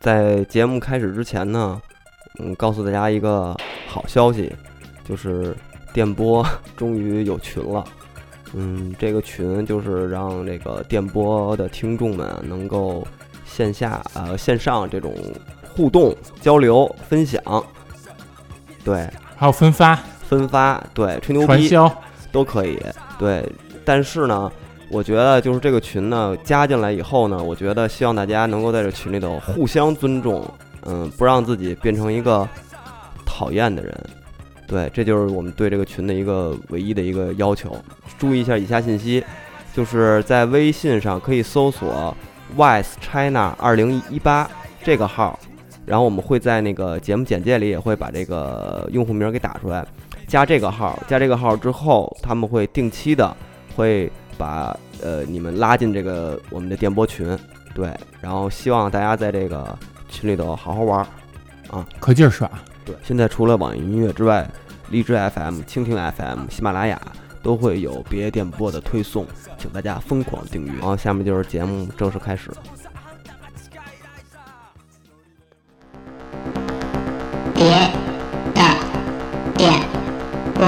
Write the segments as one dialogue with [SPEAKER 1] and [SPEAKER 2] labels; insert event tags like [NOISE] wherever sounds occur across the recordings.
[SPEAKER 1] 在节目开始之前呢，嗯，告诉大家一个好消息，就是电波 [LAUGHS] 终于有群了。嗯，这个群就是让这个电波的听众们啊能够线下呃线上这种互动、交流、分享，对，
[SPEAKER 2] 还有分发、
[SPEAKER 1] 分发，对，吹牛
[SPEAKER 2] 传
[SPEAKER 1] 逼，
[SPEAKER 2] 销，
[SPEAKER 1] 都可以。对，但是呢，我觉得就是这个群呢加进来以后呢，我觉得希望大家能够在这群里头互相尊重，嗯，不让自己变成一个讨厌的人。对，这就是我们对这个群的一个唯一的一个要求。注意一下以下信息，就是在微信上可以搜索 “wise china 二零一八”这个号，然后我们会在那个节目简介里也会把这个用户名给打出来。加这个号，加这个号之后，他们会定期的会把呃你们拉进这个我们的电波群，对，然后希望大家在这个群里头好好玩儿。
[SPEAKER 2] 可劲儿耍。
[SPEAKER 1] 对，现在除了网易音乐之外，荔枝 FM、蜻蜓 FM、喜马拉雅都会有别电波的推送，请大家疯狂订阅。然后下面就是节目正式开始。
[SPEAKER 3] 别的点播，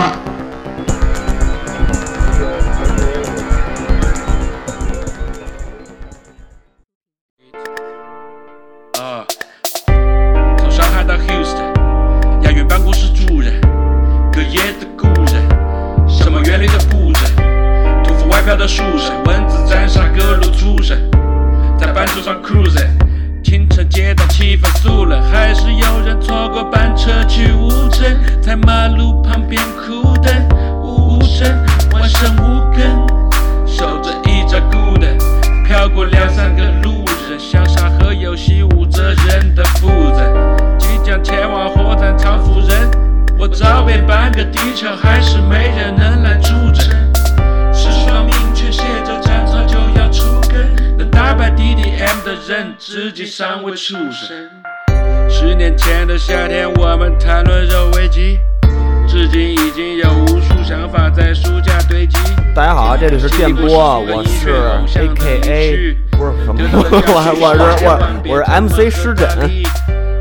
[SPEAKER 4] 啊，从上海到 Houston，亚运办公室主任，隔夜的古人，什么原理的仆人，屠夫外表的书生，文字斩杀各路畜生，在半球上 cruising，清晨街道气氛肃冷，还是有人错过班车去乌镇，在马路旁边哭等，无声，晚上无根。守着一盏孤灯，飘过两三个路人，潇洒和游戏舞着人的负责，即将前往火葬场夫人。我找遍半个地球，还是没人能来助阵。是双明确写着战场就要出根，能打败 DDM 的人，自己尚未出生。十年前的夏天，我们谈论着危机，至今已经有无数想法在书架堆积。
[SPEAKER 1] 大家好，这里是电波，啊我是 A K A，不是什么， [LAUGHS] 我我是我我是 M C 施枕，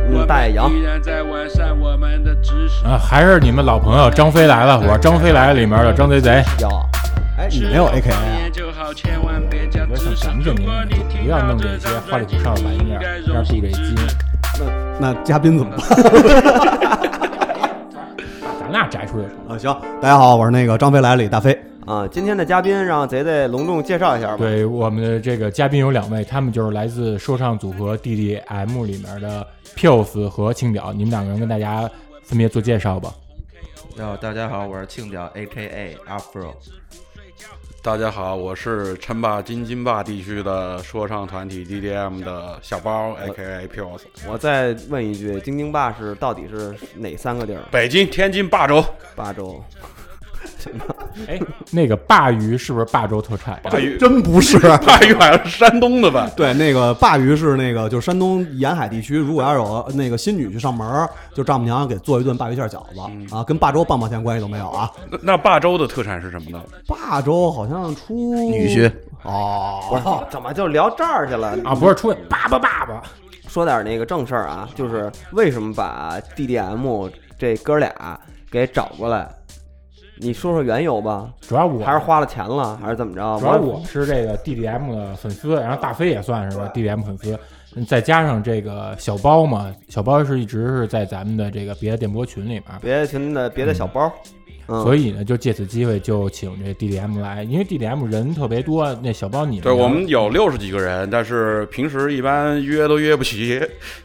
[SPEAKER 1] 嗯，大野羊。
[SPEAKER 2] 啊，还是你们老朋友张飞来了，我是张飞来了里面的张贼贼。
[SPEAKER 1] 有，哎，
[SPEAKER 4] 你
[SPEAKER 5] 没有 AKA 啊
[SPEAKER 2] 我想咱们这名字就不要弄这些花里胡哨的玩意儿，要注这金。
[SPEAKER 5] 那嘉宾怎么
[SPEAKER 6] [LAUGHS]
[SPEAKER 5] 办
[SPEAKER 2] 把咱俩摘出去。
[SPEAKER 5] 啊？行，大家好，我是那个张飞来了李大飞。
[SPEAKER 1] 啊，今天的嘉宾让贼贼隆重介绍一下吧。
[SPEAKER 2] 对，我们的这个嘉宾有两位，他们就是来自说唱组合 DDM 里面的 Pills 和庆表，你们两个人跟大家分别做介绍吧。
[SPEAKER 7] 哟，哦大家
[SPEAKER 5] 嗯
[SPEAKER 7] 好，我是庆屌 A K A
[SPEAKER 5] 哦
[SPEAKER 7] Afro。
[SPEAKER 6] 大家好，我是称霸京津霸地区的说唱团体 DDM 的小包，A.K.A. p i l s
[SPEAKER 1] 我再问一句，京津霸是到底是哪三个地儿？
[SPEAKER 6] 北京、天津、霸州， [LAUGHS]
[SPEAKER 1] 霸州。 [LAUGHS]
[SPEAKER 2] 哎，那个鲅鱼是不是霸州特产呀？
[SPEAKER 6] 鲅鱼，
[SPEAKER 5] 哎真不
[SPEAKER 6] [LAUGHS]
[SPEAKER 5] 是，
[SPEAKER 6] 鲅鱼好像是山东的吧？
[SPEAKER 5] 对，那个鲅鱼是那个就是山东沿海地区，如果要有呃那个新女婿上门儿，就丈母娘给做一顿鲅鱼馅儿饺
[SPEAKER 6] 嗯
[SPEAKER 5] 子啊，跟霸州半毛钱关系都没有啊。
[SPEAKER 6] 那那霸州的特产是什么呢？
[SPEAKER 5] 霸州好像出
[SPEAKER 7] 女婿，
[SPEAKER 1] 我
[SPEAKER 5] 哦，
[SPEAKER 1] 操，怎么就聊这儿去了？
[SPEAKER 2] 啊，不是，出去爸爸爸爸。
[SPEAKER 1] 说点那个正事儿啊，就是为什么把 DDM 这哥俩给找过来？你说说缘由吧，
[SPEAKER 2] 主要我
[SPEAKER 1] 还是花了钱了，还是怎么
[SPEAKER 6] 啊
[SPEAKER 1] 着？
[SPEAKER 2] 主要我是这个 DDM 的粉丝，然后大飞也算是吧 DDM 粉丝，嗯再加上这个小包嘛，小包是一直是在咱们的这个别的电波群里面，
[SPEAKER 1] 别的群的别的小包，嗯，
[SPEAKER 2] 所
[SPEAKER 1] 以
[SPEAKER 2] 以呢，就借此机会就请这 DDM 来，因为 DDM 人特别多，那小包你
[SPEAKER 6] 对我们有六十几个人，但是平时一般约都约不齐，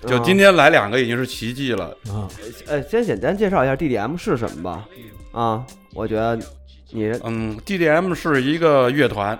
[SPEAKER 6] 就今天来两个已经是奇迹了。
[SPEAKER 1] 嗯
[SPEAKER 5] 嗯
[SPEAKER 1] 呃，先简单介绍一下 DDM 是什么吧。啊，我觉得你
[SPEAKER 6] 嗯，DDM 是一个乐团，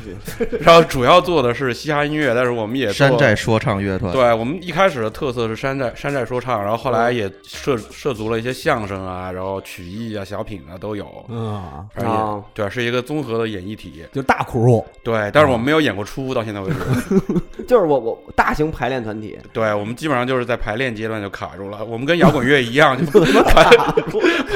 [SPEAKER 6] [LAUGHS] 然后主要做的是嘻哈音乐，但是我们也做
[SPEAKER 7] 山寨说唱乐团。
[SPEAKER 6] 对我们一开始的特色是山寨山寨说唱，然后后来也涉涉足了一些相声啊，然后曲艺啊、小品啊都有，
[SPEAKER 5] 嗯，
[SPEAKER 6] 反正也、
[SPEAKER 1] 啊
[SPEAKER 6] 对，是一个综合的演艺体。
[SPEAKER 5] 就大苦肉，
[SPEAKER 6] 对，但是我们没有演过出，到现在为止。
[SPEAKER 1] 就是我我大型排练团体，
[SPEAKER 6] [LAUGHS] 对，我们基本上就是在排练阶段就卡住了。我们跟摇滚乐一样，就排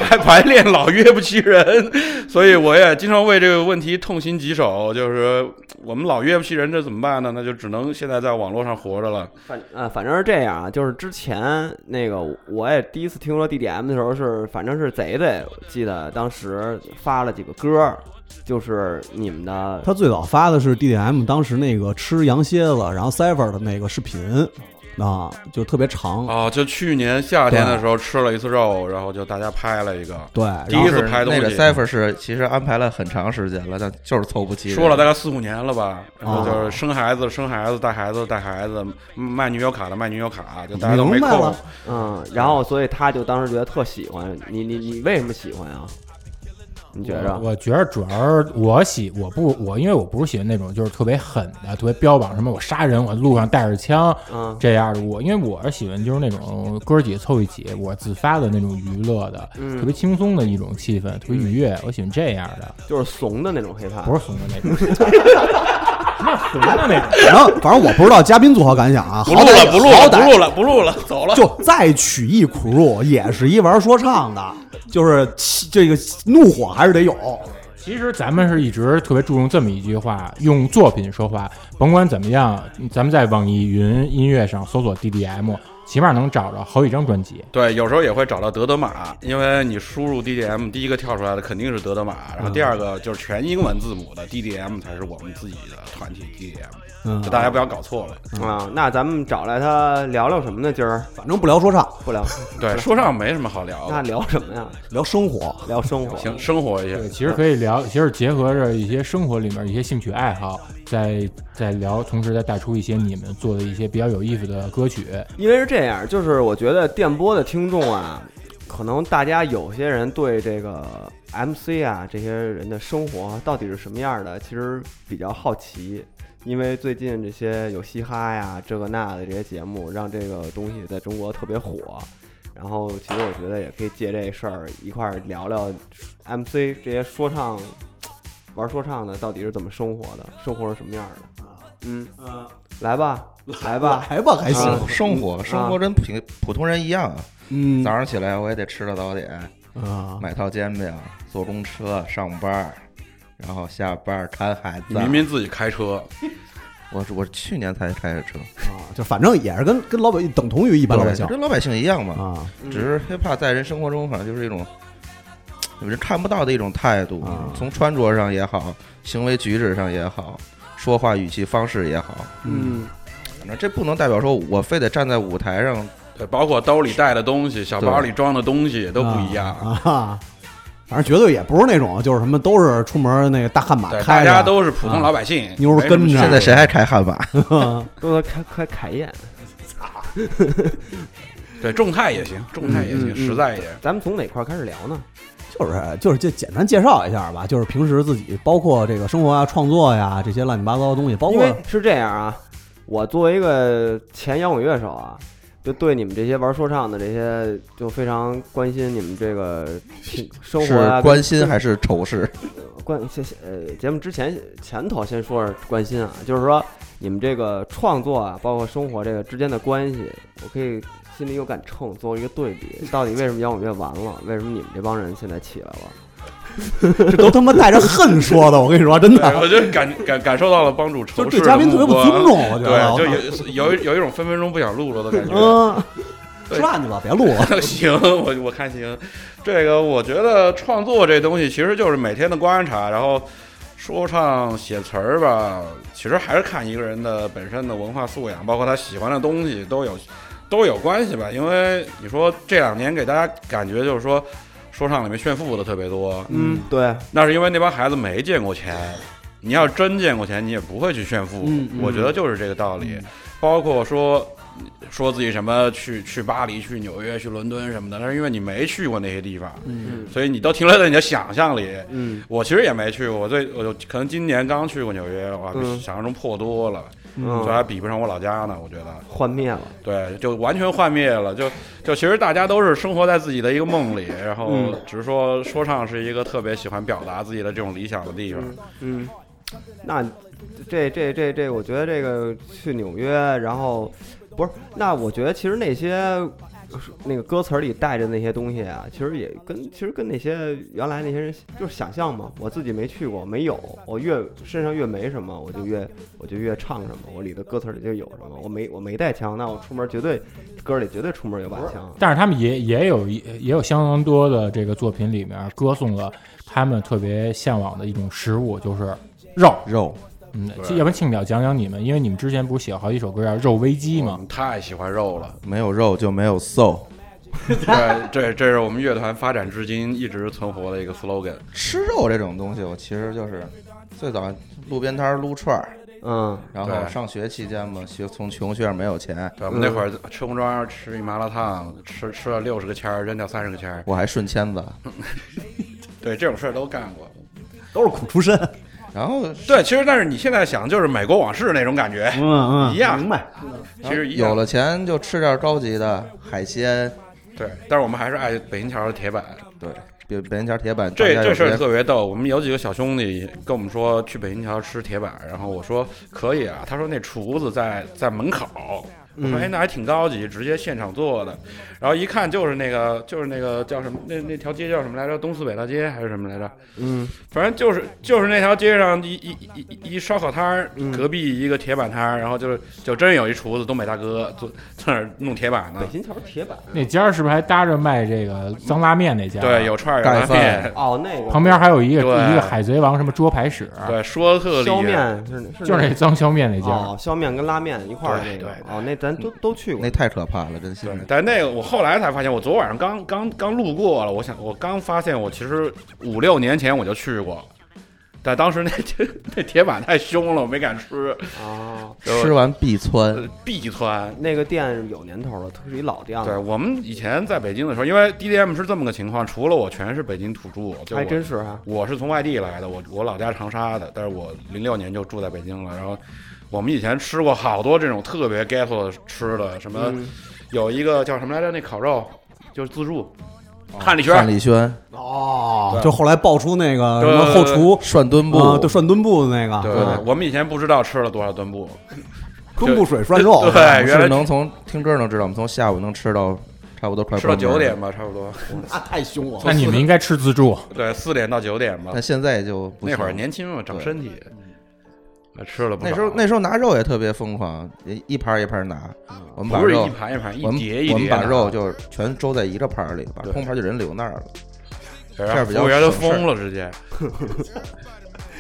[SPEAKER 6] 排 [LAUGHS] 排练老约不齐人，所以我也经常为这个问题痛心疾首。就是是我们老约不起人，这怎么办呢？那就只能现在在网络上活着了。
[SPEAKER 1] 反呃，反正是这样啊，就是之前那个我也第一次听说 DDM 的时候是，反正是贼贼，记得当时发了几个歌儿，就是你们的
[SPEAKER 5] 他最早发的是 DDM 当时那个吃羊蝎子，然后 Cipher 的那个视频，啊，就特别长。
[SPEAKER 6] 啊，就去年夏天
[SPEAKER 5] 啊
[SPEAKER 6] 的时候吃了一次肉，然后就大家拍了一个，
[SPEAKER 5] 对，
[SPEAKER 6] 第
[SPEAKER 5] 然
[SPEAKER 6] 一
[SPEAKER 5] 后
[SPEAKER 6] 次拍东
[SPEAKER 7] 那
[SPEAKER 6] 西
[SPEAKER 7] 个 cipher 是其实安排了很长时间了，但就是凑不齐。
[SPEAKER 6] 说了大概四五年了吧，然后
[SPEAKER 5] 啊
[SPEAKER 6] 就是生孩子、生孩子、带孩子、带孩子，嗯卖女友卡的卖女友卡，就大家都没
[SPEAKER 5] 明白
[SPEAKER 6] 空
[SPEAKER 5] 了。，
[SPEAKER 1] 嗯，然后所以他就当时觉得特喜欢你，你你为什么喜欢啊？你觉着？
[SPEAKER 2] 我觉得主要是我喜我不我，因为我不是喜欢那种就是特别狠的、特别标榜什么我杀人，我路上带着枪
[SPEAKER 1] 嗯
[SPEAKER 2] 这样的。我因为我是喜欢就是那种哥儿几个凑一起，我自发的那种娱乐的，
[SPEAKER 1] 嗯
[SPEAKER 2] 特别轻松的一种气氛，特别愉悦。我喜欢这样的，
[SPEAKER 1] 就是怂的那种 hiphop，
[SPEAKER 2] 不是怂的那种， [LAUGHS] 那怂的那种。
[SPEAKER 5] 然后反正我不知道，嘉宾做好感想啊，
[SPEAKER 6] 不
[SPEAKER 5] 好
[SPEAKER 6] 录
[SPEAKER 5] 歹
[SPEAKER 6] 了，不录
[SPEAKER 5] 好
[SPEAKER 6] 了，不
[SPEAKER 5] 歹
[SPEAKER 6] 录了，不录了，走了。
[SPEAKER 5] 就再曲艺苦入，也是一玩说唱的，就是气这个怒火还是得有。
[SPEAKER 2] 其实咱们是一直特别注重这么一句话，用作品说话，甭管怎么样，咱们在网易云音乐上搜索 DDM，起码能找着好几张专辑。
[SPEAKER 6] 对，有时候也会找到德德玛，因为你输入 DDM，第一个跳出来的肯定是德德玛，
[SPEAKER 5] 嗯
[SPEAKER 6] 然后第二个就是全英文字母的 DDM 才是我们自己的团体 DDM，
[SPEAKER 5] 嗯
[SPEAKER 6] 就，大家不要搞错了。
[SPEAKER 1] 啊，那咱们找来他聊聊什么呢？今儿
[SPEAKER 5] 反正不聊说唱，
[SPEAKER 1] 不聊，
[SPEAKER 6] 对，说唱没什么好聊
[SPEAKER 1] [LAUGHS] 那
[SPEAKER 6] 的，
[SPEAKER 1] 聊什么呀？
[SPEAKER 5] 聊生活。
[SPEAKER 1] 聊生活。
[SPEAKER 6] 行，生活一下
[SPEAKER 2] 对，。其实可以聊，其实结合着一些生活里面一些兴趣爱好，再再聊，同时再带出一些你们做的一些比较有意思的歌曲。
[SPEAKER 1] 因为是这样，就是我觉得电波的听众啊，可能大家有些人对这个 MC 啊这些人的生活到底是什么样的，其实比较好奇。因为最近这些有嘻哈呀这个那的这些节目，让这个东西在中国特别火。然后，其实我觉得也可以借这事儿一块儿聊聊 MC 这些说唱、玩说唱的到底是怎么生活的，生活是什么样的。嗯，来吧，来吧，
[SPEAKER 5] 来吧，还行。
[SPEAKER 1] 啊
[SPEAKER 7] 生哎生活，生活跟平普通人一样啊。
[SPEAKER 5] 嗯
[SPEAKER 7] 早上起来我也得吃个早点，
[SPEAKER 6] 嗯
[SPEAKER 5] 啊，
[SPEAKER 7] 买套煎饼，坐公车上班，然后下班看孩子
[SPEAKER 6] 你。明明自己开车，
[SPEAKER 7] 我是我去年才开的车，
[SPEAKER 5] 啊，就反正也是跟跟老百等同于一般老百姓
[SPEAKER 7] 跟老百姓一样嘛。
[SPEAKER 5] 啊
[SPEAKER 1] 嗯
[SPEAKER 7] 只是 hiphop 在人生活中反正就是一种嘖人看不到的一种态度
[SPEAKER 5] 啊，
[SPEAKER 7] 从穿着上也好，行为举止上也好，说话语气方式也好，
[SPEAKER 1] 嗯，
[SPEAKER 7] 反正这不能代表说我非得站在舞台上。
[SPEAKER 6] 对，包括兜里带的东西、小包里装的东西都不一样。
[SPEAKER 5] 啊。反正绝对也不是那种，就是什么都是出门那个大悍马
[SPEAKER 6] 对，
[SPEAKER 5] 开
[SPEAKER 6] 大
[SPEAKER 5] 着， [LAUGHS]
[SPEAKER 6] 家都是普通老百姓，
[SPEAKER 5] 妞儿
[SPEAKER 6] 没什么
[SPEAKER 5] 跟着
[SPEAKER 6] 事
[SPEAKER 7] 现在谁还开悍马？
[SPEAKER 1] 都得开开凯宴。
[SPEAKER 6] 对众泰也行，众泰也行，
[SPEAKER 1] 嗯嗯
[SPEAKER 6] 实
[SPEAKER 5] [LAUGHS]
[SPEAKER 6] 在也。
[SPEAKER 1] 咱们从哪块儿开始聊呢？
[SPEAKER 5] 就是就是这简单介绍一下吧，就是平时自己包括这个生活啊、创作呀、这些乱七八糟的东西，包
[SPEAKER 1] 因
[SPEAKER 5] 括
[SPEAKER 1] 为是这样啊，我作为一个前摇滚乐手啊，就对你们这些玩说唱的这些就非常关心你们这个听生活啊，
[SPEAKER 7] 是关心
[SPEAKER 1] 跟
[SPEAKER 7] 还是仇视？
[SPEAKER 1] 关先先呃，节目之前前头先说是关心啊，就是说你们这个创作啊，包括生活这个之间的关系，我可以心里有杆秤，做一个对比，到底为什么摇滚乐完了，为什么你们这帮人现在起来了？
[SPEAKER 5] 这都他妈带着恨说的，我跟你说，真
[SPEAKER 6] 对，
[SPEAKER 5] 的，
[SPEAKER 6] 我就感感感受到了帮助
[SPEAKER 5] 就
[SPEAKER 6] 仇
[SPEAKER 5] 是
[SPEAKER 6] 视
[SPEAKER 5] 对
[SPEAKER 6] 的
[SPEAKER 5] 嘉宾特别不
[SPEAKER 6] 目光
[SPEAKER 5] 尊重，我觉得，
[SPEAKER 6] 对，
[SPEAKER 5] 我
[SPEAKER 6] 就
[SPEAKER 5] 操
[SPEAKER 6] 有有一有一种分分钟不想录了
[SPEAKER 5] [LAUGHS]
[SPEAKER 6] 的感觉。
[SPEAKER 5] 嗯，吃饭去吧，别录了，
[SPEAKER 6] [LAUGHS] 行，我我看行。这个我觉得创作这东西其实就是每天的观察，然后说唱写词儿吧，其实还是看一个人的本身的文化素养，包括他喜欢的东西都有都有关系吧。因为你说这两年给大家感觉就是说。说唱里面炫富的特别多，
[SPEAKER 1] 嗯，对，
[SPEAKER 6] 那是因为那帮孩子没见过钱。
[SPEAKER 5] [LAUGHS]
[SPEAKER 6] 你要真见过钱，你也不会去炫富。
[SPEAKER 5] 嗯嗯
[SPEAKER 6] 我觉得就是这个道理。包括说说自己什么去去巴黎、去纽约、去伦敦什么的，那是因为你没去过那些地方，
[SPEAKER 5] 嗯
[SPEAKER 6] 所以你都停留在你的想象里。
[SPEAKER 1] 嗯
[SPEAKER 6] 我其实也没去过，我最我就可能今年刚去过纽约，哇，比
[SPEAKER 1] 嗯
[SPEAKER 6] 想象中破多了，
[SPEAKER 1] 嗯
[SPEAKER 6] 所以还比不上我老家呢。我觉得，
[SPEAKER 1] 幻灭了。
[SPEAKER 6] 对，就完全幻灭了。就就其实大家都是生活在自己的一个梦里，然后
[SPEAKER 1] 嗯
[SPEAKER 6] 只是说说唱是一个特别喜欢表达自己的这种理想的地方。
[SPEAKER 1] 嗯，那这这这这，我觉得这个去纽约，然后不是，那我觉得其实那些那个歌词儿里带着那些东西啊，其实也跟其实跟那些原来那些人就是想象嘛。我自己没去过，没有，我越身上越没什么，我就越我就越唱什么，我里的歌词里就有什么。我没我没带枪，那我出门绝对歌里绝对出门有把枪。
[SPEAKER 2] 但是他们也也有一也有相当多的这个作品里面歌颂了他们特别向往的一种食物，就是肉。
[SPEAKER 7] 肉，
[SPEAKER 2] 嗯，
[SPEAKER 6] 对
[SPEAKER 2] 要不然庆了讲讲你们，因为你们之前不是写了好几首歌叫《肉危机》
[SPEAKER 6] 我
[SPEAKER 2] 吗？
[SPEAKER 6] 们太喜欢肉 [LAUGHS] 了，
[SPEAKER 7] 没有肉就没有 soul，
[SPEAKER 6] 这这这是我们乐团发展至今一直存活的一个 slogan。
[SPEAKER 7] 吃肉这种东西，我其实就是最早路边摊儿撸串儿，
[SPEAKER 1] 嗯，
[SPEAKER 7] 然后
[SPEAKER 6] 对
[SPEAKER 7] 上学期间嘛，学从穷学校没有钱，
[SPEAKER 6] 对，我们那会儿吃红庄吃一麻辣烫，吃吃了六十个签儿，扔掉三十个签儿。
[SPEAKER 7] 我还顺签子，
[SPEAKER 6] 对，这种事儿都干过。
[SPEAKER 5] 都是苦出身。
[SPEAKER 7] 然后
[SPEAKER 6] 对，其实但是你现在想，就是美国往事那种感觉，
[SPEAKER 5] 嗯
[SPEAKER 6] 一样
[SPEAKER 5] 明白。
[SPEAKER 6] 其实一样
[SPEAKER 7] 有了钱就吃点高级的海鲜，
[SPEAKER 6] 对，但是我们还是爱北京桥的铁板。
[SPEAKER 7] 对，比北京桥铁板
[SPEAKER 6] 这
[SPEAKER 7] 大家
[SPEAKER 6] 这
[SPEAKER 7] 有
[SPEAKER 6] 事儿
[SPEAKER 7] 些
[SPEAKER 6] 特别逗，我们有几个小兄弟跟我们说去北新桥吃铁板，然后我说可以啊，他说那厨子在在门口，我
[SPEAKER 7] 嗯
[SPEAKER 6] 说哎那还挺高级，直接现场做的，然后一看就是那个就是那个叫什么那那条街叫什么来着？东四北大街还是什么来着？
[SPEAKER 1] 嗯，
[SPEAKER 6] 反正就是就是那条街上一一一一一烧烤摊儿，
[SPEAKER 7] 嗯
[SPEAKER 6] 隔壁一个铁板摊儿，然后就是就真有一厨子东北大哥坐在那儿弄铁板呢
[SPEAKER 1] 北，新桥铁板
[SPEAKER 2] 那家儿是不是还搭着卖这个脏拉面那家？啊
[SPEAKER 6] 对，。有串儿有
[SPEAKER 7] 盖
[SPEAKER 6] 拉
[SPEAKER 7] 饭
[SPEAKER 6] 面，
[SPEAKER 1] 哦，那个
[SPEAKER 2] 旁边还有一个
[SPEAKER 6] 对
[SPEAKER 2] 一个海贼王什么捉牌使，啊
[SPEAKER 6] 对，说的特厉
[SPEAKER 1] 削
[SPEAKER 6] 害。
[SPEAKER 1] 面是是
[SPEAKER 2] 就是那脏削面那家。
[SPEAKER 1] 哦，削面跟拉面一块儿的那个
[SPEAKER 6] 对对
[SPEAKER 1] 哦，那咱都都去过
[SPEAKER 7] 那。太可怕了，真心
[SPEAKER 6] 对
[SPEAKER 7] 的，。
[SPEAKER 6] 但那个我后来才发现，我昨晚上刚刚刚路过了，我想我刚发现我其实五六年前我就去过了，但当时那那铁 [LAUGHS] 板太凶了，我没敢吃，
[SPEAKER 1] 哦，
[SPEAKER 7] 吃完必窜，
[SPEAKER 6] 呃必窜。
[SPEAKER 1] 那个店有年头了，它是一老店
[SPEAKER 6] 对
[SPEAKER 1] 了，
[SPEAKER 6] 我们以前在北京的时候，因为 DDM 是这么个情况，除了我全是北京土著，就
[SPEAKER 1] 还
[SPEAKER 6] 我
[SPEAKER 1] 真是啊哈。
[SPEAKER 6] 我是从外地来的，我我老家长沙的，但是我零六年就住在北京了。然后我们以前吃过好多这种特别 ghetto 的吃的，什么、
[SPEAKER 1] 嗯
[SPEAKER 6] 有一个叫什么来着？那烤肉就是自助，汉丽轩，
[SPEAKER 7] 范丽轩、
[SPEAKER 5] 哦
[SPEAKER 6] 对
[SPEAKER 5] 就后来爆出那个什
[SPEAKER 6] 对
[SPEAKER 5] 么后厨
[SPEAKER 7] 涮墩布，
[SPEAKER 5] 啊，对涮墩布的那个，
[SPEAKER 6] 对
[SPEAKER 7] 对
[SPEAKER 6] 啊我们以前不知道吃了多少墩布，
[SPEAKER 5] 墩布水涮肉
[SPEAKER 6] [LAUGHS] 对，
[SPEAKER 7] 我们
[SPEAKER 6] 哎原来
[SPEAKER 7] 是能从听歌能知道，我们从下午能吃到差不多快
[SPEAKER 6] 吃到
[SPEAKER 7] 关门
[SPEAKER 6] 九点，吧，差不多， [LAUGHS]
[SPEAKER 5] 那太凶了。
[SPEAKER 2] 那你们应该吃自助，
[SPEAKER 6] 对，四点到九点吧
[SPEAKER 7] 但。现在就不
[SPEAKER 6] 那会儿
[SPEAKER 7] 行
[SPEAKER 6] 年轻嘛，长身体，呃吃了不少
[SPEAKER 7] 那时候那时候拿肉也特别疯狂，一一盘儿一盘儿拿，我们把
[SPEAKER 6] 嗯不是
[SPEAKER 7] 肉
[SPEAKER 6] 一盘一盘，一
[SPEAKER 7] 我们
[SPEAKER 6] 碟一
[SPEAKER 7] 我们
[SPEAKER 6] 碟
[SPEAKER 7] 把
[SPEAKER 6] 的
[SPEAKER 7] 肉，就全周在一个盘儿里，把
[SPEAKER 6] 对
[SPEAKER 7] 空盘儿就人留那儿了。
[SPEAKER 6] 这
[SPEAKER 7] 这样比较
[SPEAKER 6] 服务员都
[SPEAKER 7] 省事儿
[SPEAKER 6] 疯了，直接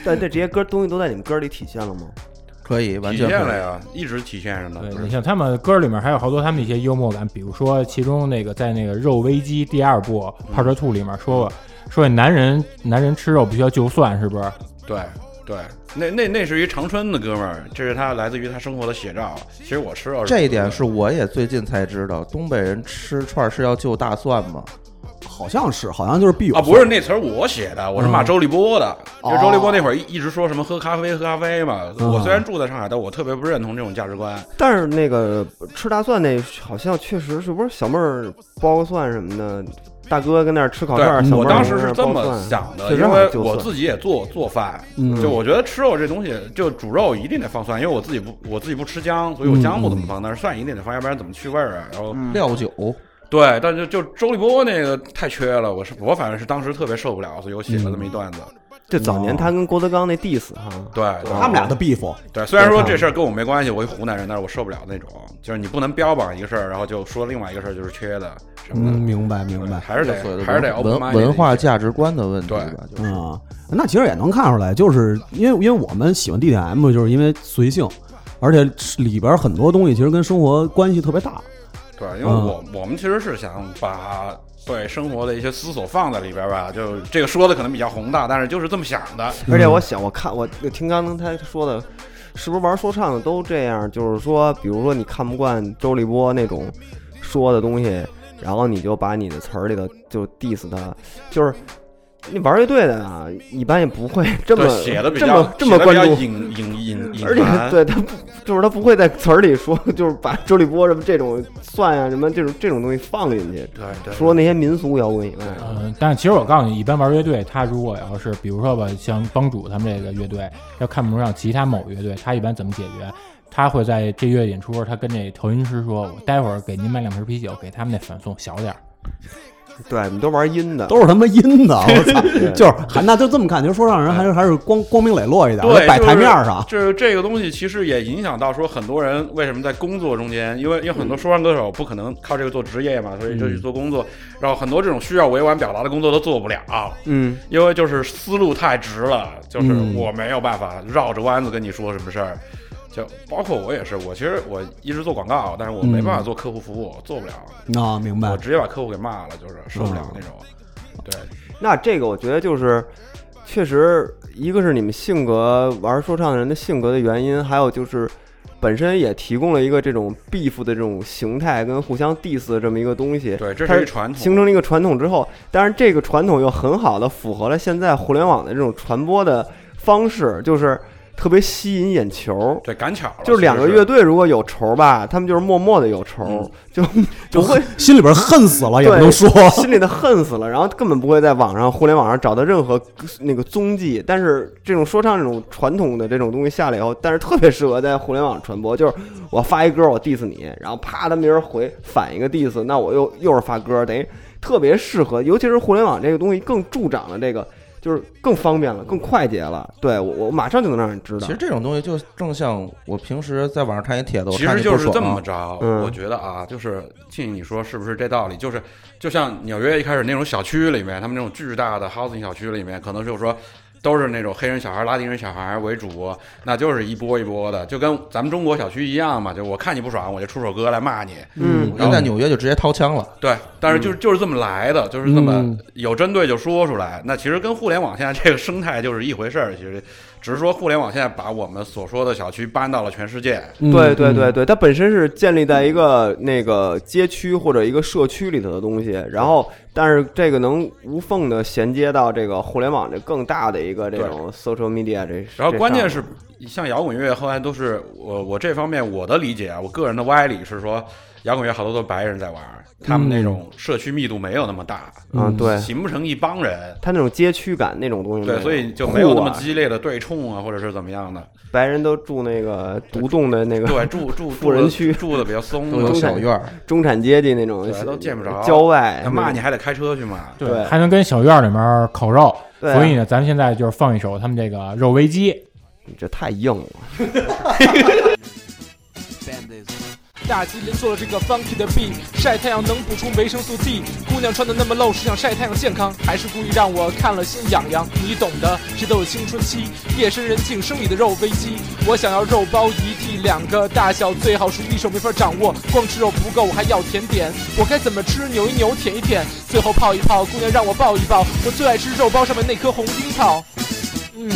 [SPEAKER 1] 但这这些歌东西都在你们歌里体现了吗？
[SPEAKER 7] 可以，完
[SPEAKER 6] 体
[SPEAKER 7] 全
[SPEAKER 6] 现
[SPEAKER 7] 可
[SPEAKER 6] 了
[SPEAKER 7] 以。
[SPEAKER 6] 呀，一直体现着
[SPEAKER 1] 啊
[SPEAKER 6] 呢。
[SPEAKER 2] 对
[SPEAKER 6] 不是
[SPEAKER 2] 你像他们歌里面还有好多他们一些幽默感，比如说其中那个在那个《肉危机》第二部
[SPEAKER 1] 嗯
[SPEAKER 2] 《泡车兔》里面说过，说那男人男人吃肉必须要就蒜，是不
[SPEAKER 1] 嗯
[SPEAKER 2] 是？
[SPEAKER 6] 对对，那那那是一长春的哥们儿，这是他来自于他生活的写照。其实我吃肉
[SPEAKER 7] 这一点是我也最近才知道，东北人吃串儿是要就大蒜吗？
[SPEAKER 5] 好像是，好像就是必有
[SPEAKER 6] 啊，不是那词儿我写的，我是骂周立波的。就周立波那会儿一一直说什么喝咖啡喝咖啡嘛，我虽然住在上海，但我特别不认同这种价值观。
[SPEAKER 1] 但是那个吃大蒜那好像确实是不是小妹儿剥个蒜什么的，大哥跟那儿吃烤
[SPEAKER 6] 对
[SPEAKER 1] 串儿，，小妹
[SPEAKER 6] 我
[SPEAKER 1] 儿
[SPEAKER 6] 当时是
[SPEAKER 1] 跟那
[SPEAKER 6] 这
[SPEAKER 1] 儿剥
[SPEAKER 6] 么
[SPEAKER 1] 蒜
[SPEAKER 6] 想的，
[SPEAKER 1] 确实
[SPEAKER 6] 因
[SPEAKER 1] 好像
[SPEAKER 6] 为
[SPEAKER 1] 就
[SPEAKER 6] 我
[SPEAKER 1] 蒜
[SPEAKER 6] 自己也做做饭，
[SPEAKER 5] 嗯
[SPEAKER 6] 就我觉得吃肉这东西，就煮肉一定得放蒜，因为我自己不我自己不吃姜，所以我姜不怎么放，但是蒜一定得放，要不然怎么去味儿啊？然后
[SPEAKER 7] 料酒，
[SPEAKER 6] 对，但是就周立波那个太缺了，我是我反正是当时特别受不了，所以我写了这么一段子。
[SPEAKER 1] 就早
[SPEAKER 6] 哦
[SPEAKER 1] 年他跟郭德纲那 diss 哈，
[SPEAKER 6] 对，
[SPEAKER 5] 他们俩的 beef，
[SPEAKER 6] 对，虽然说这事儿跟我没关系，我一湖南人，但是我受不了那种，就是你不能标榜一个事儿，然后就说另外一个事儿就是缺的什么
[SPEAKER 5] 嗯，
[SPEAKER 6] 的，
[SPEAKER 5] 明白明白。
[SPEAKER 6] 还是
[SPEAKER 7] 所谓
[SPEAKER 6] 得
[SPEAKER 7] 的
[SPEAKER 6] 还是得
[SPEAKER 7] 文
[SPEAKER 6] open
[SPEAKER 7] 文
[SPEAKER 6] mind
[SPEAKER 7] 文化
[SPEAKER 6] 一点
[SPEAKER 7] 价值观的问题
[SPEAKER 6] 对
[SPEAKER 7] 吧。就是
[SPEAKER 5] 嗯，那其实也能看出来，就是因为因为我们喜欢 DTM，就是因为随性，而且里边很多东西其实跟生活关系特别大。
[SPEAKER 6] 对，因为
[SPEAKER 7] 嗯
[SPEAKER 6] 我我们其实是想把对生活的一些思索放在里边儿吧，就这个说的可能比较宏大，但是就是这么想的，
[SPEAKER 1] 而且我想，我看我听刚刚他说的，是不是玩说唱的都这样？就是说，比如说你看不惯周立波那种说的东西，然后你就把你的词儿里头就 diss 他，就是你玩乐队的啊，一般也不会这么
[SPEAKER 6] 对写的比
[SPEAKER 1] 这
[SPEAKER 6] 较
[SPEAKER 1] 么这么
[SPEAKER 6] 写得比
[SPEAKER 1] 关
[SPEAKER 6] 较
[SPEAKER 1] 注。
[SPEAKER 6] 隐隐隐隐
[SPEAKER 1] 而且
[SPEAKER 6] 含，
[SPEAKER 1] 对他不就是他不会在词儿里说，就是把周立波什么这种蒜啊什么这种这种东西放进去，
[SPEAKER 6] 对对，
[SPEAKER 1] 除了那些民俗摇滚以外，
[SPEAKER 2] 嗯，但是其实我告诉你，一般玩乐队，他如果要是比如说吧，像帮主他们这个乐队要看不上其他某乐队，他一般怎么解决？他会在这月演出时候，他跟那调音师说：“我待会儿给您买两瓶啤酒，给他们那反送小点儿。
[SPEAKER 1] 对，你们都玩阴的，
[SPEAKER 5] 都是他妈
[SPEAKER 1] [LAUGHS]
[SPEAKER 5] 阴的，我操！
[SPEAKER 1] 对
[SPEAKER 5] 就是还那就这么看，就是说让人还是还是光光明磊落一点，
[SPEAKER 6] 对，
[SPEAKER 5] 摆
[SPEAKER 6] 就
[SPEAKER 5] 台面
[SPEAKER 6] 是
[SPEAKER 5] 上。
[SPEAKER 6] 就是这个东西，其实也影响到说很多人为什么在工作中间，因为因为
[SPEAKER 5] 嗯
[SPEAKER 6] 很多说唱歌手不可能靠这个做职业嘛，所以就去做工作，然后很多这种需要委婉表达的工作都做不了，
[SPEAKER 1] 嗯，
[SPEAKER 6] 因为就是思路太直了，就是
[SPEAKER 5] 嗯
[SPEAKER 6] 我没有办法绕着弯子跟你说什么事儿。就包括我也是，我其实我一直做广告，但是我没办法做客户服务，做不了，
[SPEAKER 5] 啊，嗯明
[SPEAKER 6] 我
[SPEAKER 5] 白。哦
[SPEAKER 6] 直接把客户给骂了，就是受不了那种。对，
[SPEAKER 1] 那这个我觉得就是，确实一个是你们性格玩说唱的人的性格的原因，还有就是本身也提供了一个这种 beef 的这种形态跟互相 diss 的这么一个东西。
[SPEAKER 6] 对这是
[SPEAKER 1] 它
[SPEAKER 6] 一传统
[SPEAKER 1] 形成了一个传统之后，但是这个传统又很好的符合了现在互联网的这种传播的方式，就是特别吸引眼球。
[SPEAKER 6] 对，赶巧了，
[SPEAKER 1] 就是两个
[SPEAKER 6] 其实
[SPEAKER 1] 乐队如果有仇吧，他们就是默默的有仇，
[SPEAKER 6] 嗯
[SPEAKER 1] 就不 [LAUGHS] 会
[SPEAKER 5] 心里边恨死了，也
[SPEAKER 1] 对
[SPEAKER 5] 不能说。
[SPEAKER 1] 心里的恨死了，然后根本不会在网上、互联网上找到任何那个踪迹。但是这种说唱这种传统的这种东西下来以后，但是特别适合在互联网上传播。就是我发一歌，我 diss 你，然后啪，他没人回反一个 diss，那我又又是发歌，等于特别适合。尤其是互联网这个东西更助长了这个，就是更方便了，更快捷了。对我，我马上就能让人知道
[SPEAKER 7] 其实。这种东西就正像我平时在网上看一帖子，我
[SPEAKER 6] 其
[SPEAKER 7] 看
[SPEAKER 6] 实
[SPEAKER 7] 你
[SPEAKER 6] 就
[SPEAKER 7] 不
[SPEAKER 6] 是这
[SPEAKER 7] 爽啊
[SPEAKER 6] 么着，
[SPEAKER 1] 嗯
[SPEAKER 6] 我觉得啊，就是静，你说是不是这道理？就是就像纽约一开始那种小区里面，他们那种巨大的 housing 小区里面，可能就是说都是那种黑人小孩、拉丁人小孩为主，那就是一波一波的，就跟咱们中国小区一样嘛。就我看你不爽，我就出首歌来骂你。
[SPEAKER 1] 嗯，
[SPEAKER 7] 人在纽约就直接掏枪了。
[SPEAKER 6] 对，但是就是
[SPEAKER 7] 嗯
[SPEAKER 6] 就是这么来的，就是这么
[SPEAKER 2] 嗯
[SPEAKER 6] 有针对就说出来。那其实跟互联网现在这个生态就是一回事儿，其实只是说互联网现在把我们所说的小区搬到了全世界。
[SPEAKER 5] 嗯
[SPEAKER 1] 对对对对，它本身是建立在一个那个街区或者一个社区里头的东西，然后但是这个能无缝的衔接到这个互联网这更大的一个这种 social media 这，
[SPEAKER 6] 然后
[SPEAKER 1] 这
[SPEAKER 6] 关键
[SPEAKER 1] 上
[SPEAKER 6] 是，像摇滚乐后来都是我我这方面我的理解啊，我个人的歪理是说，摇滚乐好多都是白人在玩儿，他们那种社区密度没有那么大，
[SPEAKER 1] 嗯对，
[SPEAKER 6] 形不成一帮人，
[SPEAKER 1] 它那种街区感那种东西没有，
[SPEAKER 6] 对，所以就没有那么
[SPEAKER 1] 酷啊
[SPEAKER 6] 激烈的对冲啊，或者是怎么样的。
[SPEAKER 1] 白人都住那个独栋的那个
[SPEAKER 6] 对，住住
[SPEAKER 1] 富人区
[SPEAKER 6] 住的比较松，啊
[SPEAKER 7] 都有小院儿，
[SPEAKER 1] 中产阶级那种
[SPEAKER 6] 对都见不着
[SPEAKER 1] 郊外
[SPEAKER 6] 那骂
[SPEAKER 1] 那
[SPEAKER 6] 你
[SPEAKER 1] 种
[SPEAKER 6] 还得开车去嘛。
[SPEAKER 1] 对
[SPEAKER 2] 还能跟小院儿里面烤肉。
[SPEAKER 1] 对啊
[SPEAKER 2] 所以呢，咱们现在就是放一首他们这个肉危机。
[SPEAKER 1] 你这太硬了，
[SPEAKER 8] 大吉林做了这个 funky 的 B，晒太阳能补充维生素 D。姑娘穿的那么露，是想晒太阳健康，还是故意让我看了心痒痒？你懂的，谁都有青春期。夜深人静，生理的肉危机。我想要肉包一屉，两个大小，最好是一手没法掌握。光吃肉不够，我还要甜点。我该怎么吃？扭一扭，舔一舔，最后泡一泡。姑娘让我抱一抱，我最爱吃肉包上面那颗红樱桃。嗯。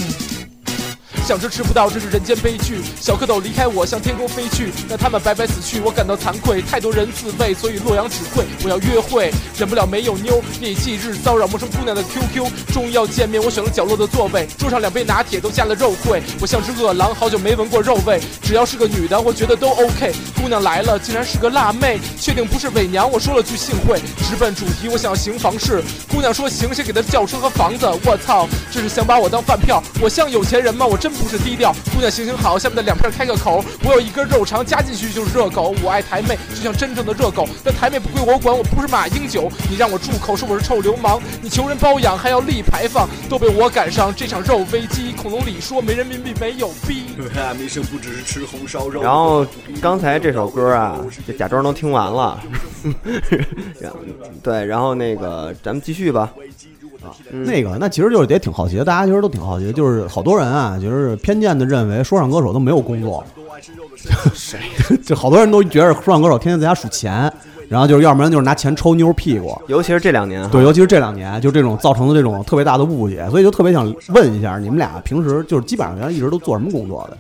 [SPEAKER 8] 想吃吃不到，这是人间悲剧。小蝌蚪离开我，向天空飞去，让他们白白死去，我感到惭愧。太多人自慰，所以洛阳只会我要约会，忍不了没有妞。夜以继日骚扰陌生姑娘的 QQ，终于要见面，我选了角落的座位，桌上两杯拿铁都加了肉桂。我像只饿狼，好久没闻过肉味，只要是个女的，我觉得都 OK。姑娘来了，竟然是个辣妹，确定不是伪娘，我说了句幸会，直奔主题，我想要行房事。姑娘说行，谁给她轿车和房子？我操，这是想把我当饭票？我像有钱人吗？我真不是低调。姑娘行行好，下面的两片开个口，我有一根肉肠夹进去就是热狗。我爱台妹，就像真正的热狗，但台妹不归我管，我不是马英九。你让我住口，说我是臭流氓，你求人包养还要立牌坊，都被我赶上这场肉危机。恐龙里说没人民币没有逼。
[SPEAKER 1] 然后刚才这首歌啊，就假装都听完
[SPEAKER 6] [LAUGHS]
[SPEAKER 1] 了。 [LAUGHS] 然后对，然后那个咱们继续吧。
[SPEAKER 5] 那个，那其实就是也挺好奇的，大家其实都挺好奇的，就是好多人啊，就是偏见的认为说唱歌手都没有工作， [LAUGHS] 谁？就好多人都觉得说唱歌手天天在家数钱，然后就是要不然就是拿钱抽妞屁股。
[SPEAKER 1] 尤其是这两年，
[SPEAKER 5] 对，，尤其是这两年，就这种造成的这种特别大的误解，所以就特别想问一下，你们俩平时就是基本上原来一直都做什么工作的？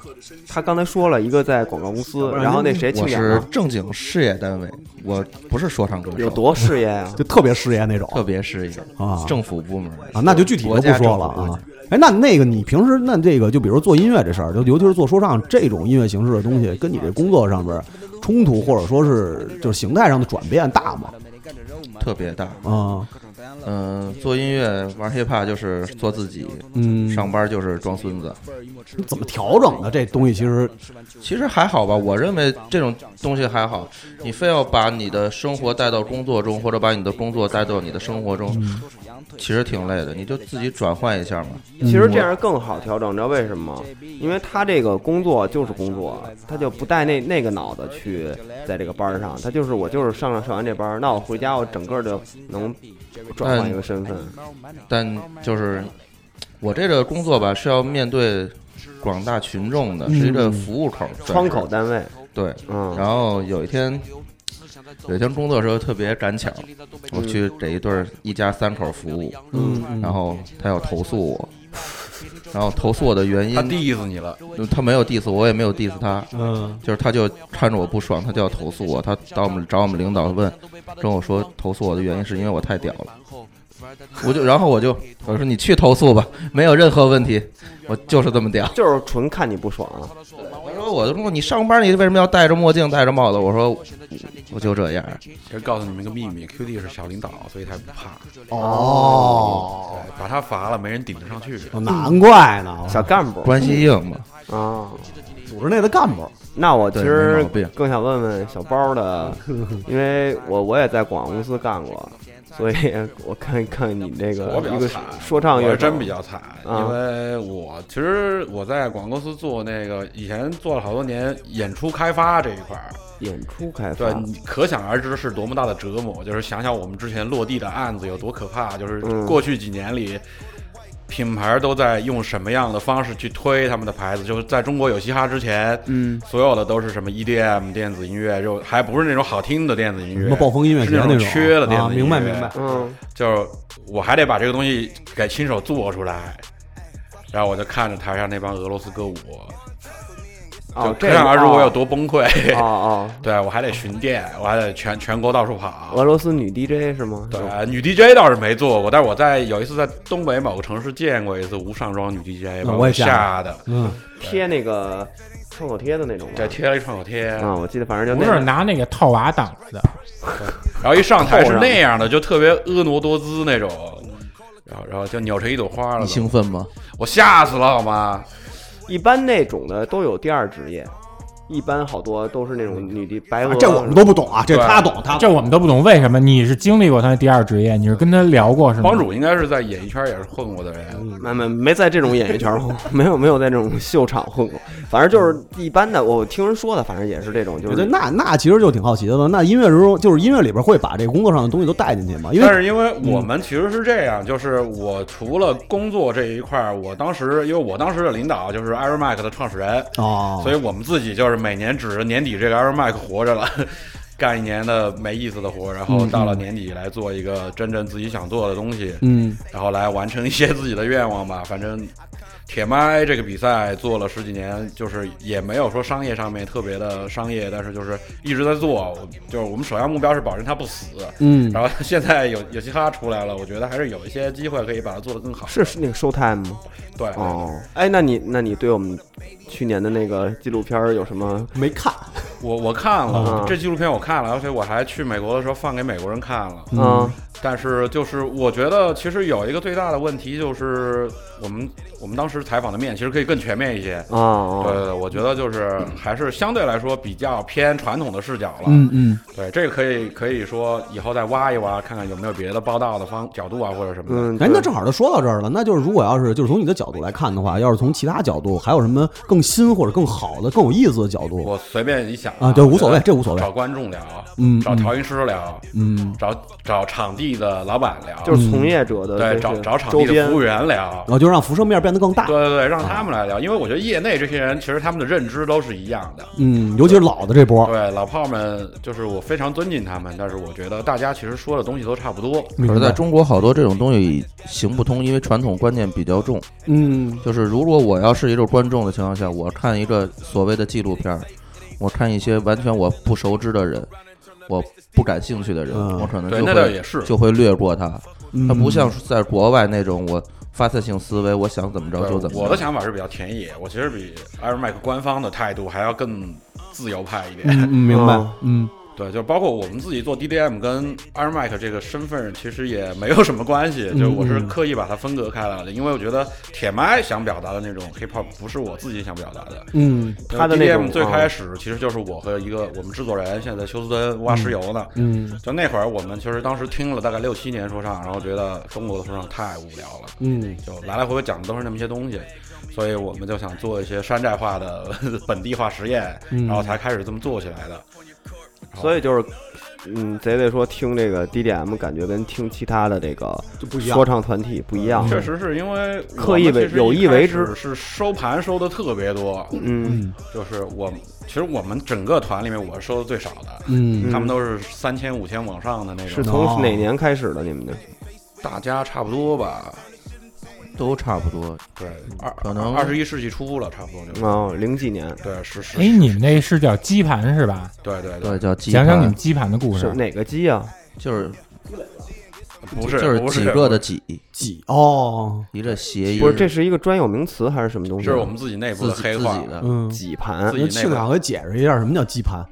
[SPEAKER 1] 他刚才说了一个在广告公司，然后那谁庆
[SPEAKER 7] 我
[SPEAKER 1] 典
[SPEAKER 7] 是
[SPEAKER 1] 啊
[SPEAKER 7] 正经事业单位，我不是说唱歌手，
[SPEAKER 1] 有多事业啊呀？
[SPEAKER 5] 就特别失业那种
[SPEAKER 7] 特别事业
[SPEAKER 5] 啊
[SPEAKER 7] 政府部门
[SPEAKER 5] 啊，那就具体就
[SPEAKER 7] 国
[SPEAKER 5] 不
[SPEAKER 7] 家
[SPEAKER 5] 说了
[SPEAKER 7] 政府部
[SPEAKER 5] 啊
[SPEAKER 7] 门。
[SPEAKER 5] 哎，那那个你平时那这个就比如做音乐这事儿，就尤其是做说唱这种音乐形式的东西，跟你这工作上边儿冲突或者说是就是形态上的转变大吗？
[SPEAKER 7] 特别大。
[SPEAKER 5] 啊、
[SPEAKER 7] 嗯、做音乐玩 hiphop 就是做自己，
[SPEAKER 5] 嗯，
[SPEAKER 7] 上班就是装孙子。
[SPEAKER 5] 怎么调整的？这东西其实
[SPEAKER 7] 其实还好吧，我认为这种东西还好。你非要把你的生活带到工作中，或者把你的工作带到你的生活中，
[SPEAKER 1] 嗯
[SPEAKER 7] 其实挺累的。你就自己转换一下嘛。
[SPEAKER 1] 其实这样更好调整，你知道为什么吗？因为他这个工作就是工作，他就不带那那个脑子去在这个班儿上，他就是我就是上了上完这班儿，那我回家我整个就能转换一个身份。
[SPEAKER 7] 嗯但就是我这个工作吧，是要面对广大群众的，是一个服务口、
[SPEAKER 1] 嗯窗口。单位，
[SPEAKER 7] 对，
[SPEAKER 1] 嗯，
[SPEAKER 7] 然后有一天，有一天工作的时候特别赶巧，我去给一对儿一家三口服务，
[SPEAKER 5] 嗯
[SPEAKER 7] 然后他要投诉我，然后投诉我的原因
[SPEAKER 6] 他 diss 你了，
[SPEAKER 7] 嗯他没有 diss 我，我也没有 diss 他，
[SPEAKER 5] 嗯
[SPEAKER 7] 就是他就看着我不爽，他就要投诉我，他到我们找我们领导问，跟我说投诉我的原因是因为我太屌了。我就，然后我就我说你去投诉吧，没有任何问题，我就是这么屌。
[SPEAKER 1] 就是纯看你不爽了。
[SPEAKER 7] 我说我就说你上班你为什么要戴着墨镜戴着帽子？我说我我就这样，
[SPEAKER 6] 其实告诉你们一个秘密，QD 是小领导，所以他不怕，
[SPEAKER 5] 哦，
[SPEAKER 6] 对，把他罚了，没人顶得上去。
[SPEAKER 5] 难怪呢，
[SPEAKER 1] 小干部
[SPEAKER 7] 关系硬嘛。
[SPEAKER 1] 啊，
[SPEAKER 5] 组织内的干部，
[SPEAKER 1] 那我其
[SPEAKER 7] 对没
[SPEAKER 1] 实
[SPEAKER 7] 毛病
[SPEAKER 1] 更想问问小包的，因为我我也在广告公司干过，所以我看看你这个
[SPEAKER 6] 我比较
[SPEAKER 1] 呃一个
[SPEAKER 6] 惨啊
[SPEAKER 1] 说唱
[SPEAKER 6] 我
[SPEAKER 1] 乐
[SPEAKER 6] 是
[SPEAKER 1] 手，
[SPEAKER 6] 真比较惨，
[SPEAKER 1] 啊
[SPEAKER 6] 因为我其实我在广告公司做那个，以前做了好多年演出开发这一块儿，
[SPEAKER 1] 演出开发
[SPEAKER 6] 对，，你可想而知是多么大的折磨。就是想想我们之前落地的案子有多可怕，就是
[SPEAKER 1] 嗯
[SPEAKER 6] 过去几年里，品牌都在用什么样的方式去推他们的牌子。就是在中国有嘻哈之前，
[SPEAKER 9] 嗯，
[SPEAKER 6] 所有的都是什么 EDM 电子音乐，就还不是那种好听的电子音
[SPEAKER 5] 什
[SPEAKER 6] 乐，
[SPEAKER 5] 么暴风音乐节
[SPEAKER 6] 是那
[SPEAKER 5] 种，
[SPEAKER 6] 缺了电
[SPEAKER 5] 啊，
[SPEAKER 6] 子音乐。
[SPEAKER 5] 明白明白，
[SPEAKER 1] 嗯，
[SPEAKER 6] 就是我还得把这个东西给亲手做出来。然后我就看着台上那帮俄罗斯歌舞，就
[SPEAKER 1] 哦，
[SPEAKER 6] 可
[SPEAKER 1] 这个
[SPEAKER 6] 想而知我有
[SPEAKER 1] 哦
[SPEAKER 6] 多崩溃。
[SPEAKER 1] 哦哦，
[SPEAKER 6] [LAUGHS] 对我还得巡店，我还得全全国到处跑。
[SPEAKER 1] 俄罗斯女 DJ 是吗？
[SPEAKER 6] 对，啊女 DJ 倒是没做过，但是我在有一次在东北某个城市见过一次无上装女 DJ，
[SPEAKER 5] 那
[SPEAKER 6] 把
[SPEAKER 5] 我也
[SPEAKER 6] 吓的，
[SPEAKER 5] 嗯，
[SPEAKER 1] 贴那个创口贴的那种吗
[SPEAKER 6] 这贴了一创口贴，
[SPEAKER 1] 啊，我记得反正就
[SPEAKER 2] 不
[SPEAKER 1] 那
[SPEAKER 2] 是
[SPEAKER 1] 样
[SPEAKER 2] 拿那个套娃挡着的，
[SPEAKER 6] 然后一上台是那样的，就特别婀娜多姿那种，然后然后就扭成一朵花了
[SPEAKER 7] 你
[SPEAKER 6] 都，
[SPEAKER 7] 兴奋吗？
[SPEAKER 6] 我吓死了好吗？
[SPEAKER 1] 一般那种的都有第二职业，一般好多都是那种女的白
[SPEAKER 5] 啊
[SPEAKER 1] 俄，
[SPEAKER 5] 这我们都不懂啊，这他懂他懂，
[SPEAKER 2] 这我们都不懂为什么。你是经历过他的第二职业，你是跟他聊过
[SPEAKER 1] 嗯
[SPEAKER 2] 是吗？
[SPEAKER 6] 帮主应该是在演艺圈也是混过的人，
[SPEAKER 1] 没没没在这种演艺圈混过， [LAUGHS] 没有没有在这种秀场混过，反正就是一般的，我听人说的，反正也是这种，就
[SPEAKER 5] 我觉得
[SPEAKER 1] 是
[SPEAKER 5] 那那其实就挺好奇的了。那音乐时候就是音乐里边会把这工作上的东西都带进去吗？因
[SPEAKER 6] 但
[SPEAKER 5] 为
[SPEAKER 6] 是因为我们其实是这样，就是我除了工作这一块儿，我当时因为我当时的领导就是 Iron Mike 的创始人，
[SPEAKER 5] 哦，
[SPEAKER 6] 所以我们自己就是每年指着年底这个 Air Mac 活着了，干一年的没意思的活，然后到了年底来做一个真正自己想做的东西，
[SPEAKER 5] 嗯，
[SPEAKER 6] 然后来完成一些自己的愿望吧。反正铁麦这个比赛做了十几年，就是也没有说商业上面特别的商业，但是就是一直在做。我就是我们首要目标是保证它不死。
[SPEAKER 5] 嗯
[SPEAKER 6] 然后现在有有嘻哈出来了，我觉得还是有一些机会可以把它做得更好。
[SPEAKER 1] 是是那个 Showtime 吗？
[SPEAKER 6] 对，
[SPEAKER 1] 哦，哎，那你那你对我们去年的那个纪录片儿有什么？
[SPEAKER 5] 没看，
[SPEAKER 6] 我我看了、
[SPEAKER 1] 嗯
[SPEAKER 6] 这纪录片，我看了，而且我还去美国的时候放给美国人看了。
[SPEAKER 1] 嗯，
[SPEAKER 6] 但是就是我觉得，其实有一个最大的问题就是，我们我们当时采访的面其实可以更全面一些。
[SPEAKER 1] 哦哦，
[SPEAKER 6] 对，我觉得就是还是相对来说比较偏传统的视角了。
[SPEAKER 9] 嗯嗯，
[SPEAKER 6] 对，这个可以可以说以后再挖一挖，看看有没有别的报道的方角度啊，或者什么的。
[SPEAKER 1] 嗯，
[SPEAKER 5] 哎，
[SPEAKER 1] 对
[SPEAKER 5] 那正好就说到这儿了。那就是如果要是就是从你的角度来看的话，要是从其他角度，还有什么更新或者更好的、更有意思的角度？
[SPEAKER 6] 我随便一想
[SPEAKER 5] 啊对无所谓
[SPEAKER 6] 我觉得
[SPEAKER 5] 这无所谓
[SPEAKER 6] 找观众聊，
[SPEAKER 5] 嗯
[SPEAKER 6] 找
[SPEAKER 5] 嗯
[SPEAKER 6] 调音师聊，
[SPEAKER 5] 嗯，
[SPEAKER 6] 找找场地的老板聊，
[SPEAKER 1] 就是从业者的
[SPEAKER 6] 对
[SPEAKER 1] 这
[SPEAKER 6] 找
[SPEAKER 1] 个
[SPEAKER 6] 找场
[SPEAKER 1] 周
[SPEAKER 6] 地的
[SPEAKER 1] 边
[SPEAKER 6] 服务员聊
[SPEAKER 5] 然。后就让辐射面变得更大。
[SPEAKER 6] 对对对，让他们来聊，因为我觉得业内这些人其实他们的认知都是一样的，
[SPEAKER 5] 嗯，尤其是老的这波，
[SPEAKER 6] 对，老炮儿们就是我非常尊敬他们，但是我觉得大家其实说的东西都差不多。
[SPEAKER 2] 明
[SPEAKER 5] 嗯
[SPEAKER 2] 白
[SPEAKER 7] 可是在中国好多这种东西行不通，因为传统观念比较重。
[SPEAKER 5] 嗯，
[SPEAKER 7] 就是如果我要是一个观众的情况下，我看一个所谓的纪录片儿，我看一些完全我不熟知的人，我不感兴趣的人，
[SPEAKER 5] 嗯
[SPEAKER 7] 我可能
[SPEAKER 6] 对，
[SPEAKER 7] 就
[SPEAKER 6] 那倒
[SPEAKER 7] 会
[SPEAKER 6] 也是，
[SPEAKER 7] 就会略过他。
[SPEAKER 5] 嗯
[SPEAKER 7] 他不像在国外那种我发散性思维，我想怎么着就怎么着。
[SPEAKER 6] 我的想法是比较田野，我其实比艾瑞麦克官方的态度还要更自由派一点。
[SPEAKER 5] 嗯，嗯明白
[SPEAKER 1] 哦，
[SPEAKER 5] 嗯，
[SPEAKER 6] 对，就包括我们自己做 DDM 跟 Air Mac 这个身份，其实也没有什么关系。就我
[SPEAKER 1] 嗯
[SPEAKER 6] 是刻意把它分隔开来的，因为我觉得铁麦想表达的那种 Hip Hop 不是我自己想表达的。
[SPEAKER 5] 嗯
[SPEAKER 1] 他的那种啊
[SPEAKER 6] DDM 最开始其实就是我和一个我们制作人，现在在休斯敦挖石油呢。
[SPEAKER 5] 嗯
[SPEAKER 6] 就那会儿，我们其实当时听了大概六七年说唱，然后觉得中国的说唱太无聊了，
[SPEAKER 5] 嗯，
[SPEAKER 6] 就来来回回讲的都是那么些东西，所以我们就想做一些山寨化的 [LAUGHS] 本地化实验，
[SPEAKER 5] 嗯
[SPEAKER 6] 然后才开始这么做起来的。
[SPEAKER 1] 嗯所以就是，嗯，贼贼说听这个 DDM 感觉跟听其他的这个
[SPEAKER 5] 就不一样嗯
[SPEAKER 1] 说。唱团体不一样，
[SPEAKER 6] 确实是因为我们
[SPEAKER 1] 刻意为
[SPEAKER 6] 其实
[SPEAKER 1] 有意为之
[SPEAKER 6] 一开始是收盘收的特别多，
[SPEAKER 1] 嗯，
[SPEAKER 6] 就是我们其实我们整个团里面我是收的最少的，
[SPEAKER 5] 嗯
[SPEAKER 6] 他们都是三千五千往上的那
[SPEAKER 1] 是
[SPEAKER 6] 种，
[SPEAKER 5] 哦
[SPEAKER 1] 从哪年开始的？你们的
[SPEAKER 6] 大家差不多吧，
[SPEAKER 7] 都差不多。
[SPEAKER 6] 对，二
[SPEAKER 7] 可能
[SPEAKER 6] 二十一世纪初了，差不多就
[SPEAKER 1] 哦，零几年
[SPEAKER 6] 对十十，
[SPEAKER 2] 哎，你们那是叫基盘是吧？
[SPEAKER 6] 对对
[SPEAKER 7] 对，，叫鸡
[SPEAKER 2] 讲讲你们
[SPEAKER 7] 盘，
[SPEAKER 2] 基盘的故
[SPEAKER 1] 是
[SPEAKER 2] 事。
[SPEAKER 1] 哪个鸡啊？
[SPEAKER 7] 就是
[SPEAKER 6] 不
[SPEAKER 7] 就是是
[SPEAKER 6] 不
[SPEAKER 7] 几
[SPEAKER 6] 是
[SPEAKER 7] 个的几，
[SPEAKER 5] 几哦，
[SPEAKER 7] 一个谐音。
[SPEAKER 1] 不是，这是一个专有名词还是什么东西？啊
[SPEAKER 6] 这是我们自己内部
[SPEAKER 7] 自
[SPEAKER 6] 的
[SPEAKER 7] 己
[SPEAKER 6] 黑
[SPEAKER 7] 自
[SPEAKER 6] 话
[SPEAKER 7] 己，的，
[SPEAKER 5] 嗯，
[SPEAKER 1] 几盘
[SPEAKER 6] 自己
[SPEAKER 5] 那
[SPEAKER 6] 内
[SPEAKER 5] 去
[SPEAKER 6] 部
[SPEAKER 5] 两个解释一下什么叫鸡盘？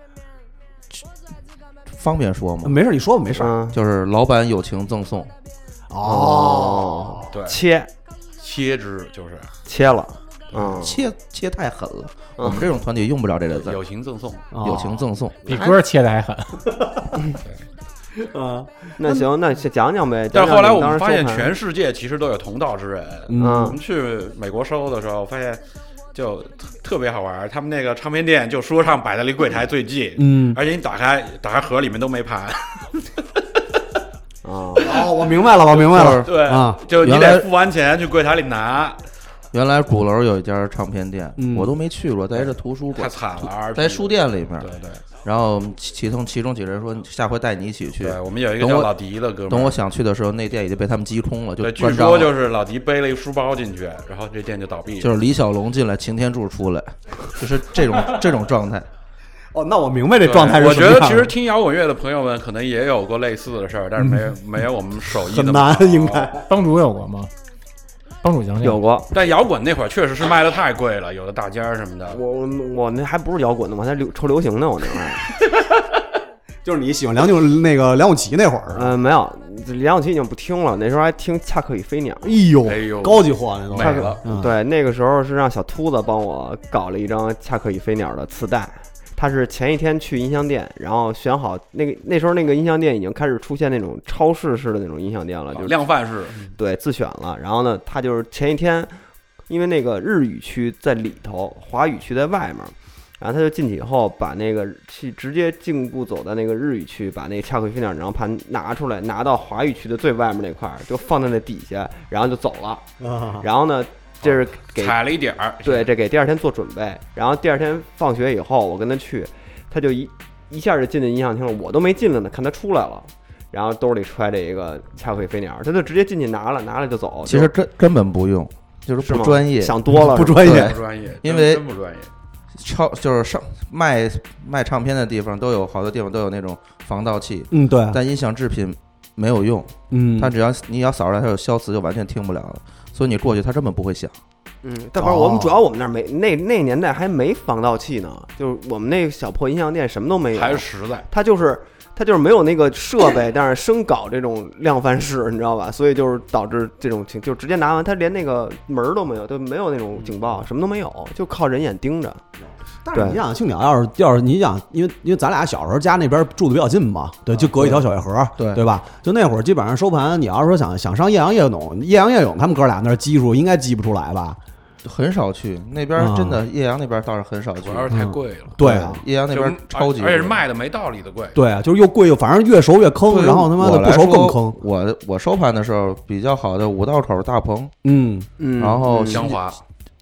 [SPEAKER 7] 方便说吗？
[SPEAKER 5] 没事，你说吧，没事儿。
[SPEAKER 1] 啊？
[SPEAKER 7] 就是老板友情赠送，
[SPEAKER 5] 哦，
[SPEAKER 6] 对，
[SPEAKER 1] 切
[SPEAKER 6] 切枝就是
[SPEAKER 1] 切了，嗯，
[SPEAKER 7] 切切太狠了。
[SPEAKER 1] 嗯
[SPEAKER 7] 我们这种团体用不了这个字儿，
[SPEAKER 6] 友情赠送，
[SPEAKER 5] 哦
[SPEAKER 7] 友情赠送。
[SPEAKER 2] 比歌切的还狠，
[SPEAKER 5] 啊，
[SPEAKER 1] 那行，那先讲讲呗。讲
[SPEAKER 6] 但是
[SPEAKER 1] 讲
[SPEAKER 6] 后来
[SPEAKER 1] 你
[SPEAKER 6] 我们
[SPEAKER 1] 当时
[SPEAKER 6] 发现，
[SPEAKER 1] 收盘
[SPEAKER 6] 全世界其实都有同道之人。我
[SPEAKER 1] 嗯
[SPEAKER 6] 们去美国收的时候，发现就特特别好玩儿。他们那个唱片店就说唱摆在离柜台最近，
[SPEAKER 5] 嗯，
[SPEAKER 6] 而且你打开打开盒里面都没盘，
[SPEAKER 1] 啊，
[SPEAKER 5] 哦，我明白了，我明白了，
[SPEAKER 6] 对
[SPEAKER 5] 啊，
[SPEAKER 6] 就你
[SPEAKER 7] 原来
[SPEAKER 6] 得付完钱去柜台里拿，
[SPEAKER 7] 原来鼓楼有一家唱片店
[SPEAKER 5] 嗯，
[SPEAKER 7] 我都没去过，在这图书
[SPEAKER 6] 太
[SPEAKER 7] 馆，
[SPEAKER 6] 惨了。而
[SPEAKER 7] 在书，店里面
[SPEAKER 6] 对。对
[SPEAKER 7] 然后其其中其中几人说，下回带你一起去。
[SPEAKER 6] 对，我们有一个
[SPEAKER 7] 等
[SPEAKER 6] 叫
[SPEAKER 7] 我
[SPEAKER 6] 老迪的哥们儿，
[SPEAKER 7] 等我想去的时候，那店已经被他们击空了，就
[SPEAKER 6] 对，据
[SPEAKER 7] 关张
[SPEAKER 6] 说
[SPEAKER 7] 了。
[SPEAKER 6] 就是老迪背了一书包进去，然后这店就倒闭了。
[SPEAKER 7] 就是李小龙进来，擎天柱出来，就是这种这种状态。
[SPEAKER 5] 哦，那我明白这状态是
[SPEAKER 6] 我
[SPEAKER 5] 什
[SPEAKER 6] 觉
[SPEAKER 5] 么
[SPEAKER 6] 得
[SPEAKER 5] 样了。
[SPEAKER 6] 其实听摇滚乐的朋友们可能也有过类似的事儿，但是没有没有我们手艺
[SPEAKER 5] 很
[SPEAKER 6] 那么
[SPEAKER 5] 难
[SPEAKER 6] 好，
[SPEAKER 5] 应
[SPEAKER 6] [LAUGHS]
[SPEAKER 5] 该。
[SPEAKER 2] 帮主有过吗？帮主讲讲。
[SPEAKER 1] 有过。
[SPEAKER 6] 但摇滚那会儿确实是卖的太贵了，有的大尖儿什么的。
[SPEAKER 1] 我我我那还不是摇滚呢，我还流抽流行呢，我那会儿。
[SPEAKER 5] 就是你喜欢梁咏那个梁咏琪那会儿，
[SPEAKER 1] 嗯，没有，梁咏琪已经不听了，那时候还听恰克与飞鸟。
[SPEAKER 5] 哎呦，
[SPEAKER 6] 哎呦
[SPEAKER 5] 高级货那都
[SPEAKER 6] 美了
[SPEAKER 5] 嗯
[SPEAKER 1] 对，那个时候是让小秃子帮我搞了一张恰克与飞鸟的磁带。他是前一天去音像店，然后选好那个那时候那个音像店已经开始出现那种超市式的那种音像店了，就是
[SPEAKER 6] 量贩式，
[SPEAKER 1] 对自选了。然后呢，他就是前一天，因为那个日语区在里头，华语区在外面，然后他就进去以后，把那个去直接进步走到那个日语区，把那个恰克飞鸟那张盘拿出来，拿到华语区的最外面那块儿，就放在那底下，然后就走了。
[SPEAKER 5] 啊，
[SPEAKER 1] 然后呢，这是给
[SPEAKER 6] 踩了一点儿，
[SPEAKER 1] 对，这给第二天做准备。然后第二天放学以后，我跟他去，他就一一下就进那音像厅了，我都没进来呢，看他出来了。然后兜里揣着一个恰克飞鸟，他就直接进去拿了，拿了就走。
[SPEAKER 7] 其实根根本不用，就是
[SPEAKER 1] 是
[SPEAKER 7] 不
[SPEAKER 1] 吗
[SPEAKER 7] 专业，
[SPEAKER 1] 想多了
[SPEAKER 5] 不
[SPEAKER 1] 是吧
[SPEAKER 5] 专业
[SPEAKER 7] 对
[SPEAKER 6] 不专业，
[SPEAKER 7] 因为
[SPEAKER 6] 真不专业。
[SPEAKER 7] 超就是上卖卖唱片的地方都有好多地方都有那种防盗器，
[SPEAKER 5] 嗯，对，
[SPEAKER 1] 啊
[SPEAKER 7] 但音响制品没有用，
[SPEAKER 5] 嗯，
[SPEAKER 7] 它只要你要扫出来，它有消磁就完全听不了了，所以你过去它根本不会响。
[SPEAKER 1] 嗯，但不是
[SPEAKER 5] 哦
[SPEAKER 1] 我们主要我们那儿没那那年代还没防盗器呢，就是我们那小破音像店什么都没有，
[SPEAKER 6] 还是实在，
[SPEAKER 1] 它就是它就是没有那个设备，但是生搞这种量贩式，你知道吧？所以就是导致这种情，就直接拿完，它连那个门儿都没有，就没有那种警报，什么都没有，就靠人眼盯着。
[SPEAKER 5] 但是你
[SPEAKER 1] 对
[SPEAKER 5] 想，青鸟要是要是你想，因为因为咱俩小时候家那边住的比较近嘛，对，就隔一条小夜河，
[SPEAKER 7] 对
[SPEAKER 5] 对吧？就那会儿基本上收盘，你要是说想想上夜阳夜泳，夜阳夜泳他们哥俩那儿基数应该基不出来吧？
[SPEAKER 7] 很少去那边
[SPEAKER 5] 啊，
[SPEAKER 7] 真的岳阳那边倒是很少去
[SPEAKER 6] 主。要是太贵了，
[SPEAKER 5] 对啊，
[SPEAKER 7] 岳嗯阳那边
[SPEAKER 6] 就
[SPEAKER 7] 超级
[SPEAKER 6] 而而且是
[SPEAKER 7] 贵
[SPEAKER 6] 卖的没道理的贵。
[SPEAKER 5] 对啊，就是又贵又反正越熟越坑，
[SPEAKER 7] 对
[SPEAKER 5] 然后他妈的
[SPEAKER 7] 我来
[SPEAKER 5] 不熟更
[SPEAKER 7] 说
[SPEAKER 5] 坑。
[SPEAKER 7] 我我收盘的时候比较好的五道口大棚，
[SPEAKER 5] 嗯
[SPEAKER 1] 嗯，
[SPEAKER 7] 然后
[SPEAKER 6] 江华，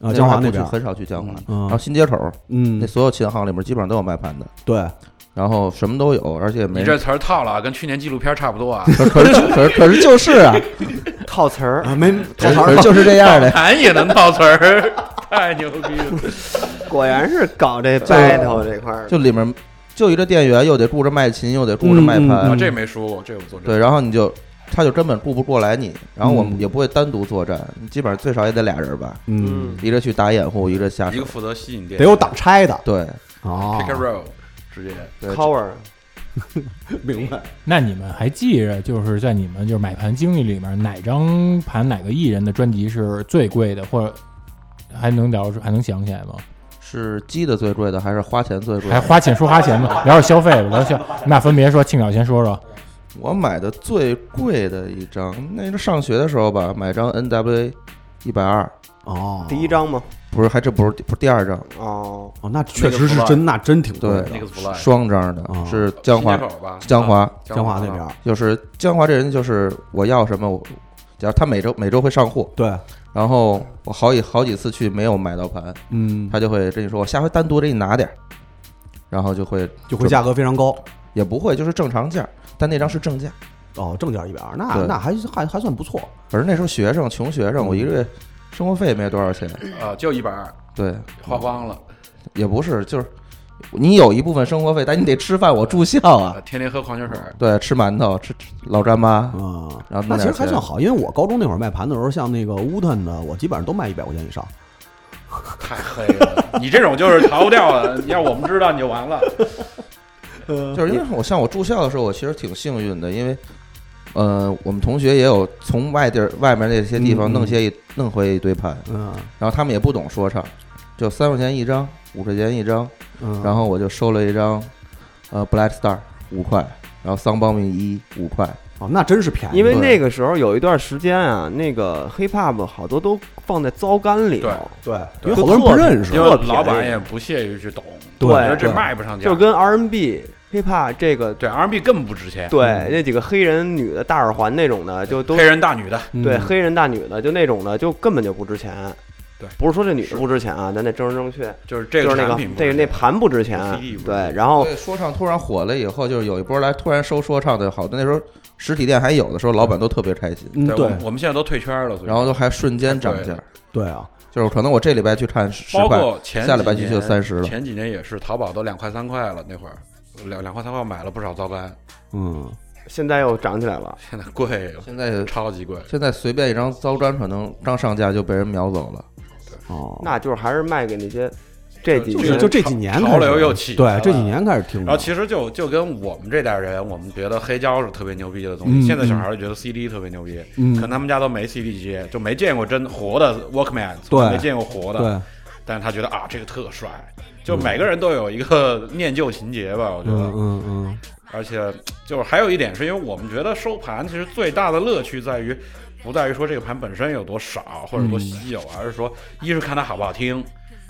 [SPEAKER 5] 啊，江华那边
[SPEAKER 7] 边，很少去江华，
[SPEAKER 5] 嗯
[SPEAKER 7] 然后新街口那
[SPEAKER 5] 嗯，
[SPEAKER 7] 所有琴行里面基本上都有卖盘的，
[SPEAKER 5] 对，
[SPEAKER 7] 然后什么都有，而且没
[SPEAKER 6] 你这词儿套了，啊跟去年纪录片差不多啊。
[SPEAKER 7] 可可是可是可是就是啊，
[SPEAKER 1] 套词儿，
[SPEAKER 5] [LAUGHS] 啊没
[SPEAKER 7] 可是可是就是这样的，
[SPEAKER 6] 盘也能套词儿，太牛逼
[SPEAKER 7] [LAUGHS]
[SPEAKER 6] 了！
[SPEAKER 1] [LAUGHS] 果然是搞这 battle 这块儿的。
[SPEAKER 7] [LAUGHS] 就里面就一个店员，又得顾着卖琴，又得顾着卖
[SPEAKER 5] 嗯
[SPEAKER 6] 啊，
[SPEAKER 7] 盘，
[SPEAKER 6] 这没说过，这我作证。
[SPEAKER 7] 对，然后你就他就根本顾不过来你，然后我
[SPEAKER 5] 嗯
[SPEAKER 7] 们也不会单独作战，基本上最少也得俩人吧，
[SPEAKER 5] [LAUGHS] 嗯，
[SPEAKER 7] 一个去打掩护，一个下
[SPEAKER 6] 一
[SPEAKER 7] 手
[SPEAKER 6] 个，负责吸引店
[SPEAKER 5] 得有挡拆的
[SPEAKER 7] 对
[SPEAKER 5] 哦
[SPEAKER 6] [LAUGHS] pick and roll，直接
[SPEAKER 7] 啊对
[SPEAKER 1] cover，
[SPEAKER 5] 明白。
[SPEAKER 2] 那你们还记着，就是在你们就是买盘经历里面，哪张盘哪个艺人的专辑是最贵的，或者还能聊出还能想起来吗？
[SPEAKER 7] 是鸡的最贵的还是花钱最贵
[SPEAKER 2] 还
[SPEAKER 7] 的？
[SPEAKER 2] 花钱说花钱吧，聊聊消费吧，聊消。那分别说，庆早先说说，
[SPEAKER 7] 我买的最贵的一张，那是上学的时候吧，买张 N W 一百二，
[SPEAKER 5] 哦，
[SPEAKER 1] 第一张吗？
[SPEAKER 7] 不是，还这不是不是第二张，
[SPEAKER 1] 哦，
[SPEAKER 5] 哦，那确实是真，那真挺贵的。
[SPEAKER 7] 对
[SPEAKER 6] 那个 fly
[SPEAKER 7] 双张的
[SPEAKER 5] 哦，
[SPEAKER 7] 是江华
[SPEAKER 6] 新街口吧，
[SPEAKER 7] 江华
[SPEAKER 5] 江华那边儿，
[SPEAKER 7] 就是江华这人就是我要什么我，假如他每周每周会上货，
[SPEAKER 5] 对，
[SPEAKER 7] 然后我好几好几次去没有买到盘，
[SPEAKER 5] 嗯，
[SPEAKER 7] 他就会跟你说我下回单独给你拿点儿，然后就会
[SPEAKER 5] 就会价格非常高。
[SPEAKER 7] 也不会就是正常价，但那张是正价。
[SPEAKER 5] 哦，正价一百二，那
[SPEAKER 7] 对
[SPEAKER 5] 那还还还算不错。
[SPEAKER 7] 可是那时候学生穷学生，我一个月生活费也没多少钱，
[SPEAKER 6] 啊，就一百二，
[SPEAKER 7] 对，
[SPEAKER 6] 花光了，
[SPEAKER 7] 也不是就是你有一部分生活费，但你得吃饭，我住校啊
[SPEAKER 6] 啊，天天喝矿泉水儿，
[SPEAKER 7] 对，吃馒头，吃吃老干妈，
[SPEAKER 5] 嗯，
[SPEAKER 7] 然后
[SPEAKER 5] 那
[SPEAKER 7] 弄
[SPEAKER 5] 其实
[SPEAKER 7] 点
[SPEAKER 5] 还
[SPEAKER 7] 钱
[SPEAKER 5] 算好，因为我高中那会儿卖盘的时候，像那个乌腾的，我基本上都卖一百块钱以上。
[SPEAKER 6] 太黑了。 [LAUGHS] 你这种就是逃不掉的，你要我们知道你就完了。
[SPEAKER 5] 嗯
[SPEAKER 7] 就是因为我像我住校的时候，我其实挺幸运的，因为，呃，我们同学也有从外地儿外面那些地
[SPEAKER 5] 嗯
[SPEAKER 7] 方
[SPEAKER 5] 嗯
[SPEAKER 7] 弄些一、弄回一堆盘，
[SPEAKER 5] 嗯
[SPEAKER 7] 然后他们也不懂说唱，就三块钱一张，五块钱一张，
[SPEAKER 5] 嗯，
[SPEAKER 7] 然后我就收了一张，呃，Black Star 五块，然后桑邦米一五块，
[SPEAKER 5] 哦，那真是便宜。
[SPEAKER 1] 因为
[SPEAKER 7] 对
[SPEAKER 1] 那个时候有一段时间啊，那个 hip hop 好多都放在糟干里头，
[SPEAKER 5] 对，因
[SPEAKER 6] 对
[SPEAKER 5] 为好多人不认识
[SPEAKER 6] 因。
[SPEAKER 1] 特
[SPEAKER 6] 为
[SPEAKER 1] 便宜
[SPEAKER 6] 老板也不屑于去懂，
[SPEAKER 1] 对
[SPEAKER 6] 我觉得这
[SPEAKER 5] 对
[SPEAKER 6] 卖不上价，
[SPEAKER 1] 就跟 R&B、hip hop 这个，
[SPEAKER 6] 对 R&B 更不值钱，
[SPEAKER 1] 对那几个黑人女的大耳环那种的，就都
[SPEAKER 6] 黑人大女的，
[SPEAKER 1] 对
[SPEAKER 5] 嗯
[SPEAKER 1] 黑人大女的，就那种的，就根本就不值钱。
[SPEAKER 6] 对
[SPEAKER 1] 不是说这女的不值钱啊，咱得正正正确，
[SPEAKER 6] 就是这
[SPEAKER 1] 就是
[SPEAKER 6] 个
[SPEAKER 1] 那
[SPEAKER 6] 产
[SPEAKER 1] 个
[SPEAKER 6] 品不值
[SPEAKER 1] 这个
[SPEAKER 6] 钱，
[SPEAKER 1] 那盘不值钱
[SPEAKER 6] 这个 CD 不值，
[SPEAKER 1] 对
[SPEAKER 6] 钱，
[SPEAKER 1] 然
[SPEAKER 5] 哦
[SPEAKER 1] 后
[SPEAKER 7] 对，说唱突然火了以后，就是有一波来突然收说唱的好多，那时候实体店还有的时候，老板都特别开心，
[SPEAKER 5] 嗯，
[SPEAKER 6] 我
[SPEAKER 5] 对
[SPEAKER 6] 们我们现在都退圈了，所以
[SPEAKER 7] 然后都还瞬间涨
[SPEAKER 6] 对
[SPEAKER 7] 价，
[SPEAKER 5] 对啊，
[SPEAKER 7] 就是可能我这礼拜去看十
[SPEAKER 6] 包
[SPEAKER 7] 块，
[SPEAKER 6] 括前
[SPEAKER 7] 下礼拜
[SPEAKER 6] 几
[SPEAKER 7] 去就
[SPEAKER 6] 年
[SPEAKER 7] 三十了，
[SPEAKER 6] 前几年也是，淘宝都两块三块了，那会儿两两块三块买了不少皂苷，
[SPEAKER 5] 嗯，
[SPEAKER 1] 现在又涨起来了。
[SPEAKER 6] 现在贵，
[SPEAKER 7] 现在
[SPEAKER 6] 超级贵。
[SPEAKER 7] 现在随便一张糟砖，可能刚上架就被人秒走了。
[SPEAKER 5] 哦，
[SPEAKER 1] 那就是还是卖给那些这几
[SPEAKER 6] 就
[SPEAKER 5] 就
[SPEAKER 1] 年
[SPEAKER 5] 就这几年
[SPEAKER 6] 潮
[SPEAKER 5] 开始
[SPEAKER 6] 流又起来
[SPEAKER 5] 对，
[SPEAKER 6] 了
[SPEAKER 5] 这几年开始听
[SPEAKER 6] 然后
[SPEAKER 5] 的。
[SPEAKER 6] 其实就就跟我们这代人，我们觉得黑胶是特别牛逼的东西，
[SPEAKER 5] 嗯
[SPEAKER 6] 现在小孩儿觉得 CD 特别牛逼，
[SPEAKER 5] 嗯
[SPEAKER 6] 可能他们家都没 CD 机，就没见过真活的 Walkman，
[SPEAKER 5] 对
[SPEAKER 6] 没见过活的，
[SPEAKER 5] 对，
[SPEAKER 6] 但是他觉得啊这个特帅，就每个人都有一个念旧情节吧，我觉得，
[SPEAKER 5] 嗯嗯嗯，
[SPEAKER 6] 而且就是还有一点，是因为我们觉得收盘其实最大的乐趣在于，不在于说这个盘本身有多少或者多稀有，
[SPEAKER 5] 嗯
[SPEAKER 6] 而是说一是看它好不好听，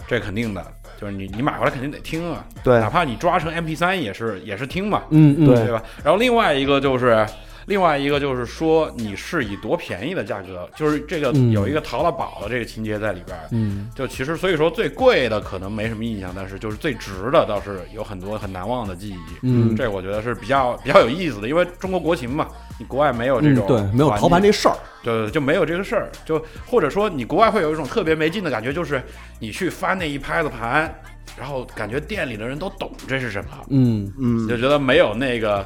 [SPEAKER 6] 这肯定的，就是你你买回来肯定得听啊，
[SPEAKER 1] 对
[SPEAKER 6] 哪怕你抓成 MP 3也是也是听嘛，
[SPEAKER 5] 嗯嗯，
[SPEAKER 6] 对吧？然后另外一个就是。另外一个就是说，你是以多便宜的价格，就是这个
[SPEAKER 5] 嗯
[SPEAKER 6] 有一个淘到宝的这个情节在里边儿，
[SPEAKER 5] 嗯
[SPEAKER 6] 就其实所以说最贵的可能没什么印象，但是就是最值的倒是有很多很难忘的记忆。
[SPEAKER 5] 嗯
[SPEAKER 6] 这我觉得是比较比较有意思的，因为中国国情嘛，你国外没有这
[SPEAKER 5] 嗯
[SPEAKER 6] 种、，
[SPEAKER 5] 对，没有逃盘这，事儿。
[SPEAKER 6] 对对，对就没有这个事儿，就或者说你国外会有一种特别没劲的感觉，就是你去翻那一拍子盘，然后感觉店里的人都懂这是什么，
[SPEAKER 5] 嗯，
[SPEAKER 1] 嗯
[SPEAKER 6] 就觉得没有那个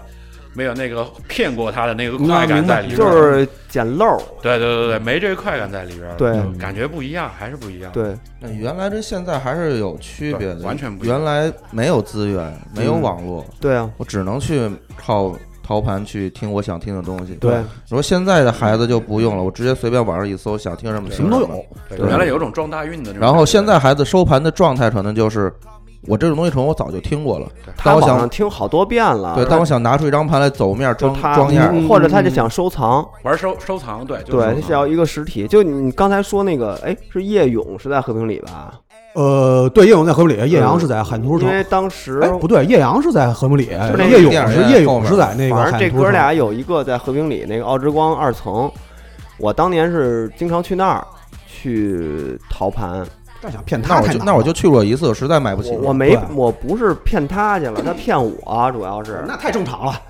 [SPEAKER 6] 没有那个骗过他的那个
[SPEAKER 5] 那
[SPEAKER 6] 快感
[SPEAKER 5] 明白
[SPEAKER 6] 在里边
[SPEAKER 1] 就
[SPEAKER 6] 儿，嗯
[SPEAKER 1] 是捡漏儿，
[SPEAKER 6] 对对对对，没这个快感在里边儿，
[SPEAKER 1] 对
[SPEAKER 6] 就感觉不一样，还是不一样，
[SPEAKER 1] 对，
[SPEAKER 7] 那原来跟现在还是有区别的，
[SPEAKER 6] 对完全不一样
[SPEAKER 7] 原来没有资源，
[SPEAKER 5] 嗯
[SPEAKER 7] 没有网络，
[SPEAKER 1] 对啊，
[SPEAKER 7] 我只能去靠淘盘去听我想听的东西。
[SPEAKER 1] 对，
[SPEAKER 7] 你说现在的孩子就不用了，我直接随便网上一搜，想听什么
[SPEAKER 6] 对
[SPEAKER 7] 听什
[SPEAKER 5] 什
[SPEAKER 7] 么
[SPEAKER 5] 么都有。
[SPEAKER 6] 对
[SPEAKER 7] 对
[SPEAKER 6] 原来有一种撞大运的那种感觉，
[SPEAKER 7] 然后现在孩子收盘的状态可能就是，我这种东西可能我早就听过了，
[SPEAKER 1] 他
[SPEAKER 7] 当我
[SPEAKER 1] 网上
[SPEAKER 7] 想
[SPEAKER 1] 听好多遍
[SPEAKER 5] 啊
[SPEAKER 1] 了，
[SPEAKER 7] 对，当我想拿出一张盘来走面
[SPEAKER 1] 就
[SPEAKER 7] 装
[SPEAKER 1] 他嗯
[SPEAKER 7] 装样儿，
[SPEAKER 5] 嗯
[SPEAKER 1] 或者他就想收藏，
[SPEAKER 6] 玩收收藏，对，就是嗯
[SPEAKER 1] 对，
[SPEAKER 6] 收
[SPEAKER 1] 他
[SPEAKER 6] 藏
[SPEAKER 1] 想要一个实体。就你刚才说那个，哎，是叶勇是在和平里吧？
[SPEAKER 5] 呃，对，叶勇在和平里，叶
[SPEAKER 6] 嗯
[SPEAKER 5] 阳是在海图
[SPEAKER 1] 因
[SPEAKER 5] 城。
[SPEAKER 1] 为当时
[SPEAKER 5] 哎，不对，叶阳是在和平里，呃
[SPEAKER 1] 是那
[SPEAKER 5] 叶勇
[SPEAKER 7] 电视
[SPEAKER 5] 是
[SPEAKER 7] 台
[SPEAKER 5] 叶
[SPEAKER 7] 后
[SPEAKER 5] 勇
[SPEAKER 7] 面
[SPEAKER 5] 是在那个
[SPEAKER 1] 反
[SPEAKER 5] 海
[SPEAKER 1] 正这
[SPEAKER 5] 图
[SPEAKER 1] 哥
[SPEAKER 5] 城。
[SPEAKER 1] 俩有一个在和平里那个奥之光二层，我当年是经常去那儿去淘盘，
[SPEAKER 5] 但想骗
[SPEAKER 7] 那
[SPEAKER 5] 他
[SPEAKER 7] 我
[SPEAKER 5] 太难
[SPEAKER 7] 就
[SPEAKER 5] 了，
[SPEAKER 7] 那我就去过一次，我实在买不起
[SPEAKER 1] 我我没
[SPEAKER 5] 对
[SPEAKER 1] 我不是骗他去了，他骗我，主要是
[SPEAKER 5] 那太正常了。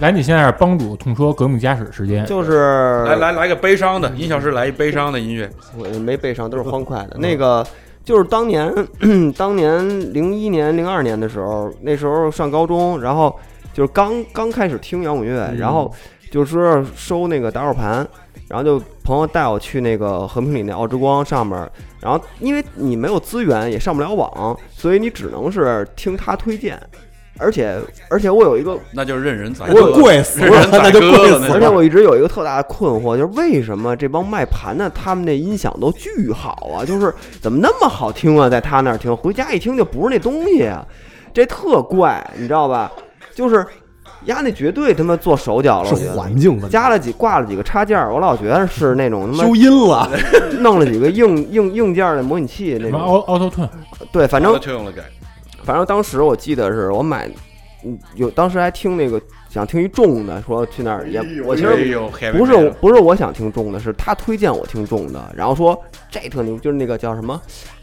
[SPEAKER 2] 赶紧现在是帮主痛说革命家史时间，
[SPEAKER 1] 就是
[SPEAKER 6] 来来来个悲伤的，音效师来一悲伤的音乐，
[SPEAKER 1] 我没背上，都是欢快的。那个就是当年，当年零一年、零二年的时候，那时候上高中，然后就是刚刚开始听摇滚乐，然后就是收那个打火盘，然后就朋友带我去那个和平里那奥之光上面，然后因为你没有资源，也上不了网，所以你只能是听他推荐。而且而且我有一个，
[SPEAKER 6] 那就是任人宰
[SPEAKER 1] 我有
[SPEAKER 6] 割，
[SPEAKER 5] 贵死
[SPEAKER 6] 任人
[SPEAKER 5] 了，那
[SPEAKER 6] 宰
[SPEAKER 5] 就
[SPEAKER 6] 割
[SPEAKER 5] 贵
[SPEAKER 6] 了
[SPEAKER 5] 死
[SPEAKER 6] 那
[SPEAKER 5] 了
[SPEAKER 6] 种。
[SPEAKER 1] 而且我一直有一个特大的困惑，就是为什么这帮卖盘的他们那音响都巨好啊？就是怎么那么好听啊？在他那儿听，回家一听就不是那东西啊，这特怪，你知道吧？就是丫那绝对他妈做手脚了，我觉
[SPEAKER 5] 是
[SPEAKER 1] 得
[SPEAKER 5] 环境问题，
[SPEAKER 1] 加了几挂了几个插件儿，我老觉得是那种他妈
[SPEAKER 5] 修音了，
[SPEAKER 1] 弄了几个硬硬硬件儿的模拟器那
[SPEAKER 2] 什么
[SPEAKER 1] 种。
[SPEAKER 2] Auto Auto Tune，
[SPEAKER 1] 对，反正
[SPEAKER 6] 就用了给，
[SPEAKER 1] 反正当时我记得是我买，嗯，有当时还听那个想听一重的，说去那儿也我其
[SPEAKER 6] 哎
[SPEAKER 1] 实
[SPEAKER 6] 呦
[SPEAKER 1] 不是不是我想听重的，是他推荐我听重的，然后说这特牛，就是那个叫什么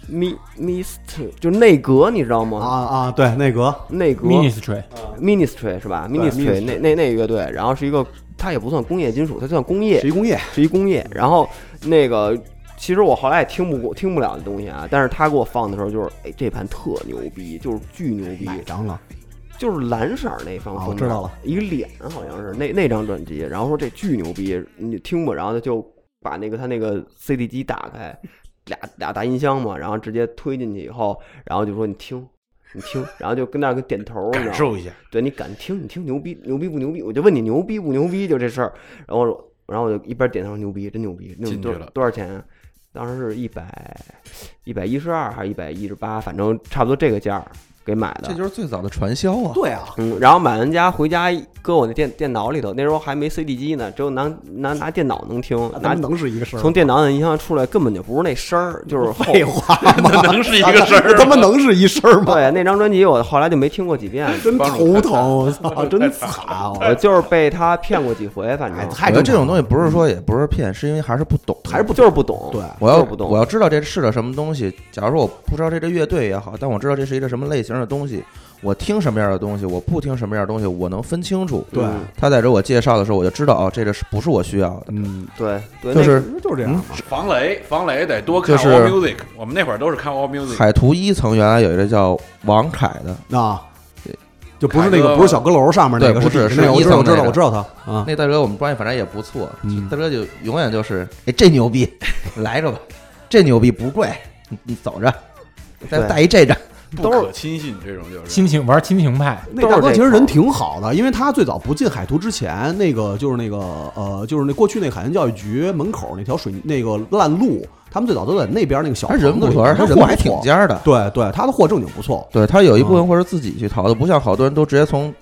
[SPEAKER 1] mi mist，就是内阁，你知道
[SPEAKER 5] 啊
[SPEAKER 1] 吗？
[SPEAKER 5] 啊，对，内阁
[SPEAKER 1] 内阁
[SPEAKER 2] Ministry，
[SPEAKER 1] ministry 是吧？ministry 那那那乐队，然后是一个，它也不算工业金属，它算工业
[SPEAKER 5] 十一工业，
[SPEAKER 1] 是一工业。然后那个，其实我后来也听不过、听不了的东西啊，但是他给我放的时候，就是哎，这盘特牛逼，就是巨牛逼，
[SPEAKER 5] 哪张啊？
[SPEAKER 1] 就是蓝色儿那方
[SPEAKER 5] 啊
[SPEAKER 1] 封面、
[SPEAKER 5] 我知道了，
[SPEAKER 1] 一个脸好像是那那张专辑，然后说这巨牛逼，你听吧，然后他就把那个他那个 CD 机打开，俩俩大音箱嘛，然后直接推进去以后，然后就说你听。你听，然后就跟那儿跟点头，你知道
[SPEAKER 6] 感
[SPEAKER 1] 吗
[SPEAKER 6] 受一下，
[SPEAKER 1] 对你敢听，你听牛逼，牛逼不牛逼？我就问你牛逼不牛逼，就这事儿。然后我说，然后我就一边点头，牛逼，真牛逼，那
[SPEAKER 6] 进去
[SPEAKER 1] 多
[SPEAKER 6] 了
[SPEAKER 1] 多少钱、啊？当时是一百一百一十二还是一百一十八，反正差不多这个价儿给买
[SPEAKER 7] 这
[SPEAKER 1] 的。
[SPEAKER 7] 就是最早的传销啊！
[SPEAKER 5] 对啊，
[SPEAKER 1] 嗯，然后买完家回家搁我那电电脑里头，那时候还没 CD 机呢，只有拿拿拿电脑能听，
[SPEAKER 5] 啊那
[SPEAKER 1] 拿
[SPEAKER 5] 咱们能是哎一个事儿吗？
[SPEAKER 1] 从电脑的音箱出来根本就不是那声儿，就是后
[SPEAKER 5] [LAUGHS] 废话吗？
[SPEAKER 6] [LAUGHS] 能是一个事儿吗
[SPEAKER 5] 那他妈能是一事
[SPEAKER 1] [LAUGHS]
[SPEAKER 5] 儿吗？
[SPEAKER 1] 对那张专辑我后来就没听过几
[SPEAKER 5] [LAUGHS]
[SPEAKER 1] 遍，
[SPEAKER 5] 真头疼，我操，真惨！啊我
[SPEAKER 1] 我就是被他骗过几回，反
[SPEAKER 5] 哎
[SPEAKER 1] 正
[SPEAKER 5] 太
[SPEAKER 7] 我觉得这种东
[SPEAKER 5] 西
[SPEAKER 7] 西不是说也不是骗，是因为还是不懂，
[SPEAKER 5] 还是不
[SPEAKER 1] 就是不懂，
[SPEAKER 5] 对，啊
[SPEAKER 7] 我要
[SPEAKER 1] 就是不懂
[SPEAKER 7] 我要知道这是个什么东西。假如说我不知道这支乐队也好，但我知道这是一个什么类型的东西，我听什么样的东西，我不听什么样的东西，我能分清楚。
[SPEAKER 5] 对
[SPEAKER 1] 嗯
[SPEAKER 7] 他在这我介绍的时候，我就知道哦，这个是不是我需要的？
[SPEAKER 5] 嗯，
[SPEAKER 1] 对对，
[SPEAKER 7] 就
[SPEAKER 1] 那
[SPEAKER 7] 是
[SPEAKER 5] 就是这样嘛。
[SPEAKER 6] 防雷，防雷得多
[SPEAKER 7] 就
[SPEAKER 6] 看
[SPEAKER 7] 是
[SPEAKER 6] All Music。我们那会儿都是看 All Music，
[SPEAKER 7] 海图一层原来有一个叫王凯的，
[SPEAKER 5] 啊，就不是那
[SPEAKER 6] 凯
[SPEAKER 5] 个
[SPEAKER 6] 哥
[SPEAKER 5] 不是小阁楼上面那个，
[SPEAKER 7] 对不是
[SPEAKER 5] 是底下那个，
[SPEAKER 7] 是
[SPEAKER 5] 我
[SPEAKER 7] 一
[SPEAKER 5] 知道，我知道，
[SPEAKER 7] 层那个
[SPEAKER 5] 我知道他啊，
[SPEAKER 7] 那大哥我们关系反正也不错，
[SPEAKER 5] 嗯
[SPEAKER 7] 大哥就永远就是哎这牛逼， [LAUGHS] 来着吧，这牛逼不贵，你你走着，再
[SPEAKER 1] 对
[SPEAKER 7] 带一这张，
[SPEAKER 6] 不可轻信这种就是。
[SPEAKER 2] 亲情玩亲情派，
[SPEAKER 5] 那大
[SPEAKER 1] 都是
[SPEAKER 5] 哥
[SPEAKER 1] 这
[SPEAKER 5] 其实
[SPEAKER 1] 口
[SPEAKER 5] 人挺好的，因为他最早不进海图之前，那个就是那个呃，就是那过去那海洋教育局门口那条水泥那个烂路，他们最早都在那边那个小
[SPEAKER 7] 他
[SPEAKER 5] 棚子
[SPEAKER 7] 人不
[SPEAKER 5] 里
[SPEAKER 7] 错，而且
[SPEAKER 5] 他
[SPEAKER 7] 他
[SPEAKER 5] 货
[SPEAKER 7] 人还挺
[SPEAKER 5] 错
[SPEAKER 7] 尖儿的。
[SPEAKER 5] 对对，他的货正经不错，
[SPEAKER 7] 对他有一
[SPEAKER 5] 嗯
[SPEAKER 7] 部分货是自己去淘的，不像好多人都直接从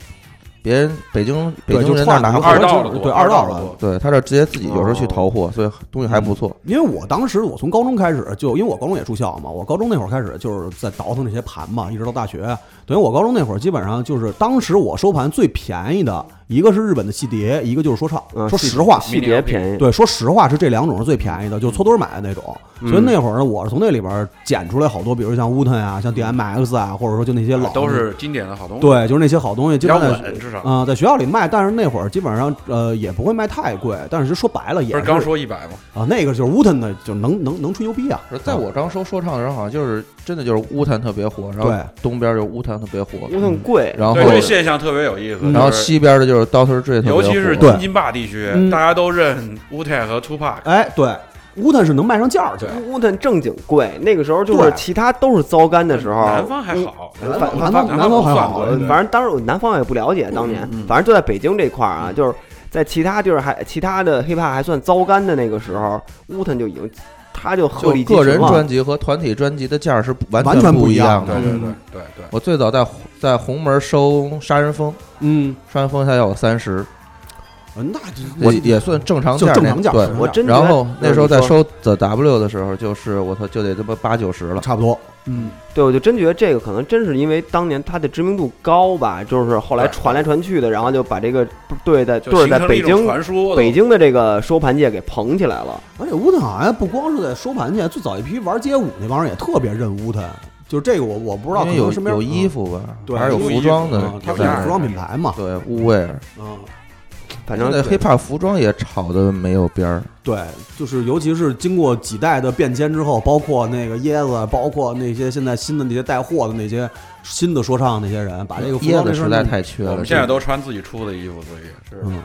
[SPEAKER 7] 别人北京北
[SPEAKER 5] 对，
[SPEAKER 7] 京
[SPEAKER 5] 就
[SPEAKER 7] 人那儿
[SPEAKER 5] 串
[SPEAKER 7] 拿
[SPEAKER 5] 了
[SPEAKER 7] 货
[SPEAKER 6] 二
[SPEAKER 5] 二
[SPEAKER 7] 儿。
[SPEAKER 6] 道
[SPEAKER 5] 道
[SPEAKER 6] 了
[SPEAKER 5] 对
[SPEAKER 6] 多
[SPEAKER 5] 二道
[SPEAKER 6] 二道了
[SPEAKER 5] 了
[SPEAKER 6] 多。
[SPEAKER 7] 对他这直接自己有时候去淘
[SPEAKER 5] 哦
[SPEAKER 7] 货，所以东西还不错。
[SPEAKER 5] 因为我当时我从高中开始就，因为我高中也住校嘛，我高中那会儿开始就是在倒腾这些盘嘛，一直到大学。等于我高中那会儿基本上就是，当时我收盘最便宜的一个是日本的细碟，一个就是说唱。
[SPEAKER 1] 嗯
[SPEAKER 5] 说
[SPEAKER 1] 细
[SPEAKER 5] 实话，
[SPEAKER 1] 细碟
[SPEAKER 6] 嗯
[SPEAKER 1] 便宜，
[SPEAKER 5] 对，说实话是这两种是最便宜的，就是搓堆儿买的那种。
[SPEAKER 6] 嗯
[SPEAKER 5] 所以那会儿呢，我是从那里边儿捡出来好多，比如像 w u t o n 啊，像 DMX 啊，或者说就那些老
[SPEAKER 6] 都是经典的好东西，
[SPEAKER 5] 对，就是那些好东西，
[SPEAKER 6] 比
[SPEAKER 5] 基
[SPEAKER 6] 较
[SPEAKER 5] 本上在
[SPEAKER 6] 稳，至少。
[SPEAKER 5] 啊、在学校里卖，但是那会儿基本上呃也不会卖太贵，但是说白了也
[SPEAKER 6] 不是刚说一百吗？
[SPEAKER 5] 啊，那个就是 w u t o n 的，就能能能吹牛逼啊。
[SPEAKER 7] 在我刚收说唱的时候，好像就是真的就是乌坛特别火，然后
[SPEAKER 5] 对
[SPEAKER 7] 东边就是乌坛特别火，
[SPEAKER 1] 乌特贵，
[SPEAKER 7] 然后
[SPEAKER 6] 对，这现象特别有意思。
[SPEAKER 7] 然后
[SPEAKER 6] 就是
[SPEAKER 7] 西边的就是 Doctor Dre 特别火，
[SPEAKER 6] 尤其是
[SPEAKER 5] 对
[SPEAKER 6] 京津坝地区
[SPEAKER 5] 嗯，
[SPEAKER 6] 大家都认乌泰和 Tupac。
[SPEAKER 5] 哎，对 w 腾是能卖上价儿去的。
[SPEAKER 1] 乌特正经贵，那个时候就是
[SPEAKER 5] 对
[SPEAKER 1] 其他都是糟干的时候。
[SPEAKER 6] 南方还好，
[SPEAKER 1] 嗯
[SPEAKER 6] 南
[SPEAKER 5] 南
[SPEAKER 6] 方
[SPEAKER 5] 方南方
[SPEAKER 6] 不
[SPEAKER 5] 还
[SPEAKER 6] 算
[SPEAKER 5] 好
[SPEAKER 6] 贵
[SPEAKER 1] 呃
[SPEAKER 6] 对
[SPEAKER 1] 反正当时我南方也不了
[SPEAKER 7] 嗯
[SPEAKER 1] 解，当年反正就在北京这块儿啊，就是在其他地儿还其他的 hiphop 还算糟干的那个时候，乌特就已经他就鹤立
[SPEAKER 7] 就
[SPEAKER 1] 鸡
[SPEAKER 7] 个
[SPEAKER 1] 群
[SPEAKER 7] 人
[SPEAKER 1] 了
[SPEAKER 7] 专。辑和团体专辑的价儿是完
[SPEAKER 5] 完全
[SPEAKER 7] 不
[SPEAKER 5] 不一
[SPEAKER 7] 样
[SPEAKER 5] 样
[SPEAKER 7] 的
[SPEAKER 6] 对。对对
[SPEAKER 5] 嗯
[SPEAKER 6] 对对。
[SPEAKER 7] 我最早在在红门收杀人蜂，
[SPEAKER 5] 嗯，
[SPEAKER 7] 杀人蜂才要我三十，
[SPEAKER 5] 那
[SPEAKER 7] 也也算正常
[SPEAKER 5] 就
[SPEAKER 7] 价儿
[SPEAKER 5] 正
[SPEAKER 7] 那
[SPEAKER 5] 常价儿
[SPEAKER 7] 对，
[SPEAKER 1] 我真觉得
[SPEAKER 7] 然后那时候
[SPEAKER 1] 你
[SPEAKER 7] 在
[SPEAKER 1] 说
[SPEAKER 7] 收 The W 的时候，就是我操，就得他妈八九十了。
[SPEAKER 5] 差不多。嗯，
[SPEAKER 1] 对，我就真觉得这个可能真是因为当年他的知名度高吧，就是后来
[SPEAKER 6] 对
[SPEAKER 1] 传来传去的，然后就把这个对在
[SPEAKER 6] 就
[SPEAKER 1] 对
[SPEAKER 6] 形
[SPEAKER 1] 在
[SPEAKER 6] 成了一
[SPEAKER 1] 北
[SPEAKER 6] 种
[SPEAKER 1] 京
[SPEAKER 6] 传说，
[SPEAKER 1] 北京的这个收盘界给捧起来了。
[SPEAKER 5] 而且 w 腾好像不光是在收盘界，最早一批玩街舞那帮人也特别认 w 腾，就是这个我我不知道，
[SPEAKER 7] 因
[SPEAKER 5] 可
[SPEAKER 7] 为
[SPEAKER 5] 能
[SPEAKER 7] 有
[SPEAKER 5] 身边
[SPEAKER 7] 有衣
[SPEAKER 5] 服，
[SPEAKER 7] 服吧，
[SPEAKER 5] 对
[SPEAKER 7] 还是有
[SPEAKER 5] 有
[SPEAKER 7] 服
[SPEAKER 5] 衣
[SPEAKER 7] 装的
[SPEAKER 5] 嗯，他
[SPEAKER 7] 在
[SPEAKER 5] 们
[SPEAKER 7] 那
[SPEAKER 5] 有
[SPEAKER 7] 儿，
[SPEAKER 5] 服装品牌嘛，
[SPEAKER 7] 对，乌威尔。
[SPEAKER 5] 嗯，
[SPEAKER 1] 反
[SPEAKER 7] 现
[SPEAKER 1] 正
[SPEAKER 7] 在 hiphop 服装也炒的没有边儿，
[SPEAKER 5] 对，就是尤其是经过几代的变迁之后，包括那个椰子，包括那些现在新的那些带货的那些新的说唱那些人，把这个服
[SPEAKER 7] 椰
[SPEAKER 5] 装
[SPEAKER 7] 子
[SPEAKER 5] 这事
[SPEAKER 7] 实
[SPEAKER 5] 儿
[SPEAKER 7] 在
[SPEAKER 5] 弄
[SPEAKER 7] 太缺
[SPEAKER 6] 我
[SPEAKER 7] 了。
[SPEAKER 6] 们现在都穿自己出的衣服，所以是
[SPEAKER 5] 嗯，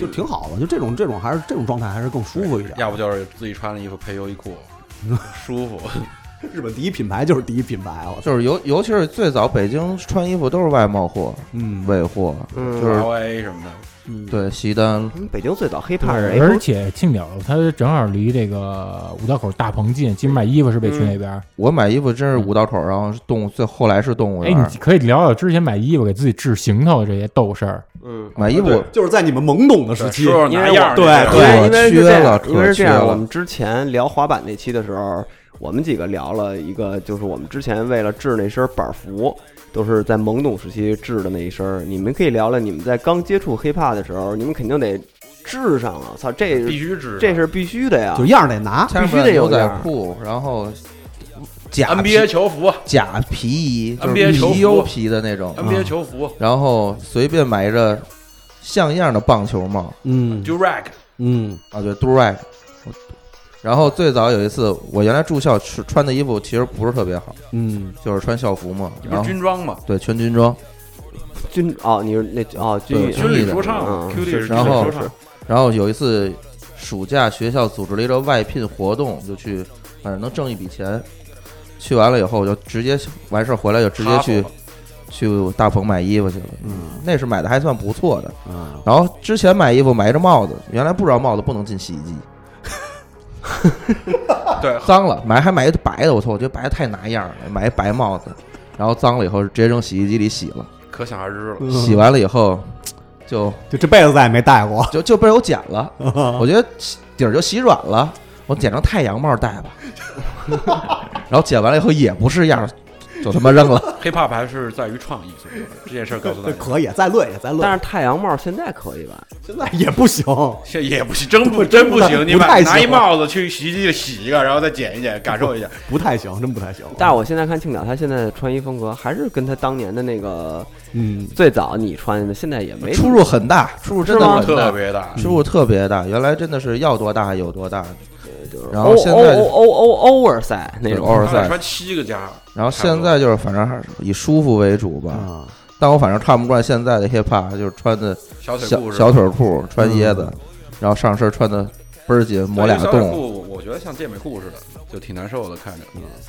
[SPEAKER 5] 就挺好的，就这种这种还是这种状态还是更舒服一点。
[SPEAKER 6] [LAUGHS] 要不就是自己穿的衣服配优衣库，舒服。
[SPEAKER 5] 日本第一品牌就是第一品牌，我操，
[SPEAKER 7] 就是尤尤其是最早北京穿衣服都是外贸货、
[SPEAKER 5] 嗯，
[SPEAKER 7] 尾货，
[SPEAKER 1] 嗯
[SPEAKER 7] 就是
[SPEAKER 6] LA 什么的，
[SPEAKER 1] 嗯，
[SPEAKER 7] 对西单
[SPEAKER 1] 嗯，北京最早黑怕人，
[SPEAKER 2] 而且庆柳它正好离这个五道口大棚近，其实买衣服是北区那边。
[SPEAKER 7] 我买衣服真是五道口，然后是动物，最后来是动物
[SPEAKER 2] 哎，
[SPEAKER 7] 园。
[SPEAKER 2] 你可以聊聊之前买衣服给自己治行头的这些斗事儿。
[SPEAKER 1] 嗯，
[SPEAKER 7] 买衣服
[SPEAKER 6] 对
[SPEAKER 7] 我
[SPEAKER 5] 就是在你们懵懂的时期
[SPEAKER 6] 说，说
[SPEAKER 1] 因
[SPEAKER 6] 哪
[SPEAKER 7] 哎
[SPEAKER 1] 为我
[SPEAKER 6] 样？
[SPEAKER 5] 对
[SPEAKER 1] 因为因为是这样，
[SPEAKER 7] 可缺了
[SPEAKER 1] 因为是这
[SPEAKER 7] 可缺
[SPEAKER 1] 样，
[SPEAKER 7] 了
[SPEAKER 1] 我们之前聊滑板那期的时候，我们几个聊了一个，就是我们之前为了制那身板服，都是在懵懂时期制的那一身。你们可以聊聊，你们在刚接触 hiphop 的时候，你们肯定得制上啊！操，这
[SPEAKER 6] 必须知道
[SPEAKER 1] 这是必须的呀
[SPEAKER 5] 就！样儿得拿，
[SPEAKER 7] 千万不
[SPEAKER 1] 必须
[SPEAKER 7] 要
[SPEAKER 1] 得有
[SPEAKER 7] 牛仔
[SPEAKER 1] 样儿
[SPEAKER 7] 裤，然后假皮
[SPEAKER 6] NBA 球服
[SPEAKER 7] 假皮衣，就是
[SPEAKER 6] NBA 球服
[SPEAKER 7] 皮优皮的那
[SPEAKER 5] 呃
[SPEAKER 7] 种，
[SPEAKER 6] ，NBA 球服
[SPEAKER 7] 然后随便买一个像样的棒球帽
[SPEAKER 5] 嗯
[SPEAKER 6] d u r a c
[SPEAKER 5] 嗯，
[SPEAKER 7] 啊，对 d u r a 然后最早有一次，我原来住校吃穿的衣服其实不是特别好，
[SPEAKER 5] 嗯，
[SPEAKER 7] 就是穿校服嘛，
[SPEAKER 6] 你不
[SPEAKER 7] 然
[SPEAKER 6] 是
[SPEAKER 7] 后
[SPEAKER 6] 军装吗？
[SPEAKER 7] 对全军装，
[SPEAKER 1] 军哦，你是那哦军
[SPEAKER 7] 对
[SPEAKER 1] 艺
[SPEAKER 7] 军
[SPEAKER 6] 军
[SPEAKER 7] 礼
[SPEAKER 6] 礼
[SPEAKER 7] 的
[SPEAKER 6] 说唱
[SPEAKER 1] 嗯
[SPEAKER 6] ，Q 弟
[SPEAKER 1] 是
[SPEAKER 6] 是军
[SPEAKER 7] 然
[SPEAKER 6] 礼
[SPEAKER 7] 后嗯
[SPEAKER 6] 说唱，
[SPEAKER 7] 然后有一次暑假，学校组织了一个外聘活动，就去，反正能挣一笔钱。去完了以后，我就直接完事儿回来，就直接去
[SPEAKER 6] 哈佛
[SPEAKER 7] 去大棚买衣服去了。
[SPEAKER 5] 嗯，
[SPEAKER 7] 那是买的还算不错的。
[SPEAKER 5] 嗯，
[SPEAKER 7] 然后之前买衣服买一个帽子，原来不知道帽子不能进洗衣机，
[SPEAKER 6] 对，
[SPEAKER 7] 脏了买还买一白的，我操，我觉得白的太拿样了，买一白帽子，然后脏了以后直接扔洗衣机里洗了，
[SPEAKER 6] 可想而知了。
[SPEAKER 5] 嗯
[SPEAKER 7] 洗完了以后就
[SPEAKER 5] 就这辈子再也没戴
[SPEAKER 7] [LAUGHS]
[SPEAKER 5] 过，
[SPEAKER 7] 就就被我剪了，我觉得底儿就洗软了，我剪成太阳帽戴吧。然后剪完了以后也不是样儿，就他妈扔了。
[SPEAKER 6] hiphop 还是在于创意，所以这件事儿告诉大
[SPEAKER 5] 这
[SPEAKER 6] 家，
[SPEAKER 5] 可以再论也再
[SPEAKER 1] 但
[SPEAKER 5] 论，
[SPEAKER 1] 是太阳帽现在可以吧？
[SPEAKER 5] 现在也不行，
[SPEAKER 6] 现 [LAUGHS] 在也不行，真不
[SPEAKER 5] 不
[SPEAKER 6] 真不
[SPEAKER 5] 不
[SPEAKER 6] 行。你把
[SPEAKER 5] 太行
[SPEAKER 6] 拿一帽子去洗衣机里洗一个，然后再剪一剪，感受一下。
[SPEAKER 5] 不太行，真不太行，
[SPEAKER 1] 但是我现在看庆鸟，他现在穿衣风格还是跟他当年的那个
[SPEAKER 5] 嗯，
[SPEAKER 1] 最早你穿的，现在也没
[SPEAKER 7] 出入很大，出入真的 [LAUGHS] 很
[SPEAKER 6] 特
[SPEAKER 7] 大，
[SPEAKER 6] 别大，
[SPEAKER 7] 出入特别大。原来真的是要多大有多大，
[SPEAKER 1] 就是
[SPEAKER 7] 然后现在
[SPEAKER 1] 欧欧欧欧 over 赛那
[SPEAKER 7] 对
[SPEAKER 1] 种
[SPEAKER 7] 偶尔
[SPEAKER 6] 他得
[SPEAKER 7] 赛。
[SPEAKER 6] 穿七个加，
[SPEAKER 7] 然后现在就是反正还是以舒服为主吧。
[SPEAKER 5] 啊，
[SPEAKER 7] 但我反正看不惯现在的 hiphop，就是穿的
[SPEAKER 6] 小腿
[SPEAKER 7] 小
[SPEAKER 6] 裤是吧
[SPEAKER 7] 小腿裤，穿掖子，然后上身穿的倍儿紧，磨俩
[SPEAKER 6] 小腿
[SPEAKER 7] 洞。
[SPEAKER 6] 裤我觉得像健美裤似的，就挺难受的，看着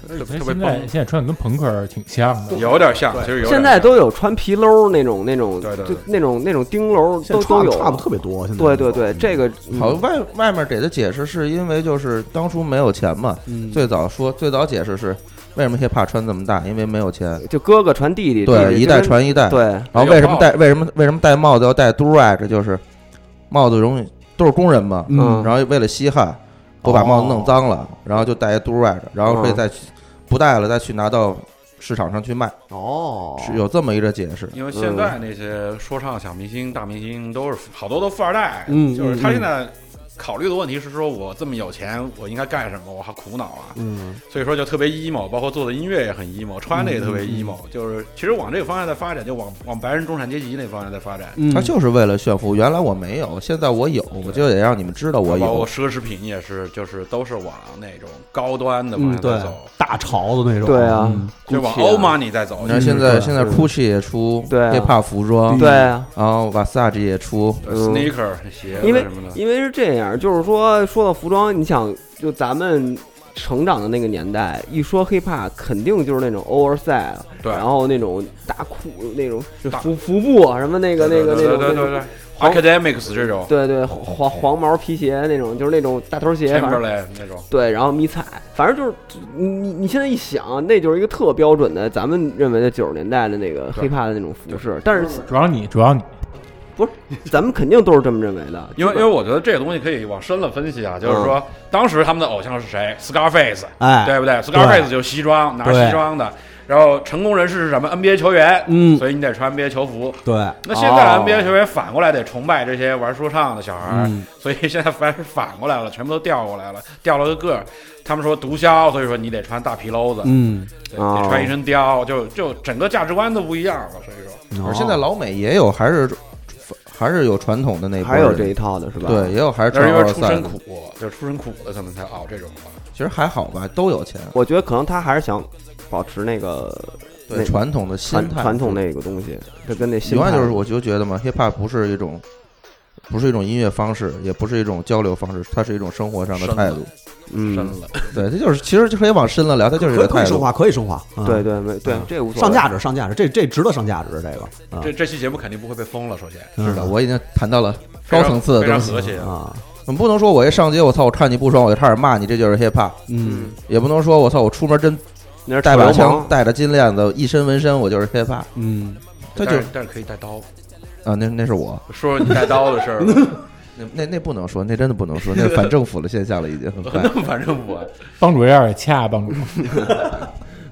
[SPEAKER 6] 特
[SPEAKER 2] 所以
[SPEAKER 6] 特别
[SPEAKER 2] 现在
[SPEAKER 6] 崩
[SPEAKER 2] 现，在穿的跟朋克儿挺像
[SPEAKER 5] 嗯
[SPEAKER 2] 的。
[SPEAKER 6] 有点像，其实有点像
[SPEAKER 1] 现在都有穿皮褛那种那种，
[SPEAKER 6] 对对
[SPEAKER 1] 就
[SPEAKER 6] 对
[SPEAKER 1] 那种那种钉褛
[SPEAKER 5] 现
[SPEAKER 1] 都
[SPEAKER 5] 在
[SPEAKER 1] 都
[SPEAKER 5] trap
[SPEAKER 1] 有。
[SPEAKER 5] trap 特别多，现在
[SPEAKER 1] 对对对，这个嗯
[SPEAKER 7] 好，外外面给的解释是因为就是当初没有钱嘛，
[SPEAKER 5] 嗯
[SPEAKER 7] 最早说最早解释是为什么 hiphop 穿这么大，因为没有钱，
[SPEAKER 1] 就哥哥传弟弟，弟
[SPEAKER 7] 对，
[SPEAKER 1] 弟
[SPEAKER 7] 一
[SPEAKER 1] 就
[SPEAKER 7] 代
[SPEAKER 1] 跟
[SPEAKER 7] 传一代。
[SPEAKER 1] 对，
[SPEAKER 7] 然后为什么戴为什么为什么戴帽子要戴 d u r 这就是帽子容易都是工人嘛，
[SPEAKER 1] 嗯
[SPEAKER 7] 然后为了吸汗，我把帽子弄脏了，然后就戴一 d u r 然后可以再去不戴了再去拿到市场上去卖，
[SPEAKER 5] 哦，
[SPEAKER 7] 是有这么一个解释。
[SPEAKER 6] 因为现在那些说唱小明星、大明星都是好多都富二代，
[SPEAKER 5] 嗯
[SPEAKER 6] 就是他
[SPEAKER 5] 嗯
[SPEAKER 6] 现在考虑的问题是说，我这么有钱，我应该干什么？我好苦恼啊，
[SPEAKER 5] 嗯
[SPEAKER 6] 所以说就特别 emo，包括做的音乐也很 emo，穿的也特别
[SPEAKER 1] 嗯
[SPEAKER 6] emo，、就是其实往这个方向在发展，就往往白人中产阶级那方向在发展。
[SPEAKER 5] 嗯，
[SPEAKER 7] 他就是为了炫富，原来我没有，现在我有，我就得让你们知道我
[SPEAKER 6] 包括
[SPEAKER 7] 有。
[SPEAKER 6] 奢侈品也是，就是都是往那种高端的
[SPEAKER 5] 嗯
[SPEAKER 6] 方向在
[SPEAKER 5] 对
[SPEAKER 6] 走，，
[SPEAKER 5] 大潮的那种，
[SPEAKER 1] 对啊
[SPEAKER 5] 嗯，
[SPEAKER 6] 就是往
[SPEAKER 1] Gucci 啊
[SPEAKER 6] o m a n y 在走
[SPEAKER 7] 你。看现在
[SPEAKER 5] 嗯
[SPEAKER 7] 现在 Gucci 也出
[SPEAKER 1] 对啊
[SPEAKER 7] hiphop 服装，
[SPEAKER 1] 对啊，
[SPEAKER 7] 然后 Versace 也出，
[SPEAKER 6] 对
[SPEAKER 1] 嗯
[SPEAKER 6] sneaker 鞋子
[SPEAKER 1] 因为
[SPEAKER 6] 什么的，
[SPEAKER 1] 因为是这样，就是说说到服装，你想就咱们。成长的那个年代，一说 hiphop，肯定就是那种 oversize，
[SPEAKER 6] 对
[SPEAKER 1] 然后那种大裤，那种就
[SPEAKER 6] 大
[SPEAKER 1] 服服部啊什么那个那
[SPEAKER 6] 对
[SPEAKER 1] 个那
[SPEAKER 6] 对
[SPEAKER 1] 种
[SPEAKER 6] 对对
[SPEAKER 1] 那种，
[SPEAKER 6] 对对
[SPEAKER 1] 黄
[SPEAKER 6] ，academics 这种
[SPEAKER 1] 对对黄黄黄毛皮鞋那种，就是那种大头鞋，反正
[SPEAKER 6] Timberland 那种，
[SPEAKER 1] 对，然后迷彩，反正就是你你你现在一想，那就是一个特标准的咱们认为的九十年代的那个
[SPEAKER 6] 对
[SPEAKER 1] 黑怕的那种服饰，但是
[SPEAKER 2] 主要你，主要你，
[SPEAKER 1] 咱们肯定都是这么认为的，
[SPEAKER 6] 因为因为我觉得这个东西可以往深了分析啊，就是说当时他们的偶像是谁，Scarface，
[SPEAKER 5] 哎
[SPEAKER 6] 对不对？Scarface 就是西装，拿
[SPEAKER 5] 对
[SPEAKER 6] 西装的。然后成功人士是什么？NBA 球员，
[SPEAKER 5] 嗯
[SPEAKER 6] 所以你得穿 NBA 球服。
[SPEAKER 5] 对，
[SPEAKER 6] 那现在
[SPEAKER 1] 哦
[SPEAKER 6] NBA 球员反过来得崇拜这些玩说唱的小孩儿， [LAUGHS] 所以现在反而是反过来了，全部都调过来了，调了个个儿。他们说毒枭，所以说你得穿大皮褛子，
[SPEAKER 5] 嗯，
[SPEAKER 6] 对
[SPEAKER 1] 哦
[SPEAKER 6] 得穿一身貂，就就整个价值观都不一样了。所以说，
[SPEAKER 5] 嗯
[SPEAKER 7] 而现
[SPEAKER 5] 哦
[SPEAKER 7] 在老美也有，还是还是 [LAUGHS] 有传统的那波
[SPEAKER 1] 还有
[SPEAKER 7] 人
[SPEAKER 1] 这一套的是吧？
[SPEAKER 7] 对，也有还是
[SPEAKER 6] 但
[SPEAKER 7] 穿
[SPEAKER 6] 是因为
[SPEAKER 7] 奥
[SPEAKER 6] 出
[SPEAKER 7] 赛
[SPEAKER 6] 身
[SPEAKER 7] 的，
[SPEAKER 6] 苦，就是出身苦的，他们才熬这种啊吧。
[SPEAKER 7] 其实还好吧，都有钱，
[SPEAKER 1] 我觉得可能他还是想保持那个
[SPEAKER 7] 对
[SPEAKER 1] 那
[SPEAKER 7] 传统的心
[SPEAKER 1] 传
[SPEAKER 7] 态，
[SPEAKER 1] 传统那个东西，这跟那
[SPEAKER 7] 习
[SPEAKER 1] 心
[SPEAKER 7] 惯
[SPEAKER 1] 态
[SPEAKER 7] 就是，我就觉得嘛，hiphop 不是一种不是一种音乐方式，也不是一种交流方式，它是一种生活上的
[SPEAKER 6] 深
[SPEAKER 7] 态
[SPEAKER 6] 了
[SPEAKER 7] 度。
[SPEAKER 6] 深
[SPEAKER 1] 嗯，
[SPEAKER 6] 了，
[SPEAKER 7] 对，这就是其实就可以往深了聊，它就是一
[SPEAKER 5] 可
[SPEAKER 7] 个
[SPEAKER 5] 以可
[SPEAKER 7] 态
[SPEAKER 5] 以升
[SPEAKER 7] 度。
[SPEAKER 5] 华，可以升华，嗯
[SPEAKER 1] 对，对没对
[SPEAKER 5] 嗯，
[SPEAKER 1] 这无所谓
[SPEAKER 5] 上价值上价值，这这值得上价值，这个啊
[SPEAKER 6] 这这期节目肯定不会被封了，首先
[SPEAKER 5] 嗯
[SPEAKER 7] 是的，我已经谈到了高层次的
[SPEAKER 6] 非常
[SPEAKER 7] 东西
[SPEAKER 6] 非常。和谐。
[SPEAKER 5] 啊，
[SPEAKER 7] 你嗯不能说我一上街，我操，我看你不爽，我就差点骂你，这就是 hip hop。
[SPEAKER 5] 嗯，
[SPEAKER 7] 也不能说我操，我出门真
[SPEAKER 1] 那是
[SPEAKER 7] 带把
[SPEAKER 1] 流
[SPEAKER 7] 枪，
[SPEAKER 1] 氓，
[SPEAKER 7] 带着金链子，一身纹身，我就是 hip hop。
[SPEAKER 5] 嗯，
[SPEAKER 7] 这就
[SPEAKER 6] 但是但是可以带刀，
[SPEAKER 7] 啊，那那是我，
[SPEAKER 6] 说说你带刀的事儿吧，
[SPEAKER 7] [LAUGHS] 那那那不能说，那真的不能说，那反政府的现象了，已经很快。
[SPEAKER 6] 那反正我
[SPEAKER 2] 帮主要是掐帮主，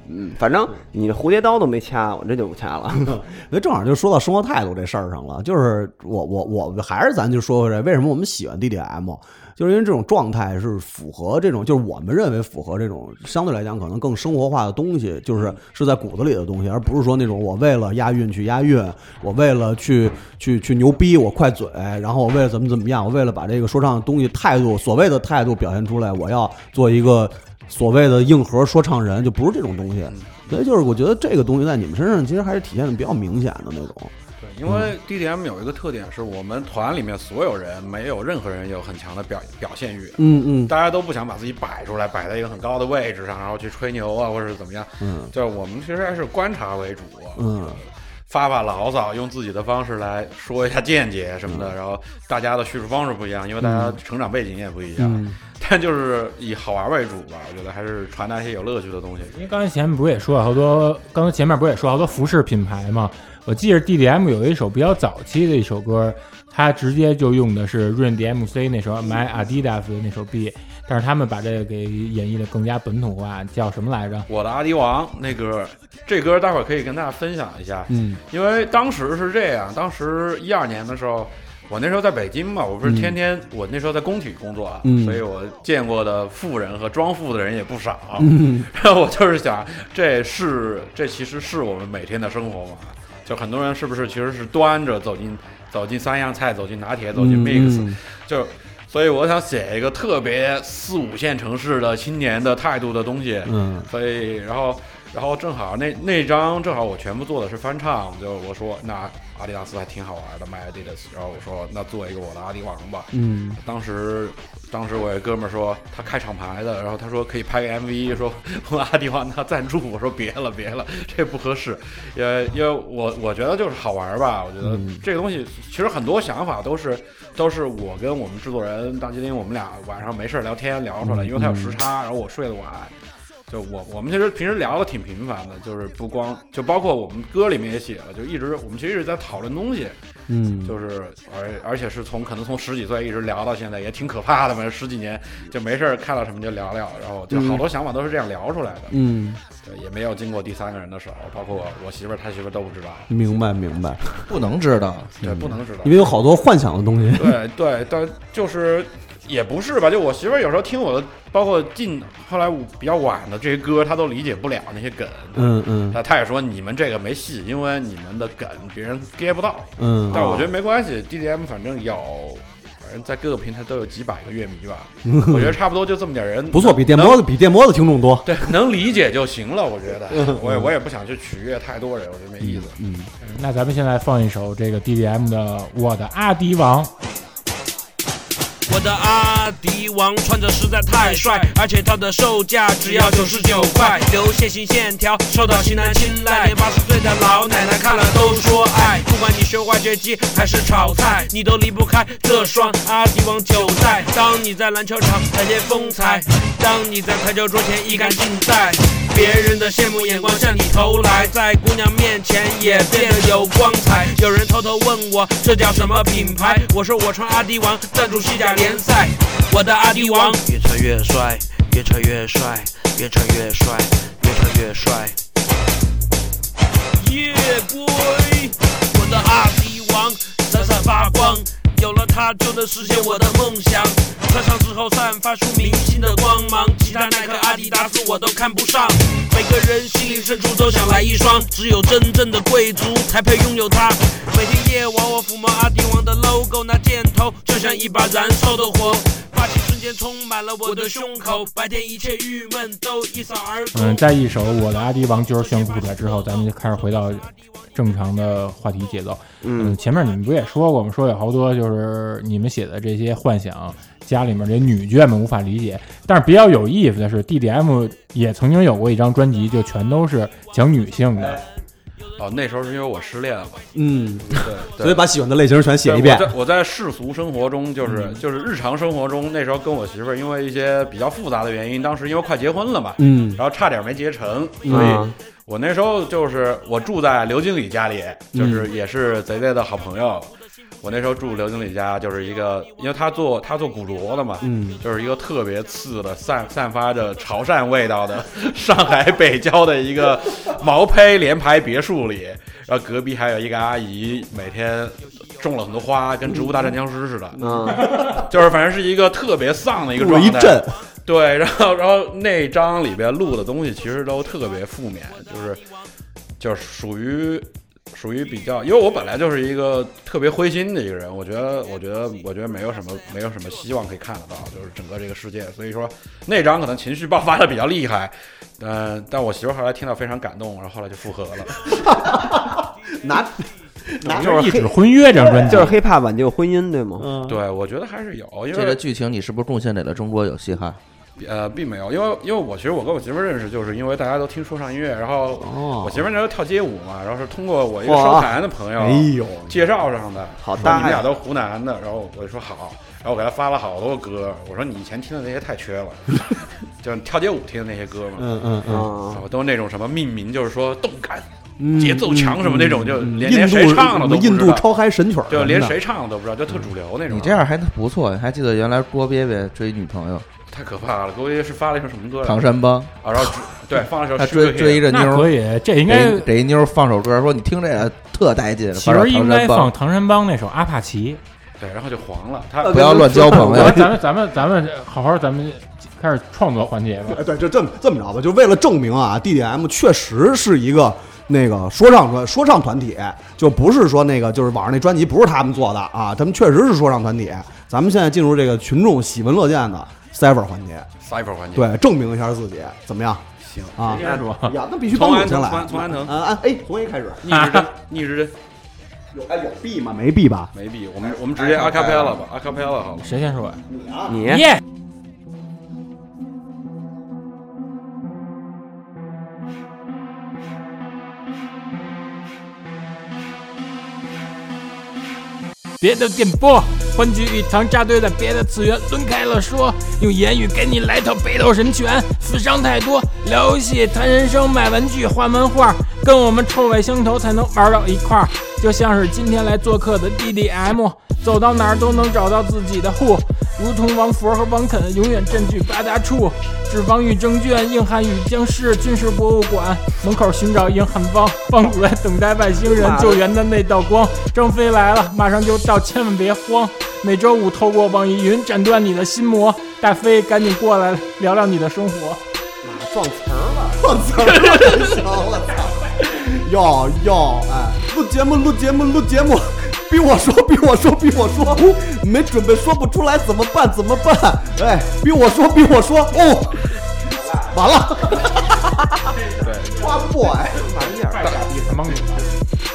[SPEAKER 1] 嗯，反正你的蝴蝶刀都没掐，我这就不掐了。
[SPEAKER 5] [LAUGHS] 那正好就说到生活态度这事儿上了，就是我我我还是咱就说回来，为什么我们喜欢 DDM，就是因为这种状态是符合这种，就是我们认为符合这种相对来讲可能更生活化的东西，就是是在骨子里的东西，而不是说那种我为了押韵去押韵，我为了去去去牛逼我快嘴，然后我为了怎么怎么样，我为了把这个说唱东西态度所谓的态度表现出来，我要做一个所谓的硬核说唱人，就不是这种东西。
[SPEAKER 6] 嗯
[SPEAKER 5] 所以就是我觉得这个东西在你们身上其实还是体现的比较明显的那种。
[SPEAKER 7] 嗯
[SPEAKER 6] 对，因为 DDM 有一个特点是我们团里面所有人没有任何人有很强的表表现欲，
[SPEAKER 5] 嗯嗯
[SPEAKER 6] 大家都不想把自己摆出来，摆在一个很高的位置上，然后去吹牛啊，或者是怎么样。
[SPEAKER 5] 嗯
[SPEAKER 6] 就是我们其实还是观察为主，
[SPEAKER 5] 嗯，
[SPEAKER 6] 发发牢骚，用自己的方式来说一下见解什么的。然后大家的叙事方式不一样，因为大家成长背景也不一样，
[SPEAKER 5] 嗯
[SPEAKER 6] 但就是以好玩为主吧。我觉得还是传达一些有乐趣的东西。
[SPEAKER 2] 因为刚才前面不是也说了好多，刚才前面不是也说好多服饰品牌嘛？我记着 DDM 有一首比较早期的一首歌，它直接就用的是 Run DMC 那首 My Adidas 的那首 B，但是他们把这个给演绎的更加本土化，叫什么来着？
[SPEAKER 6] 我的阿迪王那歌，这歌待会儿可以跟大家分享一下，
[SPEAKER 2] 嗯，
[SPEAKER 6] 因为当时是这样，当时一二年的时候，我那时候在北京嘛，我不是天天，我那时候在工体工作啊，
[SPEAKER 5] 嗯
[SPEAKER 6] 所以我见过的富人和装富的人也不少，
[SPEAKER 5] 嗯
[SPEAKER 6] [LAUGHS] 然后我就是想，这是这其实是我们每天的生活嘛，就很多人是不是其实是端着走进走进三样菜，走进拿铁，走
[SPEAKER 5] 嗯
[SPEAKER 6] 进 mix，、就所以我想写一个特别四五线城市的青年的态度的东西，
[SPEAKER 5] 嗯
[SPEAKER 6] 所以然后然后正好那那张正好我全部做的是翻唱，就我说那阿迪达斯还挺好玩的，My Adidas，然后我说那做一个我的阿迪王吧。
[SPEAKER 5] 嗯
[SPEAKER 6] 当时当时我有一哥们儿说他开厂牌的，然后他说可以拍个 MV，说问阿迪王他赞助，我说别了别了， [LAUGHS] 这不合适，因为因为我我觉得就是好玩儿吧，我觉得这个东西其实很多想法都是都是我跟我们制作人大吉林我们俩晚上没事儿聊天聊出来，因为他有时差，然后我睡得晚。就我我们其实平时聊的挺频繁的，就是不光就包括我们歌里面也写了，就一直我们其实一直在讨论东西，
[SPEAKER 5] 嗯，
[SPEAKER 6] 就是而而且是从可能从十几岁一直聊到现在，也挺可怕的嘛，十几年就没事儿看到什么就聊聊，然后就好多想法都是这样聊出来的，
[SPEAKER 5] 嗯，
[SPEAKER 6] 对，也没有经过第三个人的手，包括我我媳妇儿、她媳妇儿都不知道，
[SPEAKER 5] 明白明白，
[SPEAKER 7] 不能知道，
[SPEAKER 6] 对，不能知道
[SPEAKER 5] 因，为嗯有好多幻想的东西。
[SPEAKER 6] 对对，但就是也不是吧，就我媳妇儿有时候听我的，包括进后来我比较晚的这些歌，她都理解不了那些梗，
[SPEAKER 5] 嗯嗯
[SPEAKER 6] 那他也说你们这个没戏，因为你们的梗别人 get 不到。
[SPEAKER 5] 嗯，
[SPEAKER 6] 但我觉得没关系，DDM 反正有，反正在各个平台都有几百个乐迷吧，我觉得差不多就这么点人，
[SPEAKER 5] [LAUGHS] 不错，比电波的比电波的听众多。
[SPEAKER 6] 对能理解就行了。我觉
[SPEAKER 5] 嗯
[SPEAKER 6] 得，我也我也不想去取悦太多人，我觉得没意思。
[SPEAKER 2] 那咱们现在放一首这个 DDM 的《我的阿迪王》。
[SPEAKER 4] 我的阿迪王穿着实在太帅，而且它的售价只要九十九块，流线型线条受到型男青睐，连八十岁的老奶奶看了都说爱。不管你学挖掘机还是炒菜，你都离不开这双阿迪王九代。当你在篮球场展现风采，当你在台球桌前一杆竞赛。别人的羡慕眼光向你投来，在姑娘面前也变得有光彩。有人偷偷问我这叫什么品牌，我说我穿阿迪王赞助西甲联赛，我的阿迪王越穿越帅，越穿越帅，越穿越帅，越穿越帅。夜归，我的阿迪王闪闪发光，有了它就能实现我的梦想。穿上之后散发出明星的光芒，其他耐克、阿迪达斯我都看不上。每个人心灵深处都想来一双，只有真正的贵族才配拥有它。每天夜晚我抚摸阿迪王的 logo，那箭头就像一把燃烧的火。
[SPEAKER 9] 霸气瞬间充满了我的胸口，白天一切郁闷都一扫而空。
[SPEAKER 2] 嗯，在一首《我的阿迪王就是炫酷出来之后，咱们就开始回到正常的话题节奏。嗯，
[SPEAKER 1] 嗯，
[SPEAKER 2] 前面你们不也说过吗？说有好多就是你们写的这些幻想家里面这女眷们无法理解。但是比较有意思的是，DDM 也曾经有过一张专辑，就全都是讲女性的。
[SPEAKER 6] 哦，那时候是因为我失恋了，
[SPEAKER 5] 嗯，
[SPEAKER 6] 对，对
[SPEAKER 5] [LAUGHS] 所以把喜欢的类型全写一
[SPEAKER 6] 对
[SPEAKER 5] 遍嗯
[SPEAKER 6] 我。在我在世俗生活中，就是、就是日常生活中，那时候跟我媳妇儿因为一些比较复杂的原因，当时因为快结婚了嘛，
[SPEAKER 5] 嗯，啊
[SPEAKER 6] 然后差点没结成，所以
[SPEAKER 1] 嗯
[SPEAKER 6] 我那时候就是我住在刘经理家里，就是也是贼贼的好朋友。我那时候住刘经理家，就是一个，因为他做他做古着的嘛，
[SPEAKER 5] 嗯，
[SPEAKER 6] 就是一个特别次的散散发着潮汕味道的 [LAUGHS] 上海北郊的一个毛坯联排别墅里，然后隔壁还有一个阿姨，每天种了很多花，跟《植物大战僵尸》似的，
[SPEAKER 1] 嗯，
[SPEAKER 6] 就是反正是一个特别丧的一个
[SPEAKER 5] 入了
[SPEAKER 6] 状
[SPEAKER 5] 一
[SPEAKER 6] 态。
[SPEAKER 5] 阵，
[SPEAKER 6] 对，然后然后那章里边录的东西其实都特别负面，就是就是属于属于比较，因为我本来就是一个特别灰心的一个人，我觉得我觉得我觉得没有什么没有什么希望可以看得到，就是整个这个世界，所以说那章可能情绪爆发的比较厉害，嗯、但我媳妇儿后来听到非常感动，然后后来就复合了。
[SPEAKER 5] 拿拿
[SPEAKER 2] 就是《一纸婚约》这张专辑，
[SPEAKER 1] 就是黑怕挽救婚姻，对吗？
[SPEAKER 5] 嗯，
[SPEAKER 6] 对，我觉得还是有，因为
[SPEAKER 7] 这个剧情你是不是贡献给了中国有嘻哈？
[SPEAKER 6] 呃，并没有，因为因为我其实我跟我媳妇儿认识，就是因为大家都听说唱音乐，然后
[SPEAKER 5] 哦
[SPEAKER 6] 我媳妇儿那时候跳街舞嘛，然后是通过我一个
[SPEAKER 1] 哇
[SPEAKER 6] 收台的朋友
[SPEAKER 5] 哎呦，
[SPEAKER 6] 介绍上的，
[SPEAKER 1] 好
[SPEAKER 6] 说
[SPEAKER 1] 大
[SPEAKER 6] 你们
[SPEAKER 1] 呀
[SPEAKER 6] 俩都湖南的，然后我就说好，然后我给她发了好多歌，我说你以前听的那些太
[SPEAKER 5] [LAUGHS]
[SPEAKER 6] 缺了，就是跳街舞听的那些歌嘛，
[SPEAKER 5] 嗯嗯嗯，
[SPEAKER 1] 嗯
[SPEAKER 6] 然，后都是那种什么命名，就是说动感、
[SPEAKER 5] 嗯
[SPEAKER 6] 节奏强什么那种，就
[SPEAKER 5] 嗯
[SPEAKER 6] 连
[SPEAKER 5] 印
[SPEAKER 6] 连
[SPEAKER 5] 度
[SPEAKER 6] 谁唱了都不
[SPEAKER 5] 印
[SPEAKER 6] 知
[SPEAKER 5] 度
[SPEAKER 6] 道，
[SPEAKER 5] 超嗨神曲儿，
[SPEAKER 6] 就连
[SPEAKER 5] 真的
[SPEAKER 6] 谁唱了都不知道，就特主流那种。啊
[SPEAKER 7] 你这样还不错，还记得原来郭别别追女朋友
[SPEAKER 6] 太可怕了，郭爷是发了一首什么歌来着？
[SPEAKER 7] 唐山帮，
[SPEAKER 6] 啊，然后只对放了一首
[SPEAKER 7] 他
[SPEAKER 6] Sugar
[SPEAKER 7] 追
[SPEAKER 6] Hill
[SPEAKER 7] 追一个妞
[SPEAKER 2] 那
[SPEAKER 7] 儿
[SPEAKER 2] 可，以，这应该
[SPEAKER 7] 给给一妞儿放首歌，说你听这个特带劲，
[SPEAKER 2] 其
[SPEAKER 7] 发首
[SPEAKER 2] 实应
[SPEAKER 7] 唐
[SPEAKER 2] 该
[SPEAKER 7] 山
[SPEAKER 2] 放
[SPEAKER 7] 帮，
[SPEAKER 2] 唐山帮那首《阿帕奇
[SPEAKER 6] 对，然后呃就黄了。他
[SPEAKER 7] 不要乱交
[SPEAKER 2] [LAUGHS]
[SPEAKER 7] 朋友
[SPEAKER 2] 咱。咱们咱们咱们好好咱们开始创作环节吧。
[SPEAKER 5] 哎，对，就这么这么着吧，就为了证明啊，DDM 确实是一个那个说唱团说唱团体，就不是说那个就是网上那专辑不是他们做的啊，他们确实是说唱团体。咱们现在进入这个群众喜闻乐见的 Cypher 环节，
[SPEAKER 6] cypher 环节，，
[SPEAKER 5] 对，证明一下自己怎么样
[SPEAKER 6] 行，
[SPEAKER 5] 啊？
[SPEAKER 2] 接着说，
[SPEAKER 6] [LAUGHS]
[SPEAKER 5] 呀，那必须帮
[SPEAKER 6] 从
[SPEAKER 5] 我
[SPEAKER 6] 安
[SPEAKER 5] 先
[SPEAKER 6] 藤，
[SPEAKER 5] 来
[SPEAKER 6] 从安从安藤，
[SPEAKER 5] 啊啊！哎，从 A 开始，
[SPEAKER 6] 逆时针，逆时针，
[SPEAKER 5] 有哎有 B 吗？没 B 吧？
[SPEAKER 6] 没必，我们我们直接阿卡贝拉吧，阿卡贝拉好了。
[SPEAKER 2] 谁先说呀？
[SPEAKER 1] 你
[SPEAKER 2] 耶！别的电波，欢聚一堂，扎堆在别的次元，抡开了说，用言语给你来套北斗神拳，死伤太多，聊游戏谈人生，卖玩具画漫画，跟我们臭味相投才能玩到一块儿，就像是今天来做客的 DDM，走到哪儿都能找到自己的户，如同王佛和王肯永远占据八大处，脂肪与证券，硬汉与僵尸，军事博物馆门口寻找硬汉帮，帮主在等待外星人救援的那道光，张飞来了，马上就到，千万别慌。每周五透过网易云斩断你的心魔，大飞赶紧过来聊聊你的生活。
[SPEAKER 5] 撞词儿了， [LAUGHS] 撞词儿了，行，我操！哟哟，哎，录节目，录节目，录节目，逼我说，逼我说，逼我说，没准备说不出来怎么办？怎么办？哎，逼我说，逼我说，哦，完了， [LAUGHS] 抓不过哎，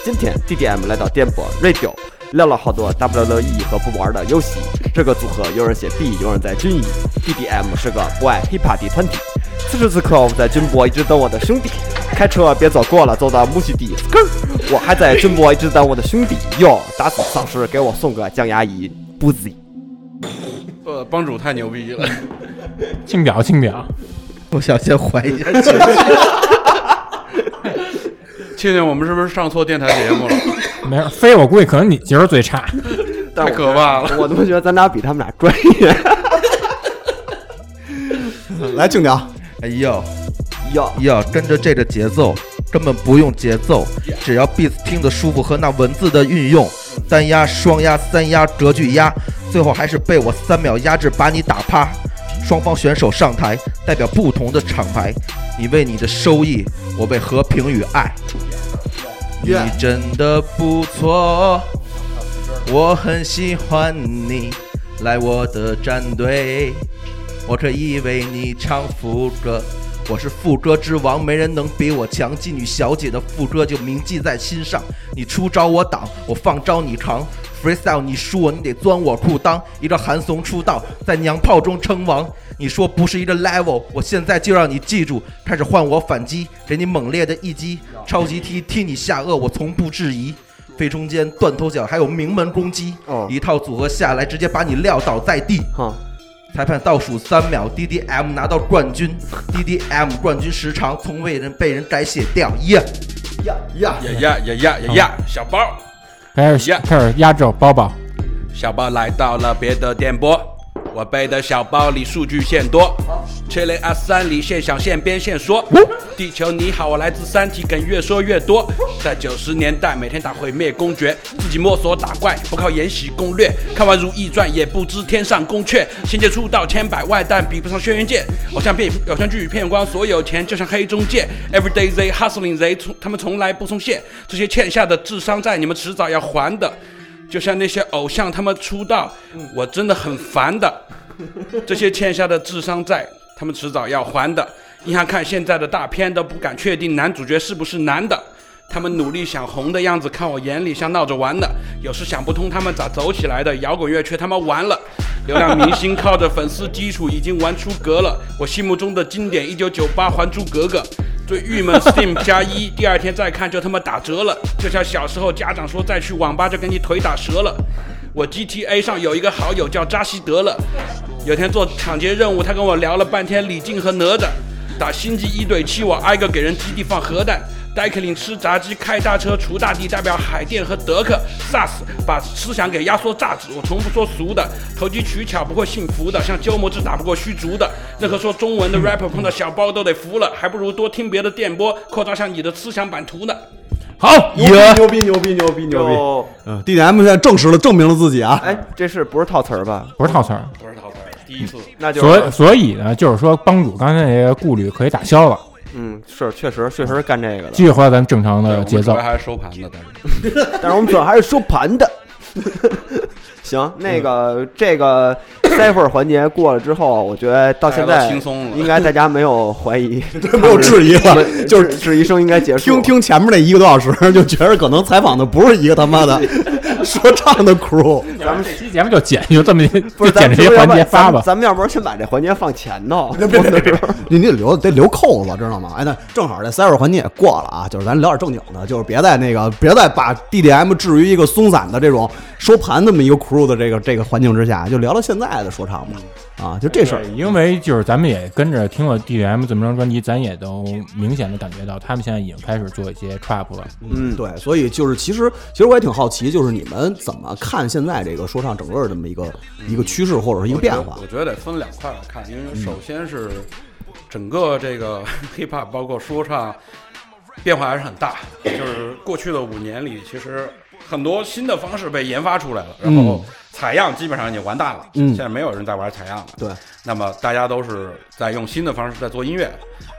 [SPEAKER 1] 今天 DDM 来到电波 Radio，聊了好多 WWE E 和不玩的游戏。这个组合有人写 B，有人在军医。DDM 是个不爱 hiphop 的团体。此时此刻，我们在军博一直等我的兄弟。开车别走过了，走到木樨地。咯儿，我还在军博一直等我的兄弟哟。打死丧尸，给我送个降压仪。不 z
[SPEAKER 6] 呃，帮主太牛逼了， [LAUGHS]
[SPEAKER 2] 庆表庆表，
[SPEAKER 7] 我想先怀疑一下，
[SPEAKER 6] 庆庆，我们是不是上错电台节目了？
[SPEAKER 2] 没事，飞我估计可能你节奏最差。
[SPEAKER 6] 太可怕了。
[SPEAKER 1] 我他妈觉得咱俩比他们俩专业。
[SPEAKER 5] 嗯来静鸟，
[SPEAKER 7] 哎呦
[SPEAKER 1] 哟，
[SPEAKER 7] 呦，跟着这个节奏，根本不用节奏，只要 beat 听得舒服和那文字的运用，单压、双压、三压、折距压，最后还是被我三秒压制把你打趴。双方选手上台，代表不同的厂牌，你为你的收益，我为和平与爱。你真的不错，我很喜欢你，来我的战队，我这一为你唱副歌。我是副歌之王，没人能比我强。妓女小姐的副歌就铭记在心上。你出招我挡，我放招你扛。freestyle 你输我，你得钻我裤裆。一个韩怂出道，在娘炮中称王。你说不是一个 level，我现在就让你记住。开始换我反击，给你猛烈的一击，超级踢踢你下颚，我从不质疑。飞冲肩、断头脚，还有名门攻击，
[SPEAKER 1] 哦
[SPEAKER 7] 一套组合下来，直接把你撂倒在地。
[SPEAKER 1] 哈，
[SPEAKER 7] 裁判倒数三秒，DDM 拿到冠军，DDM 冠军时长从未人被人改写掉。耶、
[SPEAKER 6] 呀呀呀呀呀呀！小包，
[SPEAKER 2] 开始
[SPEAKER 6] 呀
[SPEAKER 2] 开始压轴包包，
[SPEAKER 6] 小包来到了别的电波，我背的小包里数据线多。七零二三里现想现编现说，地球你好，我来自三体，梗越说越多。在九十年代，每天打毁灭公爵，自己摸索打怪，不靠延禧攻略。看完《如懿传》，也不知天上宫阙。先界出道千百万，但比不上轩辕剑。偶像片、偶像剧骗光所有钱，就像黑中介。Every day they hustling they，从他们从来不松懈。这些欠下的智商债，你们迟早要还的。就像那些偶像他们出道，我真的很烦的。这些欠下的智商债，他们迟早要还的。你想看现在的大片都不敢确定男主角是不是男的，他们努力想红的样子，看我眼里像闹着玩的。有时想不通他们咋走起来的，摇滚乐却他妈完了。流量明星靠着粉丝基础已经玩出格了，我心目中的经典《一九九八》《还珠格格》。最郁闷 Steam 加一，第二天再看就他妈打折了，就像小时候家长说再去网吧就给你腿打折了。我 GTA 上有一个好友叫扎西德勒，有天做抢劫任务，他跟我聊了半天李靖和哪吒，打星际一对七，我挨个给人基地放核弹。戴克林吃炸鸡，开大车，除大敌，代表海淀和德克萨斯，把思想给压缩榨汁。我从不说俗的，投机取巧不会幸福的，像鸠摩智打不过虚竹的。任何说中文的 rapper 碰到小包都得服了，还不如多听别的电波，扩张下你的思想版图呢。
[SPEAKER 2] 好，
[SPEAKER 5] 牛逼牛逼牛逼牛逼！
[SPEAKER 1] 哟，
[SPEAKER 5] 嗯，DDM 现在证实了，证明了自己啊！
[SPEAKER 1] 哎，这是不是套词儿吧？
[SPEAKER 2] 不是套词儿。
[SPEAKER 6] 不是桃子，第一次。
[SPEAKER 1] 那就
[SPEAKER 2] 所
[SPEAKER 1] 是，
[SPEAKER 2] 所以呢，就是说帮主刚才那些顾虑可以打消了，
[SPEAKER 1] 嗯，是确实确实是干这个的
[SPEAKER 2] 继，续回到咱们正常的节奏。
[SPEAKER 6] 还是收盘的，但是
[SPEAKER 1] 但是我们主要还是收盘的。 [LAUGHS] 行，那个这个 cipher 环节过了之后，我觉得到现
[SPEAKER 6] 大家
[SPEAKER 1] 在
[SPEAKER 6] 都轻松了
[SPEAKER 1] 应该大家没有怀疑，
[SPEAKER 5] [LAUGHS] 没有质疑了
[SPEAKER 1] 哎我们
[SPEAKER 5] [LAUGHS] 就是
[SPEAKER 1] 质疑声应该结束。
[SPEAKER 5] 听听前面那一个多小时， [LAUGHS] 就觉得可能采访的不是一个他
[SPEAKER 1] [LAUGHS]
[SPEAKER 5] 妈的说唱的 crew。
[SPEAKER 2] 咱们这期节目就剪，就这么一
[SPEAKER 1] 不，
[SPEAKER 2] 就是
[SPEAKER 1] 咱
[SPEAKER 2] 剪
[SPEAKER 1] 们
[SPEAKER 2] 这
[SPEAKER 1] 是不是
[SPEAKER 2] 些
[SPEAKER 1] 要
[SPEAKER 2] 环
[SPEAKER 1] 把
[SPEAKER 2] 节发吧。
[SPEAKER 1] 咱们要不然先把这环节放前
[SPEAKER 5] [LAUGHS]
[SPEAKER 1] 头，
[SPEAKER 5] 别别别，你得留得留扣子，知道吗？哎，那正好这三二环节也过了啊，就是咱聊点正经的，就是别再那个，别再把 DDM 置于一个松散的这种收盘这么一个 crew 的这个这个环境之下，就聊聊现在的说唱吧。
[SPEAKER 6] 嗯
[SPEAKER 5] 啊，就这事儿
[SPEAKER 2] 对，因为就是咱们也跟着听了 DDM 这么张专辑，咱也都明显的感觉到他们现在已经开始做一些 trap 了。
[SPEAKER 1] 嗯，
[SPEAKER 5] 对，所以就是其实其实我也挺好奇，就是你们怎么看现在这个说唱整个这么一个一个趋势或者是一个变化
[SPEAKER 6] 我？觉得得分两块来看，因为首先是整个这个 [LAUGHS] hiphop 包括说唱变化还是很大，就是过去的五年里，其实很多新的方式被研发出来了，然后采样基本上已经完蛋了，
[SPEAKER 5] 嗯
[SPEAKER 6] 现在没有人在玩采样了，
[SPEAKER 5] 对，
[SPEAKER 6] 那么大家都是在用新的方式在做音乐，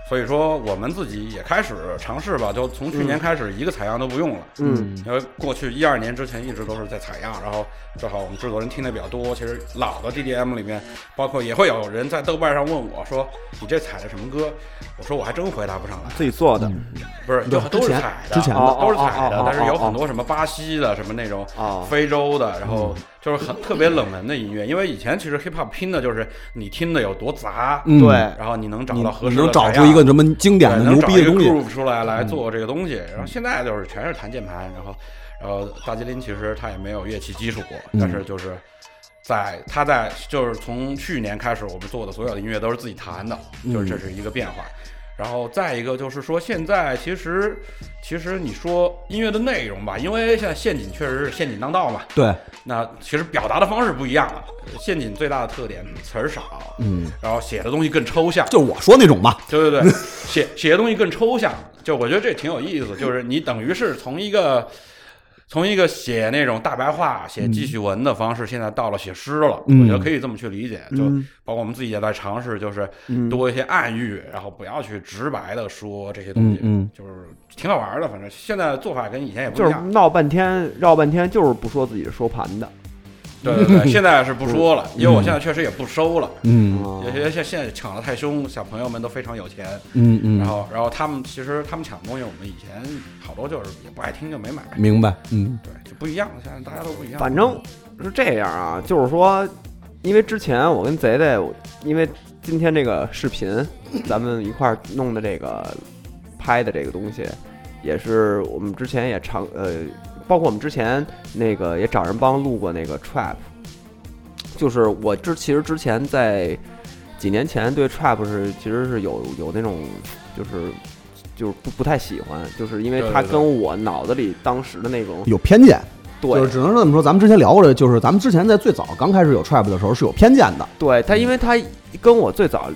[SPEAKER 6] 所以说我们自己也开始尝试吧，就从去年开始一个采样都不用了，
[SPEAKER 1] 嗯，
[SPEAKER 6] 因为过去一二年之前一直都是在采样，然后正好我们制作人听的比较多，其实老的 DDM 里面，包括也会有人在豆瓣上问我说你这采的什么歌，我说我还真回答不上来，
[SPEAKER 1] [LAUGHS] 自己做的，
[SPEAKER 5] 嗯
[SPEAKER 6] 不是，就
[SPEAKER 5] 对
[SPEAKER 6] 都
[SPEAKER 5] 之
[SPEAKER 6] 是
[SPEAKER 5] 前
[SPEAKER 6] 采的，
[SPEAKER 5] 之前的
[SPEAKER 6] 都是采
[SPEAKER 1] 哦哦哦哦
[SPEAKER 6] 的
[SPEAKER 1] 哦，
[SPEAKER 6] 但是有很多什么巴西的，什么那种
[SPEAKER 1] 哦
[SPEAKER 6] 非洲的，然后
[SPEAKER 5] 嗯
[SPEAKER 6] 就是很特别冷门的音乐，因为以前其实 hip hop 拼的就是你听的有多杂，
[SPEAKER 5] 嗯
[SPEAKER 1] 对
[SPEAKER 6] 然后你能找
[SPEAKER 5] 你
[SPEAKER 6] 到合
[SPEAKER 5] 你
[SPEAKER 6] 适的
[SPEAKER 5] 能找
[SPEAKER 6] 采
[SPEAKER 5] 出
[SPEAKER 6] 样
[SPEAKER 5] 一个什么经典的
[SPEAKER 6] 对，
[SPEAKER 5] 牛
[SPEAKER 6] 能找
[SPEAKER 5] 逼
[SPEAKER 6] 一
[SPEAKER 5] 的
[SPEAKER 6] 个
[SPEAKER 5] 东西？嗯
[SPEAKER 6] groove 出来来做这个东西。然后现在就是全是弹键盘，然后然后大吉林其实他也没有乐器基础，
[SPEAKER 5] 嗯
[SPEAKER 6] 但是就是在他在就是从去年开始，我们做的所有的音乐都是自己弹的，就是
[SPEAKER 5] 嗯
[SPEAKER 6] 这是一个变化。然后再一个就是说，现在其实其实你说音乐的内容吧，因为现在陷阱确实是陷阱当道嘛，
[SPEAKER 5] 对，
[SPEAKER 6] 那其实表达的方式不一样了。陷阱最大的特点词儿少，
[SPEAKER 5] 嗯，
[SPEAKER 6] 然后写的东西更抽象，
[SPEAKER 5] 就是我说那种吧。
[SPEAKER 6] 对对对， [LAUGHS] 写写的东西更抽象，就我觉得这挺有意思，就是你等于是从一个从一个写那种大白话、写记叙文的方式，现在到了写诗了，
[SPEAKER 5] 嗯
[SPEAKER 6] 我觉得可以这么去理解。就包括我们自己也在尝试，就是
[SPEAKER 5] 嗯
[SPEAKER 6] 多一些暗喻，然后不要去直白的说这些东西，
[SPEAKER 5] 嗯嗯
[SPEAKER 6] 就是挺好玩的。反正现在做法跟以前也
[SPEAKER 5] 嗯
[SPEAKER 6] 不
[SPEAKER 1] 就
[SPEAKER 6] 一
[SPEAKER 1] 是
[SPEAKER 6] 样，
[SPEAKER 1] 闹半天绕半天，就是不说自己是收盘的，
[SPEAKER 6] 对
[SPEAKER 5] [LAUGHS]
[SPEAKER 6] 对对，现在是不说了，因为我现在确实也不收了，
[SPEAKER 5] 嗯
[SPEAKER 6] 有些现现在抢的太凶，小朋友们都非常有钱，
[SPEAKER 5] 嗯嗯，
[SPEAKER 6] 然后然后他们其实他们抢东西，我们以前好多就是也不爱听就没买，
[SPEAKER 5] 明白，嗯
[SPEAKER 6] 对，就不一样，现在大家都不一样，
[SPEAKER 1] 反正是这样啊，就是说，因为之前我跟贼贼，我因为今天这个视频，咱们一块儿弄的这个拍的这个东西，也是我们之前也尝呃，包括我们之前那个也找人帮录过那个 trap，就是我之其实之前在几年前对 trap 是其实是有有那种就是。就是不不太喜欢，就是因为
[SPEAKER 6] 对
[SPEAKER 1] 它
[SPEAKER 6] 对对
[SPEAKER 1] 跟我脑子里当时的那种
[SPEAKER 5] 有偏见，
[SPEAKER 1] 对
[SPEAKER 5] 就是只能这么说。咱们之前聊过的，就是咱们之前在最早刚开始有 trap 的时候是有偏见的，
[SPEAKER 1] 对他，因为他跟我最早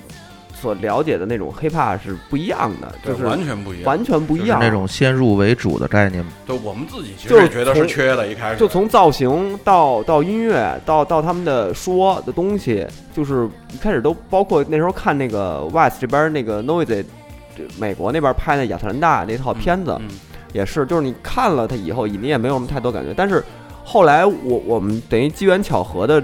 [SPEAKER 1] 所了解的那种 hiphop 是不一样的，
[SPEAKER 6] 对
[SPEAKER 1] 就是
[SPEAKER 6] 完全不一样，
[SPEAKER 1] 完全不
[SPEAKER 7] 就
[SPEAKER 1] 一
[SPEAKER 7] 是
[SPEAKER 1] 样。
[SPEAKER 7] 那种先入为主的概念嘛。
[SPEAKER 6] 对我们自己其实
[SPEAKER 1] 就
[SPEAKER 6] 也觉得是
[SPEAKER 1] 从
[SPEAKER 6] 缺的，一开始
[SPEAKER 1] 就从造型到到音乐，到到他们的说的东西，就是一开始都包括那时候看那个 West 这边那个 Noisy，这美国那边拍的亚特兰大那套片子，
[SPEAKER 6] 嗯
[SPEAKER 1] 也是，就是你看了它以后，你也没有什么太多感觉。但是后来我我们等于机缘巧合的，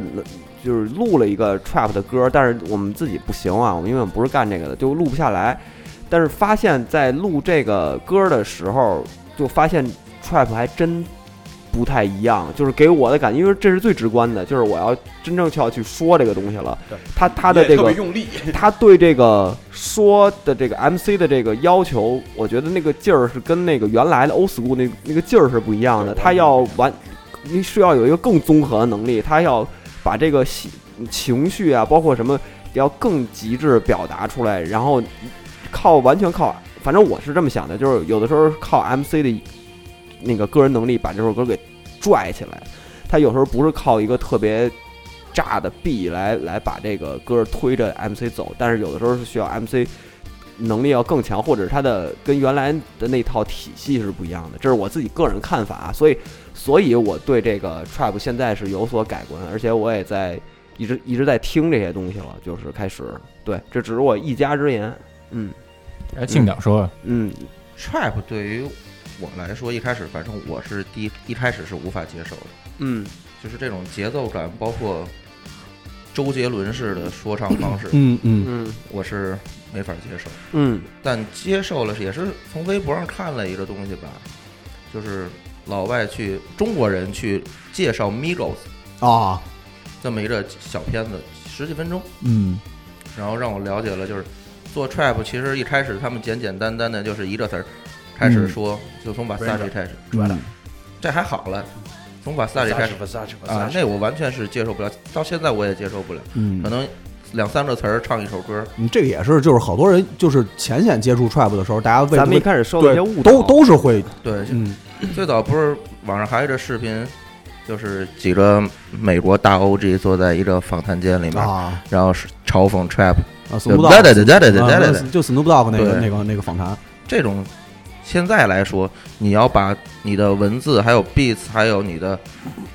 [SPEAKER 1] 就是录了一个 trap 的歌，但是我们自己不行啊，我们因为我们不是干这个的，就录不下来。但是发现，在录这个歌的时候，就发现 trap 还真不太一样，就是给我的感觉，因为这是最直观的，就是我要真正去要去说这个东西了
[SPEAKER 6] 对。
[SPEAKER 1] 他他的这
[SPEAKER 6] 也特
[SPEAKER 1] 个
[SPEAKER 6] 别用力，
[SPEAKER 1] [LAUGHS] 他对这个说的这个 MC 的这个要求，我觉得那个劲儿是跟那个原来的 old school 那那个劲儿是不一样的。
[SPEAKER 6] 对
[SPEAKER 1] 他要完，你是要有一个更综合的能力，他要把这个喜情绪啊，包括什么，要更极致表达出来，然后靠完全靠，反正我是这么想的，就是有的时候靠 MC 的那个个人能力把这首歌给拽起来，他有时候不是靠一个特别炸的 B 来来把这个歌推着 MC 走，但是有的时候是需要 MC 能力要更强，或者是他的跟原来的那套体系是不一样的，这是我自己个人看法啊，所以所以我对这个 trap 现在是有所改观，而且我也在一直一直在听这些东西了，就是开始对，这只是我一家之言，嗯
[SPEAKER 2] 哎，静长说，
[SPEAKER 1] 嗯，
[SPEAKER 7] trap 对于我来说，一开始反正我是第一一开始是无法接受的，
[SPEAKER 1] 嗯，
[SPEAKER 7] 就是这种节奏感，包括周杰伦式的说唱方式，
[SPEAKER 5] 嗯嗯
[SPEAKER 1] 嗯
[SPEAKER 7] 我是没法接受。
[SPEAKER 1] 嗯
[SPEAKER 7] 但接受了也是从微博上看了一个东西吧，就是老外去中国人去介绍 Migos
[SPEAKER 5] 啊，
[SPEAKER 7] 这么一个小片子，十几分钟，
[SPEAKER 5] 嗯
[SPEAKER 7] 然后让我了解了就是做 trap，其实一开始他们简简单单的就是一个词儿。开始
[SPEAKER 5] 嗯
[SPEAKER 7] 说，就从把 s a g 开始，
[SPEAKER 5] 嗯
[SPEAKER 7] 这还好了，从把 s a g 开始啊，那我完全是接受不了，到现在我也接受不了。可
[SPEAKER 5] 嗯，
[SPEAKER 7] 能两三个词儿唱一首歌，
[SPEAKER 5] 嗯这个也是，就是好多人就是浅显接触 trap 的时候，大家为
[SPEAKER 1] 咱们一
[SPEAKER 5] 什么
[SPEAKER 1] 开始受了一些误
[SPEAKER 5] 对
[SPEAKER 1] 导，啊
[SPEAKER 5] 都都是会
[SPEAKER 7] 对，就
[SPEAKER 5] 嗯
[SPEAKER 7] 最早不是网上还有一个视频，就是几个美国大 OG 坐在一个访谈间里面，
[SPEAKER 5] 啊
[SPEAKER 7] 然后是嘲讽 trap，
[SPEAKER 5] 啊，Snoop
[SPEAKER 7] 对
[SPEAKER 5] Dogg
[SPEAKER 7] 对对对对
[SPEAKER 5] 啊
[SPEAKER 7] 对对，
[SPEAKER 5] 就 Snoop Dogg 那个
[SPEAKER 7] 对
[SPEAKER 5] 那个那个访谈，
[SPEAKER 7] 这种现在来说，你要把你的文字、还有 beats、还有你的